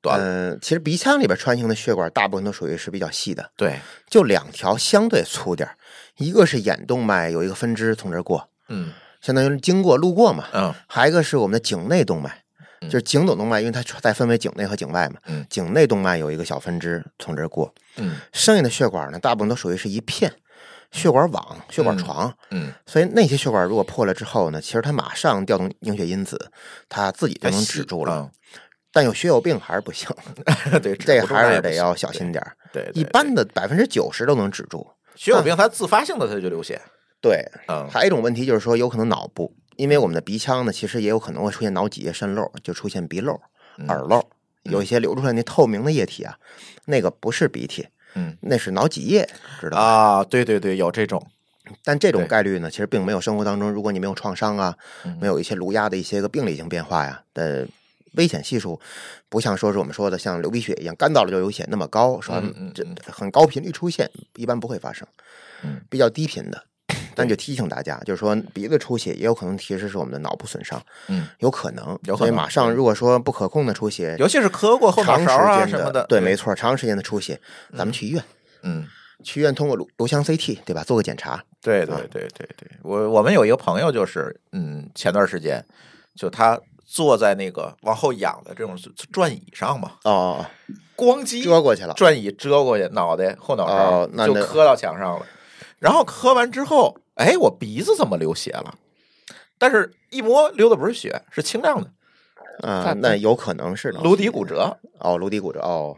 [SPEAKER 1] 短了。
[SPEAKER 2] 嗯、其实鼻腔里边穿行的血管大部分都属于是比较细的，
[SPEAKER 1] 对，
[SPEAKER 2] 就两条相对粗点儿，一个是眼动脉有一个分支从这儿过，
[SPEAKER 1] 嗯
[SPEAKER 2] 相当于是经过路过嘛，
[SPEAKER 1] 嗯
[SPEAKER 2] 还有一个是我们的颈内动脉，
[SPEAKER 1] 嗯
[SPEAKER 2] 就是颈总动脉，因为它再分为颈内和颈外嘛，
[SPEAKER 1] 嗯
[SPEAKER 2] 颈内动脉有一个小分支从这儿过，
[SPEAKER 1] 嗯
[SPEAKER 2] 剩下的血管呢，大部分都属于是一片血管网、血管床，
[SPEAKER 1] 嗯，
[SPEAKER 2] 所以那些血管如果破了之后呢，其实它马上调动凝血因子，它自己就能止住了。但有血友病还是不行，
[SPEAKER 1] 嗯。 [LAUGHS] 对，哎嗯止
[SPEAKER 2] 这
[SPEAKER 1] 不住那
[SPEAKER 2] 还
[SPEAKER 1] 也不
[SPEAKER 2] 是得
[SPEAKER 1] 行
[SPEAKER 2] 要小心。点儿。
[SPEAKER 1] 对，对
[SPEAKER 2] 一
[SPEAKER 1] 对
[SPEAKER 2] 般嗯的百分之九十都能止住。
[SPEAKER 1] 血友病，它自发性的它就流血。
[SPEAKER 2] 对，
[SPEAKER 1] 嗯
[SPEAKER 2] 还有一种问题就是说，有可能脑部，因为我们的鼻腔呢，其实也有可能会出现脑脊液渗漏，就出现鼻漏、
[SPEAKER 1] 嗯
[SPEAKER 2] 耳漏，有一些流出来那透明的液体啊，那个不是鼻涕，
[SPEAKER 1] 嗯
[SPEAKER 2] 那是脑脊液，知道吧？
[SPEAKER 1] 啊，对对对，有这种。
[SPEAKER 2] 但这
[SPEAKER 1] 对
[SPEAKER 2] 种概率呢，其实并没有生活当中，如果你没有创伤啊，
[SPEAKER 1] 嗯
[SPEAKER 2] 没有一些颅压的一些个病理性变化呀的危险系数，不像说是我们说的像流鼻血一样干到了就流血那么高，说
[SPEAKER 1] 嗯嗯
[SPEAKER 2] 这
[SPEAKER 1] 嗯
[SPEAKER 2] 很高频率出现，一般不会发生
[SPEAKER 1] 嗯，
[SPEAKER 2] 比较低频的。但就提醒大家，就是说鼻子出血也有可能提示是我们的脑部损伤，
[SPEAKER 1] 嗯，
[SPEAKER 2] 有可能，
[SPEAKER 1] 有可
[SPEAKER 2] 所以
[SPEAKER 1] 能
[SPEAKER 2] 马上
[SPEAKER 1] 对
[SPEAKER 2] 如果说不可控的出血，
[SPEAKER 1] 尤其是磕过后脑
[SPEAKER 2] 长
[SPEAKER 1] 勺啊
[SPEAKER 2] 时
[SPEAKER 1] 什
[SPEAKER 2] 间
[SPEAKER 1] 么
[SPEAKER 2] 的，
[SPEAKER 1] 对，
[SPEAKER 2] 对，没错，长时间的出血，咱们去医院，
[SPEAKER 1] 嗯。
[SPEAKER 2] 去医院通过颅颅腔 CT 对吧，做个检查，
[SPEAKER 1] 对
[SPEAKER 2] 嗯
[SPEAKER 1] 对对对对，我我们有一个朋友就是，嗯，前段时间就他坐在那个往后仰的这种转椅上嘛，
[SPEAKER 2] 哦哦，
[SPEAKER 1] 咣
[SPEAKER 2] 哦
[SPEAKER 1] 叽
[SPEAKER 2] 遮过去了，
[SPEAKER 1] 转椅遮过去，脑袋后脑
[SPEAKER 2] 哦
[SPEAKER 1] 勺
[SPEAKER 2] 那
[SPEAKER 1] 就
[SPEAKER 2] 那
[SPEAKER 1] 磕到墙上了。然后磕完之后，哎，我鼻子怎么流血了？但是一摸流的不是血，是清亮的，
[SPEAKER 2] 啊
[SPEAKER 3] 咋，
[SPEAKER 2] 那有可能是脑
[SPEAKER 1] 颅底骨折，
[SPEAKER 2] 哦，颅底骨折哦，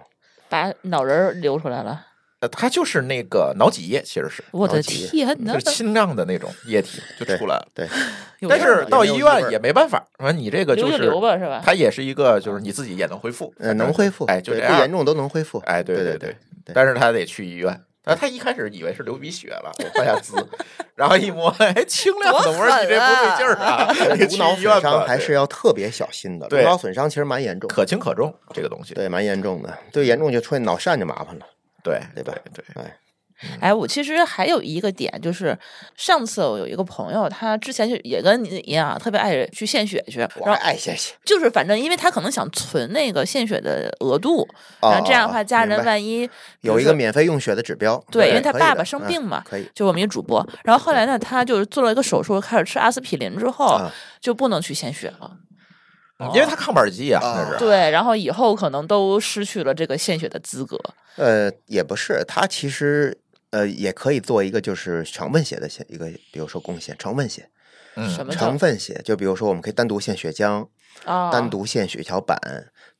[SPEAKER 3] 把脑仁儿流出来了，
[SPEAKER 1] 呃，它就是那个脑脊液，其实
[SPEAKER 3] [LAUGHS]
[SPEAKER 1] 是
[SPEAKER 3] 我的
[SPEAKER 2] 着急
[SPEAKER 3] 天哪
[SPEAKER 1] 就是！清亮的那种液体就出来了。
[SPEAKER 3] [LAUGHS]
[SPEAKER 2] 对，
[SPEAKER 3] 有
[SPEAKER 1] 但
[SPEAKER 3] 事儿
[SPEAKER 1] 是
[SPEAKER 3] 了
[SPEAKER 1] 到
[SPEAKER 2] 也没
[SPEAKER 1] 医
[SPEAKER 2] 有异
[SPEAKER 1] 院
[SPEAKER 2] 味
[SPEAKER 1] 也没办法，反正你这个
[SPEAKER 3] 留
[SPEAKER 1] 就是
[SPEAKER 3] 就留吧，是吧？
[SPEAKER 1] 它也是一个，就是你自己也能恢复，
[SPEAKER 2] 呃，能恢复，
[SPEAKER 1] 哎，就
[SPEAKER 2] 对
[SPEAKER 1] 这
[SPEAKER 2] 不严
[SPEAKER 1] 样，
[SPEAKER 2] 重都能恢复，
[SPEAKER 1] 哎，对
[SPEAKER 2] 对
[SPEAKER 1] 对
[SPEAKER 2] 对，
[SPEAKER 1] 但是他得去医院。他他一开始以为是流鼻血了，我往下滋，然后一摸，哎，清亮的，
[SPEAKER 3] 多
[SPEAKER 1] 我说你这不对劲儿
[SPEAKER 3] [LAUGHS]
[SPEAKER 1] 啊，你
[SPEAKER 2] 颅
[SPEAKER 1] 去
[SPEAKER 2] 脑
[SPEAKER 1] 医院
[SPEAKER 2] 损
[SPEAKER 1] 吧
[SPEAKER 2] 伤。还是要特别小心的，
[SPEAKER 1] 对
[SPEAKER 2] 颅脑损伤其实蛮严重，
[SPEAKER 1] 可轻可重这个东西，
[SPEAKER 2] 对，蛮严重的，最严重就出现脑疝就麻烦了，
[SPEAKER 1] 对
[SPEAKER 2] 对吧
[SPEAKER 1] 对，
[SPEAKER 2] 哎，
[SPEAKER 3] 哎，我其实还有一个点，就是上次我有一个朋友，他之前就也跟你一样啊，特别爱去献血去，
[SPEAKER 2] 我还
[SPEAKER 3] 然后
[SPEAKER 2] 爱谢谢，
[SPEAKER 3] 就是反正因为他可能想存那个献血的额度，然
[SPEAKER 2] 哦
[SPEAKER 3] 后这样的
[SPEAKER 2] 哦
[SPEAKER 3] 话，
[SPEAKER 2] 哦
[SPEAKER 3] 家
[SPEAKER 2] 明
[SPEAKER 3] 人
[SPEAKER 2] 白
[SPEAKER 3] 万一比
[SPEAKER 2] 有
[SPEAKER 3] 如
[SPEAKER 2] 一个
[SPEAKER 3] 说
[SPEAKER 2] 免费用血的指标，
[SPEAKER 3] 对，因为
[SPEAKER 2] 可
[SPEAKER 3] 他
[SPEAKER 2] 以
[SPEAKER 3] 爸
[SPEAKER 2] 的
[SPEAKER 3] 爸生
[SPEAKER 2] 嗯
[SPEAKER 3] 病嘛，
[SPEAKER 2] 可以，
[SPEAKER 3] 就我们一主播，然后后来呢，他就是做了一个手术，开始吃阿司匹林之后，
[SPEAKER 2] 啊
[SPEAKER 3] 就不能去献血了。
[SPEAKER 1] 嗯因为他抗板肌啊，
[SPEAKER 2] 哦
[SPEAKER 1] 那是
[SPEAKER 3] 对，然后以后可能都失去了这个献血的资格。
[SPEAKER 2] 呃，也不是，他其实呃也可以做一个就是成分血的献一个，比如说贡献成分血，
[SPEAKER 3] 什
[SPEAKER 1] 嗯，
[SPEAKER 3] 么叫
[SPEAKER 2] 成分血，就比如说我们可以单独献血浆，
[SPEAKER 3] 啊？
[SPEAKER 2] 单独献血小板，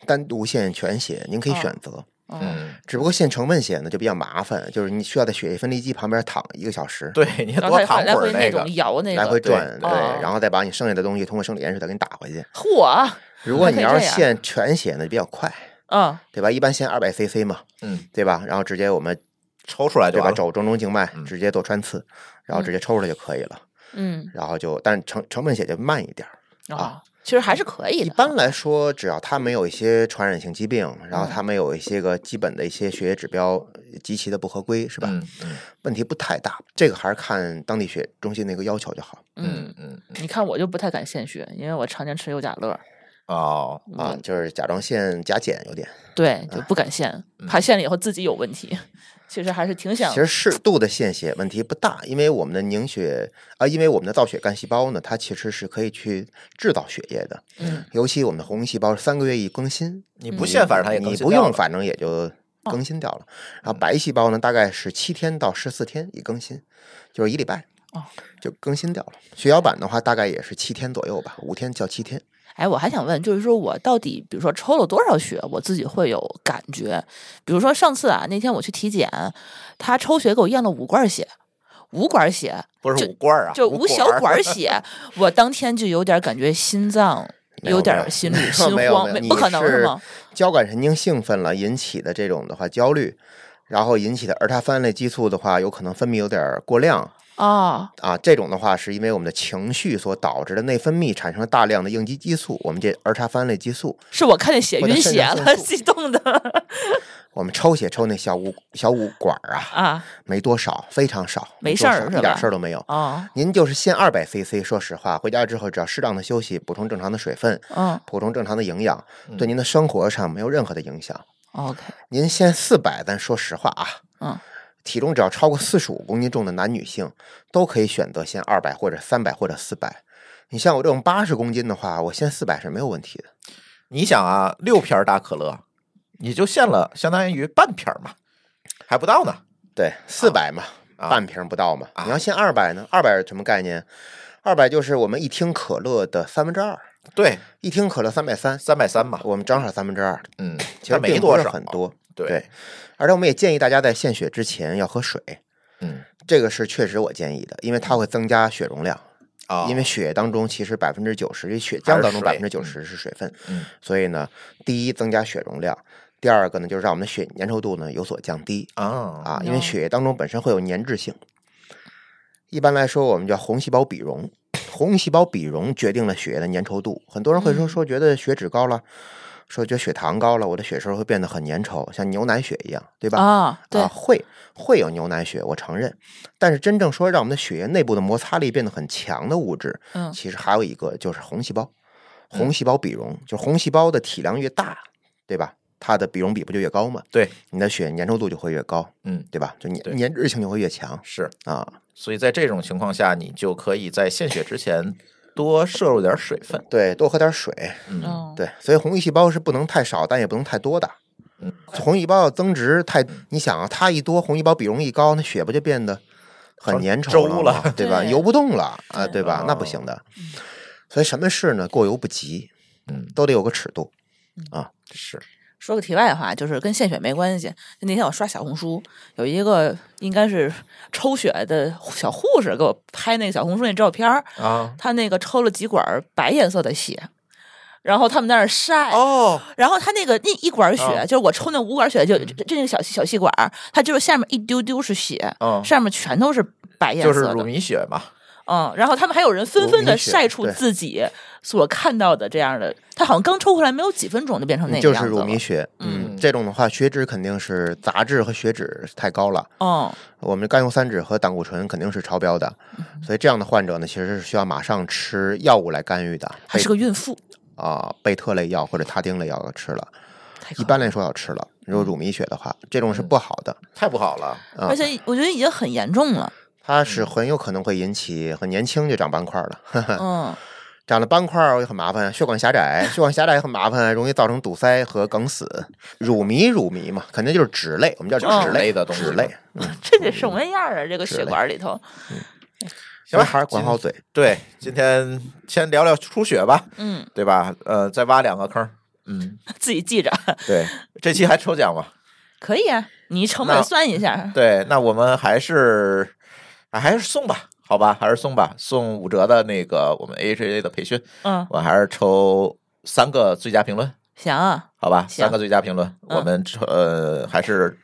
[SPEAKER 2] 单独献全血，您可以
[SPEAKER 3] 哦
[SPEAKER 2] 选择。
[SPEAKER 3] 嗯，
[SPEAKER 1] 嗯，
[SPEAKER 2] 只不过献成分血呢就比较麻烦，就是你需要在血液分离机旁边躺一个小时，
[SPEAKER 1] 对，你
[SPEAKER 3] 然
[SPEAKER 1] 多
[SPEAKER 3] 后他
[SPEAKER 1] 躺
[SPEAKER 3] 也来
[SPEAKER 1] 会儿
[SPEAKER 3] 回
[SPEAKER 1] 那个
[SPEAKER 3] 种，摇那个，
[SPEAKER 2] 来回
[SPEAKER 1] 对
[SPEAKER 2] 转，
[SPEAKER 3] 对哦
[SPEAKER 2] 然后再把你剩下的东西通过生理盐水再给你打回去。
[SPEAKER 3] 嚯，
[SPEAKER 2] 如果
[SPEAKER 3] 还
[SPEAKER 2] 你
[SPEAKER 3] 可以
[SPEAKER 2] 要是
[SPEAKER 3] 这样
[SPEAKER 2] 献全血呢，比较快，
[SPEAKER 3] 啊嗯，
[SPEAKER 2] 对吧？一般献二百 CC 嘛，
[SPEAKER 1] 嗯，
[SPEAKER 2] 对吧？然后直接我们
[SPEAKER 1] 抽出来就
[SPEAKER 2] 对
[SPEAKER 1] 完
[SPEAKER 2] 吧，
[SPEAKER 1] 了。
[SPEAKER 2] 肘中中静脉
[SPEAKER 1] 嗯
[SPEAKER 2] 直接做穿刺，然后直接抽出来就可以了。
[SPEAKER 3] 嗯
[SPEAKER 2] 然后就，但成成分血就慢一点儿。
[SPEAKER 3] 啊，其实还是可以的。
[SPEAKER 2] 一般来说，只要他没有一些传染性疾病，然后他没有一些个基本的一些血液指标呃极其的不合规，是吧？
[SPEAKER 1] 嗯嗯
[SPEAKER 2] 问题不太大。这个还是看当地血中心那个要求就好。
[SPEAKER 3] 嗯，
[SPEAKER 1] 嗯嗯，
[SPEAKER 3] 你看我就不太敢献血，因为我常年吃优甲乐，
[SPEAKER 1] 哦，
[SPEAKER 2] 啊，就是甲状腺甲减有点，
[SPEAKER 3] 对，就不敢献，怕献了以后自己有问题。其实还是挺想
[SPEAKER 2] 嗯其实适度的献血问题不大，因为我们的凝血啊，因为我们的造血干细胞呢，它其实是可以去制造血液的，
[SPEAKER 3] 嗯，
[SPEAKER 2] 尤其我们的红细胞是三个月一更新，
[SPEAKER 1] 你不献，反正他也更
[SPEAKER 2] 嗯你
[SPEAKER 1] 新
[SPEAKER 2] 不
[SPEAKER 1] 掉
[SPEAKER 2] 用，
[SPEAKER 1] 了
[SPEAKER 2] 反正也
[SPEAKER 3] 哦
[SPEAKER 2] 就更新掉了。然后白细胞呢，大概是七天到十四天一更新，就是一礼拜
[SPEAKER 3] 哦，
[SPEAKER 2] 就更新掉了。血小板的话，大概也是七天左右吧，五天到七天。
[SPEAKER 3] 哎，我还想问，就是说我到底，比如说抽了多少血，我自己会有感觉？比如说上次啊，那天我去体检，他抽血给我验了五罐血，五管血
[SPEAKER 1] 不是五罐儿啊，
[SPEAKER 3] 就
[SPEAKER 1] 五
[SPEAKER 3] 五小
[SPEAKER 2] [LAUGHS]
[SPEAKER 3] 管血，我当天就有点感觉心脏
[SPEAKER 2] 没有
[SPEAKER 3] 点
[SPEAKER 2] 没
[SPEAKER 3] 儿
[SPEAKER 2] 有
[SPEAKER 3] 心
[SPEAKER 2] 没
[SPEAKER 3] 里
[SPEAKER 2] 有
[SPEAKER 3] 心
[SPEAKER 2] 没有
[SPEAKER 3] 慌，
[SPEAKER 2] 没有，
[SPEAKER 3] 不可能
[SPEAKER 2] 是
[SPEAKER 3] 是吗？？
[SPEAKER 2] 交感神经兴奋了引起的这种的话焦虑，然后引起的儿茶酚类激素的话，有可能分泌有点儿过量
[SPEAKER 3] 啊，
[SPEAKER 2] 啊。这种的话，是因为我们的情绪所导致的内分泌产生了大量的应激激素，我们这儿茶酚类激素，
[SPEAKER 3] 是我看见血
[SPEAKER 2] 或者
[SPEAKER 3] 晕
[SPEAKER 2] 肾
[SPEAKER 3] 血
[SPEAKER 2] 上腺
[SPEAKER 3] 了，
[SPEAKER 2] 素
[SPEAKER 3] [LAUGHS] 激
[SPEAKER 2] [LAUGHS]
[SPEAKER 3] 动的
[SPEAKER 2] 我们抽血抽那小五小五管儿啊，
[SPEAKER 3] 啊
[SPEAKER 2] 没多少，非常少，
[SPEAKER 3] 没
[SPEAKER 2] 多少
[SPEAKER 3] 事儿是
[SPEAKER 2] 一点
[SPEAKER 3] 吧
[SPEAKER 2] 事儿都没有。
[SPEAKER 3] 啊
[SPEAKER 2] 您就是限二百 CC，说实话，回家之后只要适当的休息，补充正常的水分，
[SPEAKER 3] 嗯
[SPEAKER 2] 补充正常的营养，对您的生活上没有任何的影响。
[SPEAKER 3] ，OK，
[SPEAKER 2] 您限四百，咱说实话啊，
[SPEAKER 3] 嗯，
[SPEAKER 2] 体重只要超过四十五公斤重的男女性，都可以选择限二百或者三百或者四百。你像我这种八十公斤的话，我限四百是没有问题的。
[SPEAKER 1] 你想啊，六瓶儿大可乐，你就献了相当于半瓶儿嘛，还不到呢。
[SPEAKER 2] 对，四百嘛，
[SPEAKER 1] 啊
[SPEAKER 2] 半瓶不到嘛。
[SPEAKER 1] 啊
[SPEAKER 2] 你要限二百呢？二百是什么概念？二百就是我们一听可乐的三分之二，
[SPEAKER 1] 对，
[SPEAKER 2] 一听可乐三百三，
[SPEAKER 1] 三百三嘛，
[SPEAKER 2] 我们正好三分之二，
[SPEAKER 1] 嗯，
[SPEAKER 2] 其实
[SPEAKER 1] 但没
[SPEAKER 2] 并不
[SPEAKER 1] 多
[SPEAKER 2] 是
[SPEAKER 1] 少，啊
[SPEAKER 2] 很。多。
[SPEAKER 1] 对，
[SPEAKER 2] 对而且我们也建议大家在献血之前要喝水，
[SPEAKER 1] 嗯
[SPEAKER 2] 这个是确实我建议的，因为它会增加血容量。
[SPEAKER 1] 啊，
[SPEAKER 2] 因为血液当中其实百分之九十，血浆当中
[SPEAKER 1] 还
[SPEAKER 2] 百
[SPEAKER 1] 是
[SPEAKER 2] 分之
[SPEAKER 1] 水
[SPEAKER 2] 九十是水分，
[SPEAKER 1] 嗯
[SPEAKER 2] 所以呢，第一增加血容量，第二个呢就是让我们的血粘稠度呢有所降低
[SPEAKER 1] 啊
[SPEAKER 2] 啊，因为
[SPEAKER 3] 哦
[SPEAKER 2] 血液当中本身会有粘滞性。一般来说，我们叫红细胞比容，红细胞比容决定了血液的粘稠度。很多人会说
[SPEAKER 3] 嗯
[SPEAKER 2] 说觉得血脂高了，说觉得血糖高了，我的血色会变得很粘稠，像牛奶血一样，对吧？
[SPEAKER 3] 啊，对
[SPEAKER 2] 啊，，会会有牛奶血，我承认。但是真正说让我们的血液内部的摩擦力变得很强的物质，
[SPEAKER 3] 嗯
[SPEAKER 2] 其实还有一个就是红细胞，红细胞比容，就红细胞的体量越大，对吧？它的比容比不就越高嘛？
[SPEAKER 1] 对，
[SPEAKER 2] 你的血粘稠度就会越高，
[SPEAKER 1] 嗯
[SPEAKER 2] 对吧？就粘
[SPEAKER 1] 对
[SPEAKER 2] 粘滞性就会越强
[SPEAKER 1] 是，
[SPEAKER 2] 啊。
[SPEAKER 1] 所以在这种情况下，你就可以在献血之前多摄入点水分。
[SPEAKER 2] 对，多喝点水。
[SPEAKER 1] 嗯，
[SPEAKER 3] 嗯，
[SPEAKER 2] 对，所以红细胞是不能太少，但也不能太多的。
[SPEAKER 1] 嗯，
[SPEAKER 2] 红细胞要增值太，你想啊，它一多，红细胞比容一高，那血不就变得很
[SPEAKER 1] 成
[SPEAKER 2] 粘稠
[SPEAKER 1] 粥
[SPEAKER 2] 了
[SPEAKER 1] 了
[SPEAKER 2] 吗，对吧？
[SPEAKER 3] 对
[SPEAKER 2] 游不动了啊，对吧
[SPEAKER 1] 哦？
[SPEAKER 2] 那不行的。所以什么事呢，过犹不及，
[SPEAKER 1] 嗯，
[SPEAKER 2] 都得有个尺度。
[SPEAKER 1] 是
[SPEAKER 3] 说个题外话，就是跟献血没关系。那天我刷小红书，有一个应该是抽血的小护士给我拍那个小红书那照片儿，
[SPEAKER 1] 啊，
[SPEAKER 3] 她那个抽了几管儿白颜色的血，然后他们在那儿
[SPEAKER 2] 哎
[SPEAKER 3] 晒。
[SPEAKER 1] 哦，
[SPEAKER 3] 然后他那个那一管血，
[SPEAKER 1] 哦
[SPEAKER 3] 就是我抽那五管血，就就就那个小小细管儿，它就是下面一丢丢是血，
[SPEAKER 1] 嗯
[SPEAKER 3] 上面全都是白颜
[SPEAKER 1] 就是
[SPEAKER 3] 色
[SPEAKER 1] 乳
[SPEAKER 3] 的。
[SPEAKER 1] 糜血嘛，
[SPEAKER 3] 嗯，然后他们还有人纷纷
[SPEAKER 2] 乳
[SPEAKER 3] 的
[SPEAKER 2] 糜血
[SPEAKER 3] 晒出
[SPEAKER 2] 对
[SPEAKER 3] 自己所看到的这样的，他好像刚抽回来没有几分钟就变成那个
[SPEAKER 2] 就是
[SPEAKER 3] 样子
[SPEAKER 2] 乳
[SPEAKER 3] 了。
[SPEAKER 2] 糜血，嗯
[SPEAKER 1] 嗯
[SPEAKER 2] 这种的话，血脂肯定是杂质和血脂太高了。
[SPEAKER 3] 嗯，
[SPEAKER 2] 我们甘油三酯和胆固醇肯定是超标的，所以这样的患者呢，其实是需要马上吃药物来干预的，
[SPEAKER 3] 还
[SPEAKER 2] 贝
[SPEAKER 3] 是个孕妇，
[SPEAKER 2] 啊贝特类药或者他汀类药要吃了。
[SPEAKER 3] 太可
[SPEAKER 2] 一
[SPEAKER 3] 怕
[SPEAKER 2] 般来说要吃了，如果乳糜血的话，这种是不好的，
[SPEAKER 1] 太不好了。
[SPEAKER 2] 啊
[SPEAKER 3] 嗯而且嗯我觉得已经很严
[SPEAKER 1] [LAUGHS]
[SPEAKER 3] 重了。
[SPEAKER 2] 它是很有可能会引起很年轻就长斑块了，呵呵
[SPEAKER 3] 嗯，
[SPEAKER 2] 长了斑块儿也很麻烦，血管狭
[SPEAKER 3] [LAUGHS]
[SPEAKER 2] 窄，血管狭窄也很麻烦，容易造成堵塞和梗死。乳糜乳糜嘛，肯定就是脂类，我们叫
[SPEAKER 3] 就是
[SPEAKER 2] 脂
[SPEAKER 1] 脂
[SPEAKER 2] 类
[SPEAKER 1] 类的东西
[SPEAKER 2] 脂哦类，
[SPEAKER 3] 这得什么
[SPEAKER 1] 嗯
[SPEAKER 3] 样啊？这个血管里
[SPEAKER 1] [LAUGHS]
[SPEAKER 3] 头，
[SPEAKER 1] 行吧
[SPEAKER 2] 还
[SPEAKER 3] 哎
[SPEAKER 2] 是管好嘴。
[SPEAKER 1] 对，今天先聊聊出血吧，
[SPEAKER 3] 嗯，
[SPEAKER 1] 对吧？呃，再挖两个坑儿。嗯，
[SPEAKER 3] 自己记着， [LAUGHS]
[SPEAKER 1] 对，这期还抽奖吗？
[SPEAKER 3] 可以啊。你成本
[SPEAKER 1] 那
[SPEAKER 3] 算一
[SPEAKER 1] [LAUGHS]
[SPEAKER 3] 下，
[SPEAKER 1] 对，那我们还是啊，还是送吧，好吧，还是送吧，送五折的那个我们 A H A 的培训，
[SPEAKER 3] 嗯，
[SPEAKER 1] 我还是抽三个最佳评论，
[SPEAKER 3] 行啊，
[SPEAKER 1] 好吧，
[SPEAKER 3] 行
[SPEAKER 1] 三个最佳评论，
[SPEAKER 3] 嗯
[SPEAKER 1] 我们抽呃还是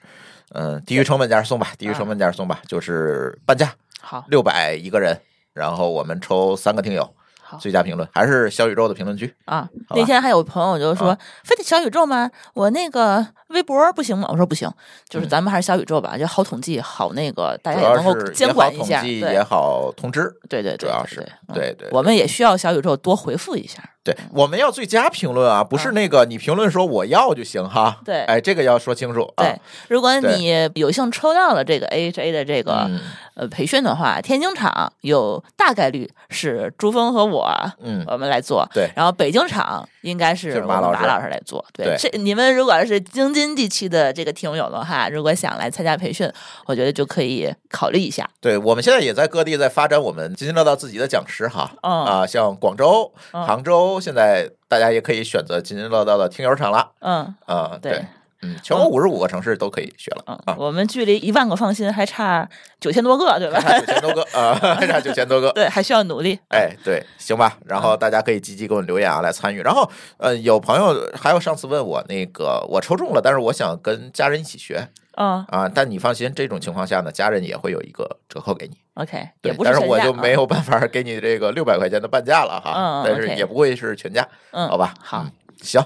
[SPEAKER 1] 嗯、低于成本价送吧，
[SPEAKER 3] 嗯
[SPEAKER 1] 低于成本价送吧，就是半价
[SPEAKER 3] 好，
[SPEAKER 1] 六百一个人，然后我们抽三个听友
[SPEAKER 3] 好
[SPEAKER 1] 最佳评论，还是小宇宙的评论区，
[SPEAKER 3] 啊，
[SPEAKER 1] 好吧
[SPEAKER 3] 那天还有朋友就说
[SPEAKER 1] 啊：“
[SPEAKER 3] 非得小宇宙吗？我那个微博不行吗？”我说：“不行，就是
[SPEAKER 1] 嗯
[SPEAKER 3] 咱们还是小宇宙吧，就好统计，好那个大家
[SPEAKER 1] 主
[SPEAKER 3] 也
[SPEAKER 1] 要
[SPEAKER 3] 哎能够
[SPEAKER 1] 是也
[SPEAKER 3] 监
[SPEAKER 1] 好
[SPEAKER 3] 管一
[SPEAKER 1] 统
[SPEAKER 3] 下。”
[SPEAKER 1] 计也
[SPEAKER 3] 对
[SPEAKER 1] 好通知，
[SPEAKER 3] 对对，
[SPEAKER 1] 主要是对对
[SPEAKER 3] 对嗯，我们也需要小宇宙多回复一下。
[SPEAKER 1] 对，我们要最佳评论啊，不是那个你评论说我要就行哈。
[SPEAKER 3] 嗯对
[SPEAKER 1] 哎，这个要说清楚啊。
[SPEAKER 3] 对，如果
[SPEAKER 1] 对
[SPEAKER 3] 你有幸抽到了这个 AHA 的这个
[SPEAKER 1] 嗯
[SPEAKER 3] 呃培训的话，天津场有大概率是朱峰和我。
[SPEAKER 1] 嗯，
[SPEAKER 3] 我们来做，
[SPEAKER 1] 对
[SPEAKER 3] 然后北京场应该是
[SPEAKER 1] 是
[SPEAKER 3] 我们
[SPEAKER 1] 马
[SPEAKER 3] 马
[SPEAKER 1] 老师
[SPEAKER 3] 老师来做，
[SPEAKER 1] 对
[SPEAKER 3] 这你们如果是京津地区的这个听友的话，如果想来参加培训，我觉得就可以考虑一下。
[SPEAKER 1] 对，我们现在也在各地在发展我们津津乐道自己的讲师哈。
[SPEAKER 3] 嗯
[SPEAKER 1] 啊，像广州、
[SPEAKER 3] 嗯
[SPEAKER 1] 杭州，现在大家也可以选择津津乐道的听友场了
[SPEAKER 3] 嗯
[SPEAKER 1] 啊。
[SPEAKER 3] 对
[SPEAKER 1] 对，嗯，全国五十五个城市都可以学
[SPEAKER 3] [LAUGHS]
[SPEAKER 1] 了
[SPEAKER 3] 嗯，
[SPEAKER 1] 啊。
[SPEAKER 3] 我们距离一万个放心还差九千多个，对
[SPEAKER 1] 还差九
[SPEAKER 3] 吧？ [LAUGHS]
[SPEAKER 1] 千多个啊，还差九千多个。
[SPEAKER 3] 对，还需要努力。
[SPEAKER 1] 哎，对，行吧，然
[SPEAKER 3] 嗯
[SPEAKER 1] 后大家可以积极给我留言啊，来参与。然后，呃，有朋友还有上次问我那个我抽中了，但是我想跟家人一起学，
[SPEAKER 3] 嗯
[SPEAKER 1] 啊，但你放心，这种情况下呢，家人也会有一个折扣给你。
[SPEAKER 3] ，OK，也
[SPEAKER 1] 对，
[SPEAKER 3] 不
[SPEAKER 1] 但是
[SPEAKER 3] 全
[SPEAKER 1] 我
[SPEAKER 3] 价
[SPEAKER 1] 就
[SPEAKER 3] 啊
[SPEAKER 1] 没有办法给你这个六百块钱的半价了
[SPEAKER 3] 嗯
[SPEAKER 1] 哈
[SPEAKER 3] 嗯，
[SPEAKER 1] 但是
[SPEAKER 3] OK
[SPEAKER 1] 也不会是全价，
[SPEAKER 3] 嗯，
[SPEAKER 1] 好吧？
[SPEAKER 3] 好
[SPEAKER 1] 嗯，行，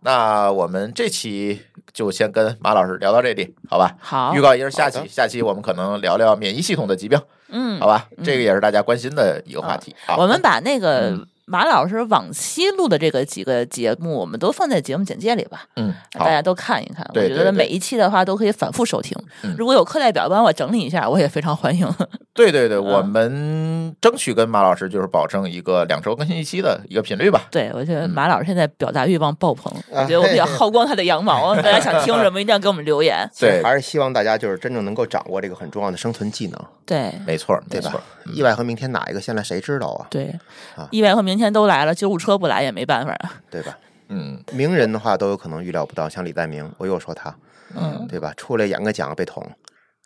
[SPEAKER 1] 那我们这期就先跟马老师聊到这里，好吧？
[SPEAKER 3] 好
[SPEAKER 1] 预，告一下下
[SPEAKER 2] 好
[SPEAKER 1] 期，
[SPEAKER 2] 的
[SPEAKER 1] 下期我们可能聊聊免疫系统的疾病，
[SPEAKER 3] 嗯
[SPEAKER 1] 好，吧？这个也是大家关心的一个话题啊。
[SPEAKER 3] 我们把那个
[SPEAKER 1] 嗯
[SPEAKER 3] 马老师往期录的这个几个节目，我们都放在节目简介里吧，
[SPEAKER 1] 嗯，好
[SPEAKER 3] 大，家都看一看。
[SPEAKER 1] 对
[SPEAKER 3] 我觉
[SPEAKER 1] 对
[SPEAKER 3] 得
[SPEAKER 1] 对
[SPEAKER 3] 每一期的话都可以反复收听。
[SPEAKER 1] 嗯
[SPEAKER 3] 如果有课代表帮我整理一下，我也非常欢迎。
[SPEAKER 1] 对对对，
[SPEAKER 2] 嗯
[SPEAKER 1] 我们争取跟马老师就是保证一个两周更新一期的一个频率吧。
[SPEAKER 3] 对我觉得马老师现在表达欲望爆棚，
[SPEAKER 2] 啊
[SPEAKER 3] 我觉得我
[SPEAKER 2] [LAUGHS]
[SPEAKER 3] 们要薅光他的羊毛。大家想听什么，一定要给我们留言。
[SPEAKER 1] 对，
[SPEAKER 2] 还是希望大家就是真正能够掌握这个很重要的生存技能。
[SPEAKER 3] 对
[SPEAKER 1] 没错，没
[SPEAKER 2] 对吧
[SPEAKER 1] 错。嗯
[SPEAKER 2] 意外和明天哪一个先来，谁知道啊？
[SPEAKER 3] 对
[SPEAKER 2] 啊，
[SPEAKER 3] 意外和明天都来了，救护车不来也没办法啊。
[SPEAKER 2] 对吧？
[SPEAKER 1] 嗯，
[SPEAKER 2] 名人的话都有可能预料不到，像李在明，我又说他，
[SPEAKER 3] 嗯，
[SPEAKER 2] 对吧？出来演个奖被捅，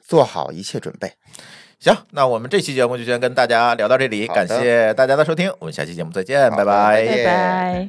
[SPEAKER 2] 做好一切准备。
[SPEAKER 1] 行，那我们这期节目就先跟大家聊到这里，
[SPEAKER 2] 好
[SPEAKER 1] 感
[SPEAKER 2] 的
[SPEAKER 1] 谢大家的收听，我们下期节目再见，
[SPEAKER 2] 好
[SPEAKER 1] 拜
[SPEAKER 2] 的
[SPEAKER 1] 拜。
[SPEAKER 2] 再
[SPEAKER 3] 拜
[SPEAKER 2] 见
[SPEAKER 3] 拜。